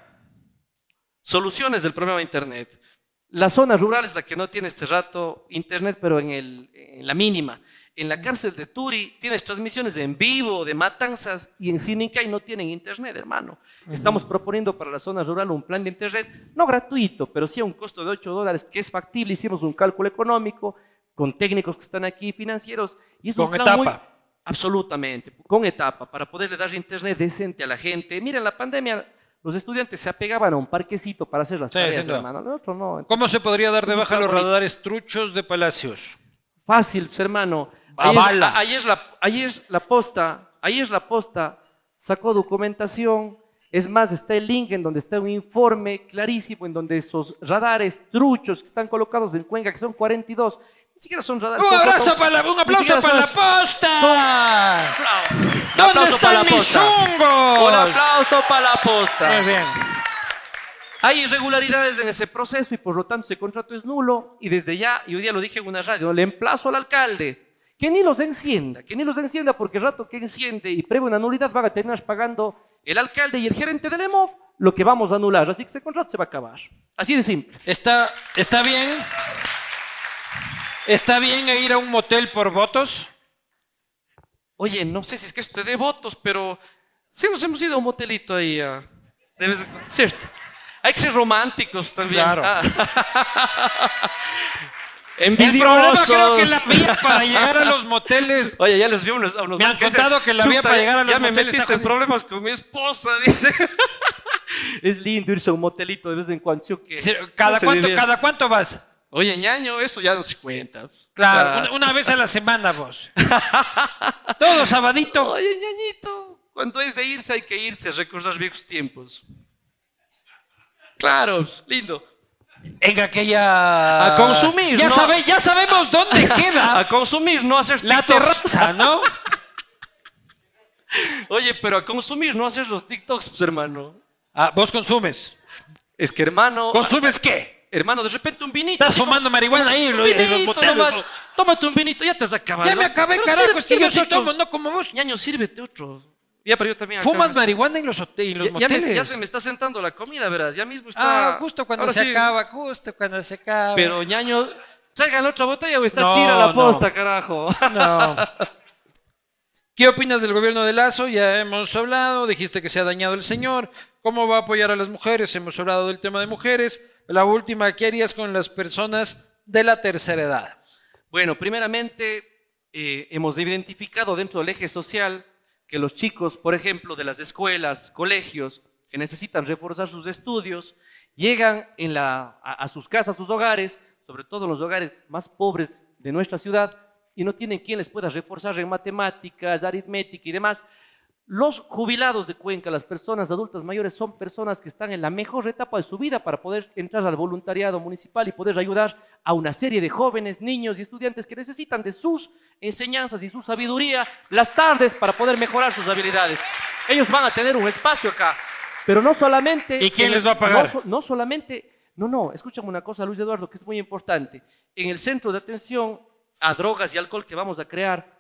Soluciones del problema de Internet.
Las zonas rurales
Rural es la que no tiene este rato Internet, pero en, el, en la mínima. En la cárcel de Turi tienes transmisiones en vivo de matanzas
y en Sinica y no tienen internet, hermano. Estamos proponiendo para la zona rural un plan de internet, no gratuito, pero sí a un costo de 8 dólares, que es factible. Hicimos un cálculo económico con técnicos que están aquí, financieros, y es un
Con
plan muy-
etapa.
absolutamente, con etapa, para poderle dar internet decente a la gente. Mira, en la pandemia los estudiantes se apegaban a un parquecito para hacer las
Sí,
tareas,
sin duda.
hermano. Nosotros no. Entonces,
¿Cómo se podría dar de baja los radares truchos de Palacios?
Fácil, pues, hermano.
A
Ayer-
bala.
a- Ayer la, ayer la posta, ayer la posta sacó documentación. Es más, está el link en donde está un informe clarísimo en donde esos radares truchos que están colocados en Cuenca, que son 42, ni siquiera son radares.
Un
son-
abrazo
son-
para la, un
ni
aplauso
siquiera
para la
son-
posta. ¿Dónde
aplauso para
están
la
mis
posta. Un
chungos?
aplauso para la posta.
Muy bien.
Hay irregularidades en ese proceso y por lo tanto ese contrato es nulo. Y desde ya, y hoy día lo dije en una radio, le emplazo al alcalde que ni los encienda, que ni los encienda, porque el rato que enciende y prevé una nulidad van a terminar pagando el alcalde y el gerente del E EMOF lo que vamos a anular. Así que ese contrato se va a acabar. Así de simple.
¿Está, está bien? ¿Está bien ir a un motel por votos?
Oye, no sé si es que esto te dé votos, pero sí nos hemos ido a un motelito ahí. ah, de vez en cuando, ¿Cierto? Hay que ser románticos también.
Claro.
Ah,
El problema creo que la
Envidiosos.
vía para llegar a los moteles
Oye, ya les vi a unos. a unos
Me han
más que
contado
dicen,
que la vía
"Chuta,
para llegar a los
Ya me
moteles
metiste
a
en
Juan-
problemas con mi esposa, dice.
Es lindo irse a un motelito de vez en cuando. ¿sí o qué?
Es decir, ¿Cada
se
cuánto,
divierte.
¿Cada cuánto vas?
Oye, ñaño, eso ya no se cuenta.
Claro, una, una vez a la semana vos. Todo sabadito.
Oye, ñañito, cuando es de irse hay que irse, recordar viejos tiempos. Claro, lindo.
En aquella...
A consumir,
Ya,
¿no?
sabe- ya sabemos dónde queda
A consumir, no hacer
Ah. la
TikToks.
terraza, ¿no?
Oye, pero a consumir, no hacer los TikToks, pues, hermano.
Ah, vos consumes.
Es que, hermano,
¿Consumes qué?
hermano, de repente un vinito.
Estás
chico,
fumando marihuana ahí en
un
los, en los
vinito
moteles,
nomás.
¿no?
Tómate un vinito, ya te has acabado.
Ya me acabé,
Pero
carajo.
sirve-
Si yo
sírvete
sí tomo,
otros.
no como vos.
Ñaño, sírvete otro. Ya, pero yo también
¿Fumas
acabo.
marihuana en los, hote- en los
ya, ya me-
moteles?
ya se me está sentando la comida, verás. Ya mismo está.
Ah, justo cuando
Ahora
se
sí.
acaba, justo cuando se acaba.
Pero, ñaño, traigan otra botella o está
No,
chira la
no.
posta, carajo.
No. ¿Qué opinas del gobierno de Lazo? Ya hemos hablado, dijiste que se ha dañado el señor. ¿Cómo va a apoyar a las mujeres? Hemos hablado del tema de mujeres. La última, ¿qué harías con las personas de la tercera edad?
Bueno, primeramente eh, hemos identificado dentro del eje social que los chicos, por ejemplo, de las escuelas, colegios, que necesitan reforzar sus estudios, llegan en la- a, a sus casas, a sus hogares, sobre todo los hogares más pobres de nuestra ciudad, y no tienen quien les pueda reforzar en matemáticas, aritmética y demás.
Los jubilados de Cuenca, las personas adultas mayores, son personas que están en la mejor etapa de su vida para poder entrar al voluntariado municipal y poder ayudar a una serie de jóvenes, niños y estudiantes que necesitan de sus enseñanzas y su sabiduría las tardes para poder mejorar sus habilidades. Ellos van a tener un espacio acá, pero no solamente...
¿Y quién
en el-
les va a pagar?
no so- no solamente, no, no, escúchame una cosa, Luis Eduardo, que es muy importante. En el centro de atención a drogas y alcohol que vamos a crear,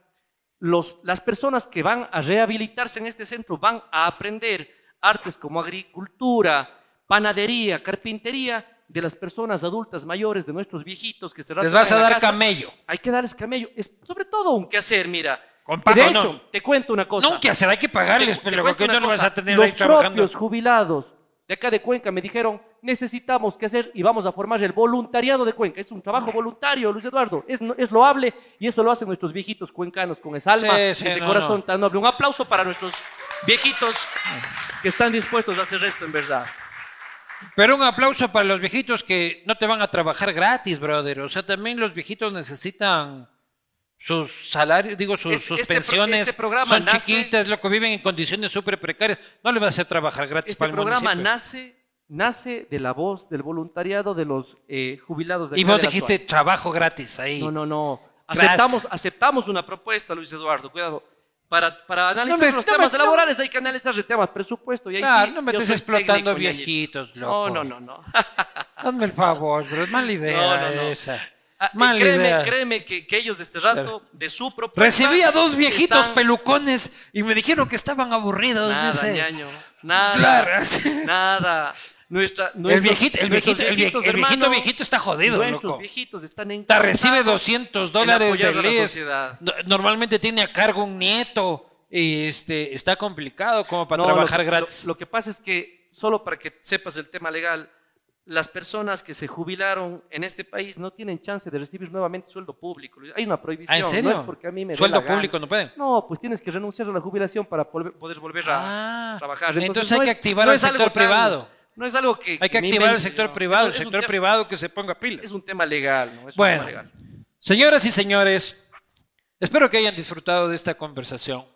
los- las personas que van a rehabilitarse en este centro van a aprender artes como agricultura, panadería, carpintería de las personas adultas mayores, de nuestros viejitos que se
Les
rapan
vas a
en la
dar
casa.
camello.
Hay que darles camello. Es sobre todo un quehacer, mira.
Con
Que de
Paco, no.
hecho, te cuento una cosa.
No, ¿qué hacer? Hay que pagarles,
Te- te
pero
cuento
porque
una
no lo vas
cosa.
a tener
Los
ahí trabajando.
propios jubilados de acá de Cuenca me dijeron, necesitamos que hacer y vamos a formar el voluntariado de Cuenca. Es un trabajo voluntario, Luis Eduardo. Es, no- es loable y eso lo hacen nuestros viejitos cuencanos con esa alma,
Sí,
y
sí,
ese
no,
corazón
no.
tan noble. Un aplauso para nuestros viejitos que están dispuestos a hacer esto en verdad.
Pero un aplauso para los viejitos que no te van a trabajar gratis, brother. O sea, también los viejitos necesitan sus salarios, digo, sus,
Este-
sus
este pro-
pensiones.
este programa
son
nace-
chiquitas, loco, viven en condiciones súper precarias. No le vas a hacer trabajar gratis
Este
para el
programa
municipio.
nace, nace de la voz del voluntariado de los eh, jubilados de
Y
acá
vos
de la
dijiste trabajo gratis ahí.
No, no, no.
Gracias.
Aceptamos,
Aceptamos una propuesta, Luis Eduardo, cuidado. Para, para analizar
me-
los
no me-
temas
no-
laborales hay que analizar de temas, presupuesto. Y ahí
Claro,
sí,
no me
yo
estés
soy
explotando
técnico, ñañito.
viejitos,
No,
loco.
no, no, no.
Hazme el favor, bro. Es mala idea
No, no, no.
esa.
Ah, y
Mala
créeme,
idea.
créeme que, que ellos de este rato, de su propuesta...
Recibí a dos viejitos
están-
pelucones y me dijeron que estaban aburridos.
Nada,
dice.
ñaño. Nada.
Claro, sí.
Nada. Nuestra,
El
nuestros-
viejito, el viejito, el
nuestros
viejito,
viejitos,
el viejito,
hermano,
viejito está jodido,
nuestros
loco.
viejitos están en
Te recibe 200 dólares
apoyar
de
a la
ley.
sociedad.
No- Normalmente tiene a cargo un nieto y este, está complicado como para
No, lo
trabajar
que- lo-
gratis.
Lo, que pasa es que, solo para que sepas el tema legal, las personas que se jubilaron en este país no tienen chance de recibir nuevamente sueldo público. Hay una prohibición.
Ah, ¿En serio?
No es porque a mí me dé
Sueldo
la gana.
público no pueden.
No, pues tienes que renunciar a la jubilación para volver.
Poder volver a
Ah,
trabajar.
entonces hay que activar al
algo
sector privado.
No es algo que.
Hay que
me
activar el
invente
sector
yo.
privado, el
Es- es un
sector
tema-
privado que se ponga pilas.
Es un tema legal, ¿no? Es un tema
Bueno,
legal.
señoras y señores, espero que hayan disfrutado de esta conversación.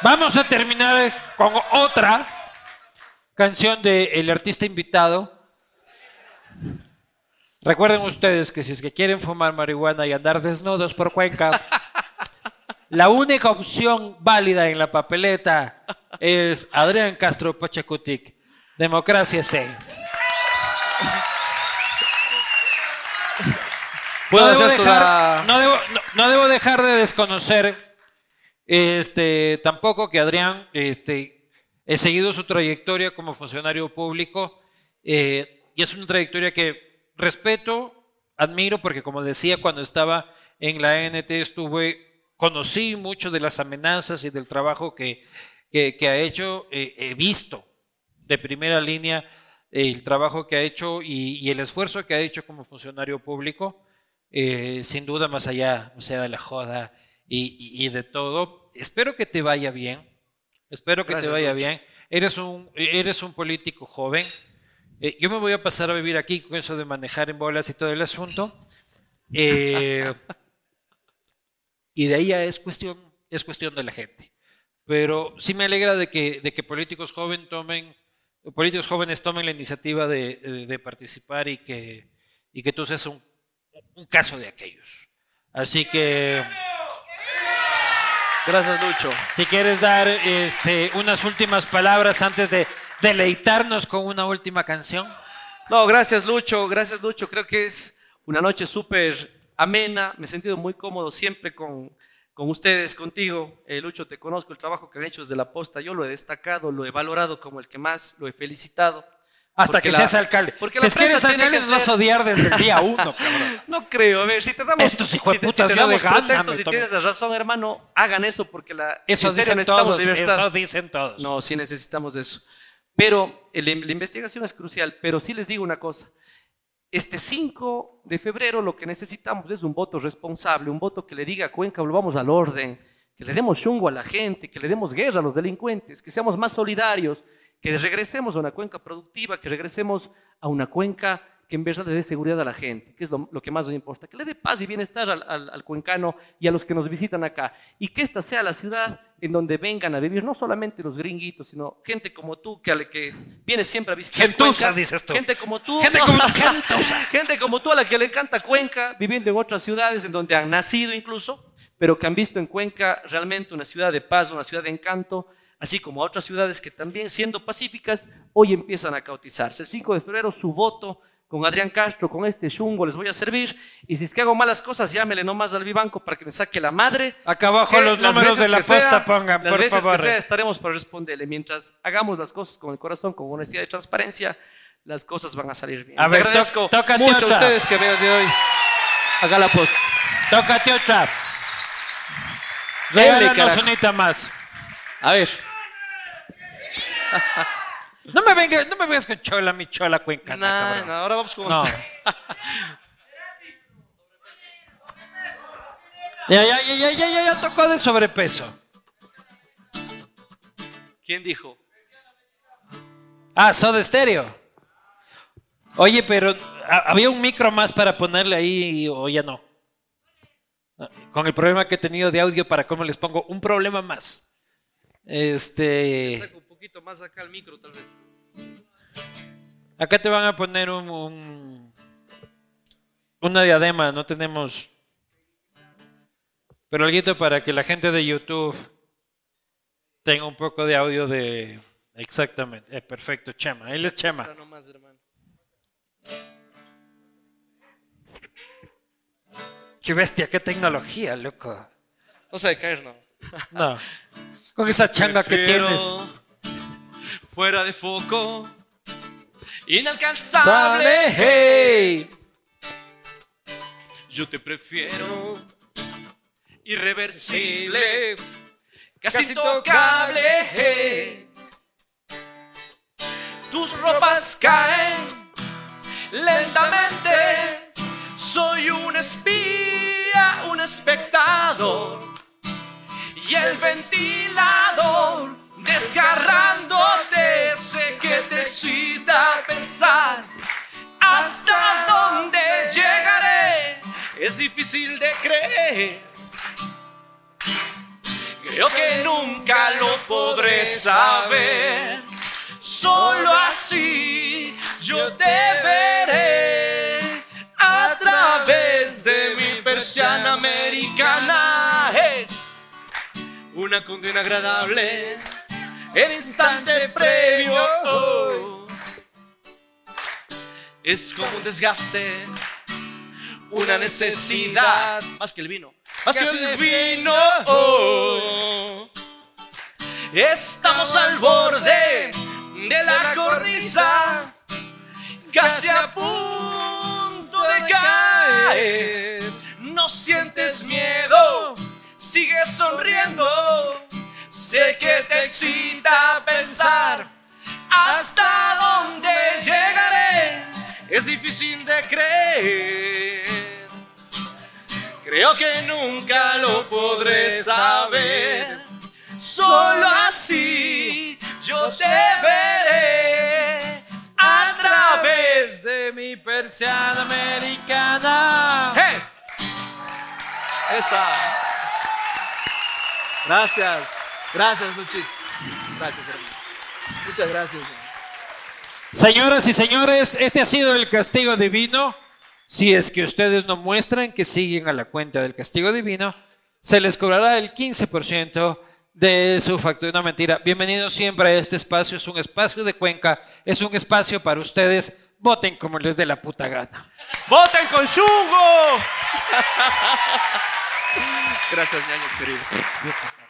Vamos a terminar con otra canción del artista invitado. Recuerden ustedes que si es que quieren fumar marihuana y andar desnudos por Cuenca, la única opción válida en la papeleta es Adrián Castro Pachacutic, Democracia C.
Puedo
no debo,
hacer
dejar,
toda-
no debo- no- no debo dejar de desconocer este, tampoco que Adrián, este, he seguido su trayectoria como funcionario público eh, y es una trayectoria que respeto, admiro, porque como decía cuando estaba en la ANT estuve, conocí mucho de las amenazas y del trabajo que, que- que ha hecho, eh, he visto de primera línea el trabajo que ha hecho y, y el esfuerzo que ha hecho como funcionario público, eh, sin duda más allá, o sea, de la joda y, y- y de todo. Espero que te vaya bien, espero que
Gracias,
te vaya
Lucho.
bien. Eres un, eres un político joven. Eh, yo me voy a pasar a vivir aquí con eso de manejar en bolas y todo el asunto. Eh, y de ahí ya es cuestión, es cuestión de la gente. Pero sí me alegra de que, de que políticos, joven tomen, políticos jóvenes tomen la iniciativa de, de- de participar y que, y que tú seas un, un caso de aquellos. Así que
Gracias, Lucho.
si quieres dar este, unas últimas palabras antes de deleitarnos con una última canción.
No, gracias Lucho, gracias Lucho. Creo que es una noche súper amena. Me he sentido muy cómodo siempre con, con ustedes, contigo. Eh, Lucho, te conozco, el trabajo que han hecho desde la posta. Yo lo he destacado, lo he valorado como el que más, lo he felicitado.
Hasta
Porque
que
la-
seas alcalde.
porque
Si
la
es que eres
prensa tiene
alcalde,
que
nos vas a
ser-
odiar desde el día uno, cabrón.
No creo, a ver, si te damos,
Estos hijos de
si te- si
putas
te
yo de
damos
gana
pretextos
me
y
tomo.
tienes la razón, hermano, hagan eso porque la
Eso
en serio
dicen
necesitamos
todos.
libertad.
Eso dicen todos.
No, sí necesitamos eso. Pero el- la investigación es crucial, pero sí les digo una cosa. Este 5 de febrero lo que necesitamos es un voto responsable, un voto que le diga a Cuenca, volvamos al orden, que le demos chungo a la gente, que le demos guerra a los delincuentes, que seamos más solidarios, que regresemos a una cuenca productiva, que regresemos a una cuenca
que en verdad le dé seguridad a la gente, que es lo, lo que más nos importa, que le dé paz y bienestar al, al- al cuencano y a los que nos visitan acá, y que esta sea la ciudad en donde vengan a vivir no solamente los gringuitos, sino gente como tú, que, al- que viene siempre a visitar
Gentuza,
Cuenca,
dices tú.
gente como tú,
Gente
no,
como Gentuza.
gente como tú a la que le encanta Cuenca, viviendo en otras ciudades en donde han nacido incluso, pero que han visto en Cuenca realmente una ciudad de paz, una ciudad de encanto, así como a otras ciudades que también siendo pacíficas, hoy empiezan a cautizarse. El 5 de febrero su voto con Adrián Castro, con este chungo les voy a servir, y si es que hago malas cosas, llámele nomás al Vivanco para que me saque la madre.
Acá abajo
Que
los
las
números de
veces
la
que sea,
posta pongan,
las
por
veces
favor.
Que sea, estaremos para responderle. Mientras hagamos las cosas con el corazón, con honestidad y transparencia, las cosas van a salir bien.
A
Les
ver,
agradezco
to- tócate
mucho
otra.
a ustedes que vean el día de hoy. Haga la post.
Tócate otra.
Dale,
Regálanos
carajo.
unita más.
A ver.
No me vengas, no me vengas con chola, mi chola cuenca.
Nah, nah, ahora vamos con.
No. Ya, ya, ya, ya, ya, ya, ya tocó de sobrepeso.
¿Quién dijo?
Ah, Soda Stereo. Oye, pero ¿ha- había un micro más para ponerle ahí o ya no. Con el problema que he tenido de audio para cómo les pongo un problema más. Este,
Saca un poquito más acá al micro, tal vez.
acá te van a poner un, un- una diadema, no tenemos pero algo para que la gente de YouTube tenga un poco de audio de exactamente, Eh, perfecto, Chema, él es Chema.
No más, hermano.
Qué bestia, qué tecnología, loco.
No se caer, no.
No. Con esa changa que
Prefiero
tienes.
Fuera de foco.
Sable,
Inalcanzable.
hey.
Yo te prefiero. Irreversible. Casi intocable. Tus ropas caen lentamente. Soy un espía, un espectador. Y el ventilador desgarrándote. Sé que te excita pensar hasta dónde llegaré. Es difícil de creer. Creo que nunca lo podré saber. Solo así yo te veré a través de mi persiana americana. Es una condena agradable. El instante previo oh, es como un desgaste, una necesidad. Más que el vino. Más que el vino. oh. Estamos al borde de la cornisa, casi a punto de caer. No sientes miedo, sigues sonriendo. Sé que te excita pensar hasta dónde llegaré. Es difícil de creer. Creo que nunca lo podré saber. Solo así yo te veré a través de mi persiana americana.
Esa. Gracias. Gracias, Luchito. Gracias, hermano. Muchas gracias. hermano.
Señoras y señores, este ha sido el castigo divino. Si es que ustedes no muestran que siguen a la cuenta del castigo divino, se les cobrará el 15% de su factura. No, mentira. Bienvenidos siempre a este espacio. Es un espacio de Cuenca. Es un espacio para ustedes. Voten como les dé la puta gana.
¡Voten con Chungo! Gracias, ñaño querido.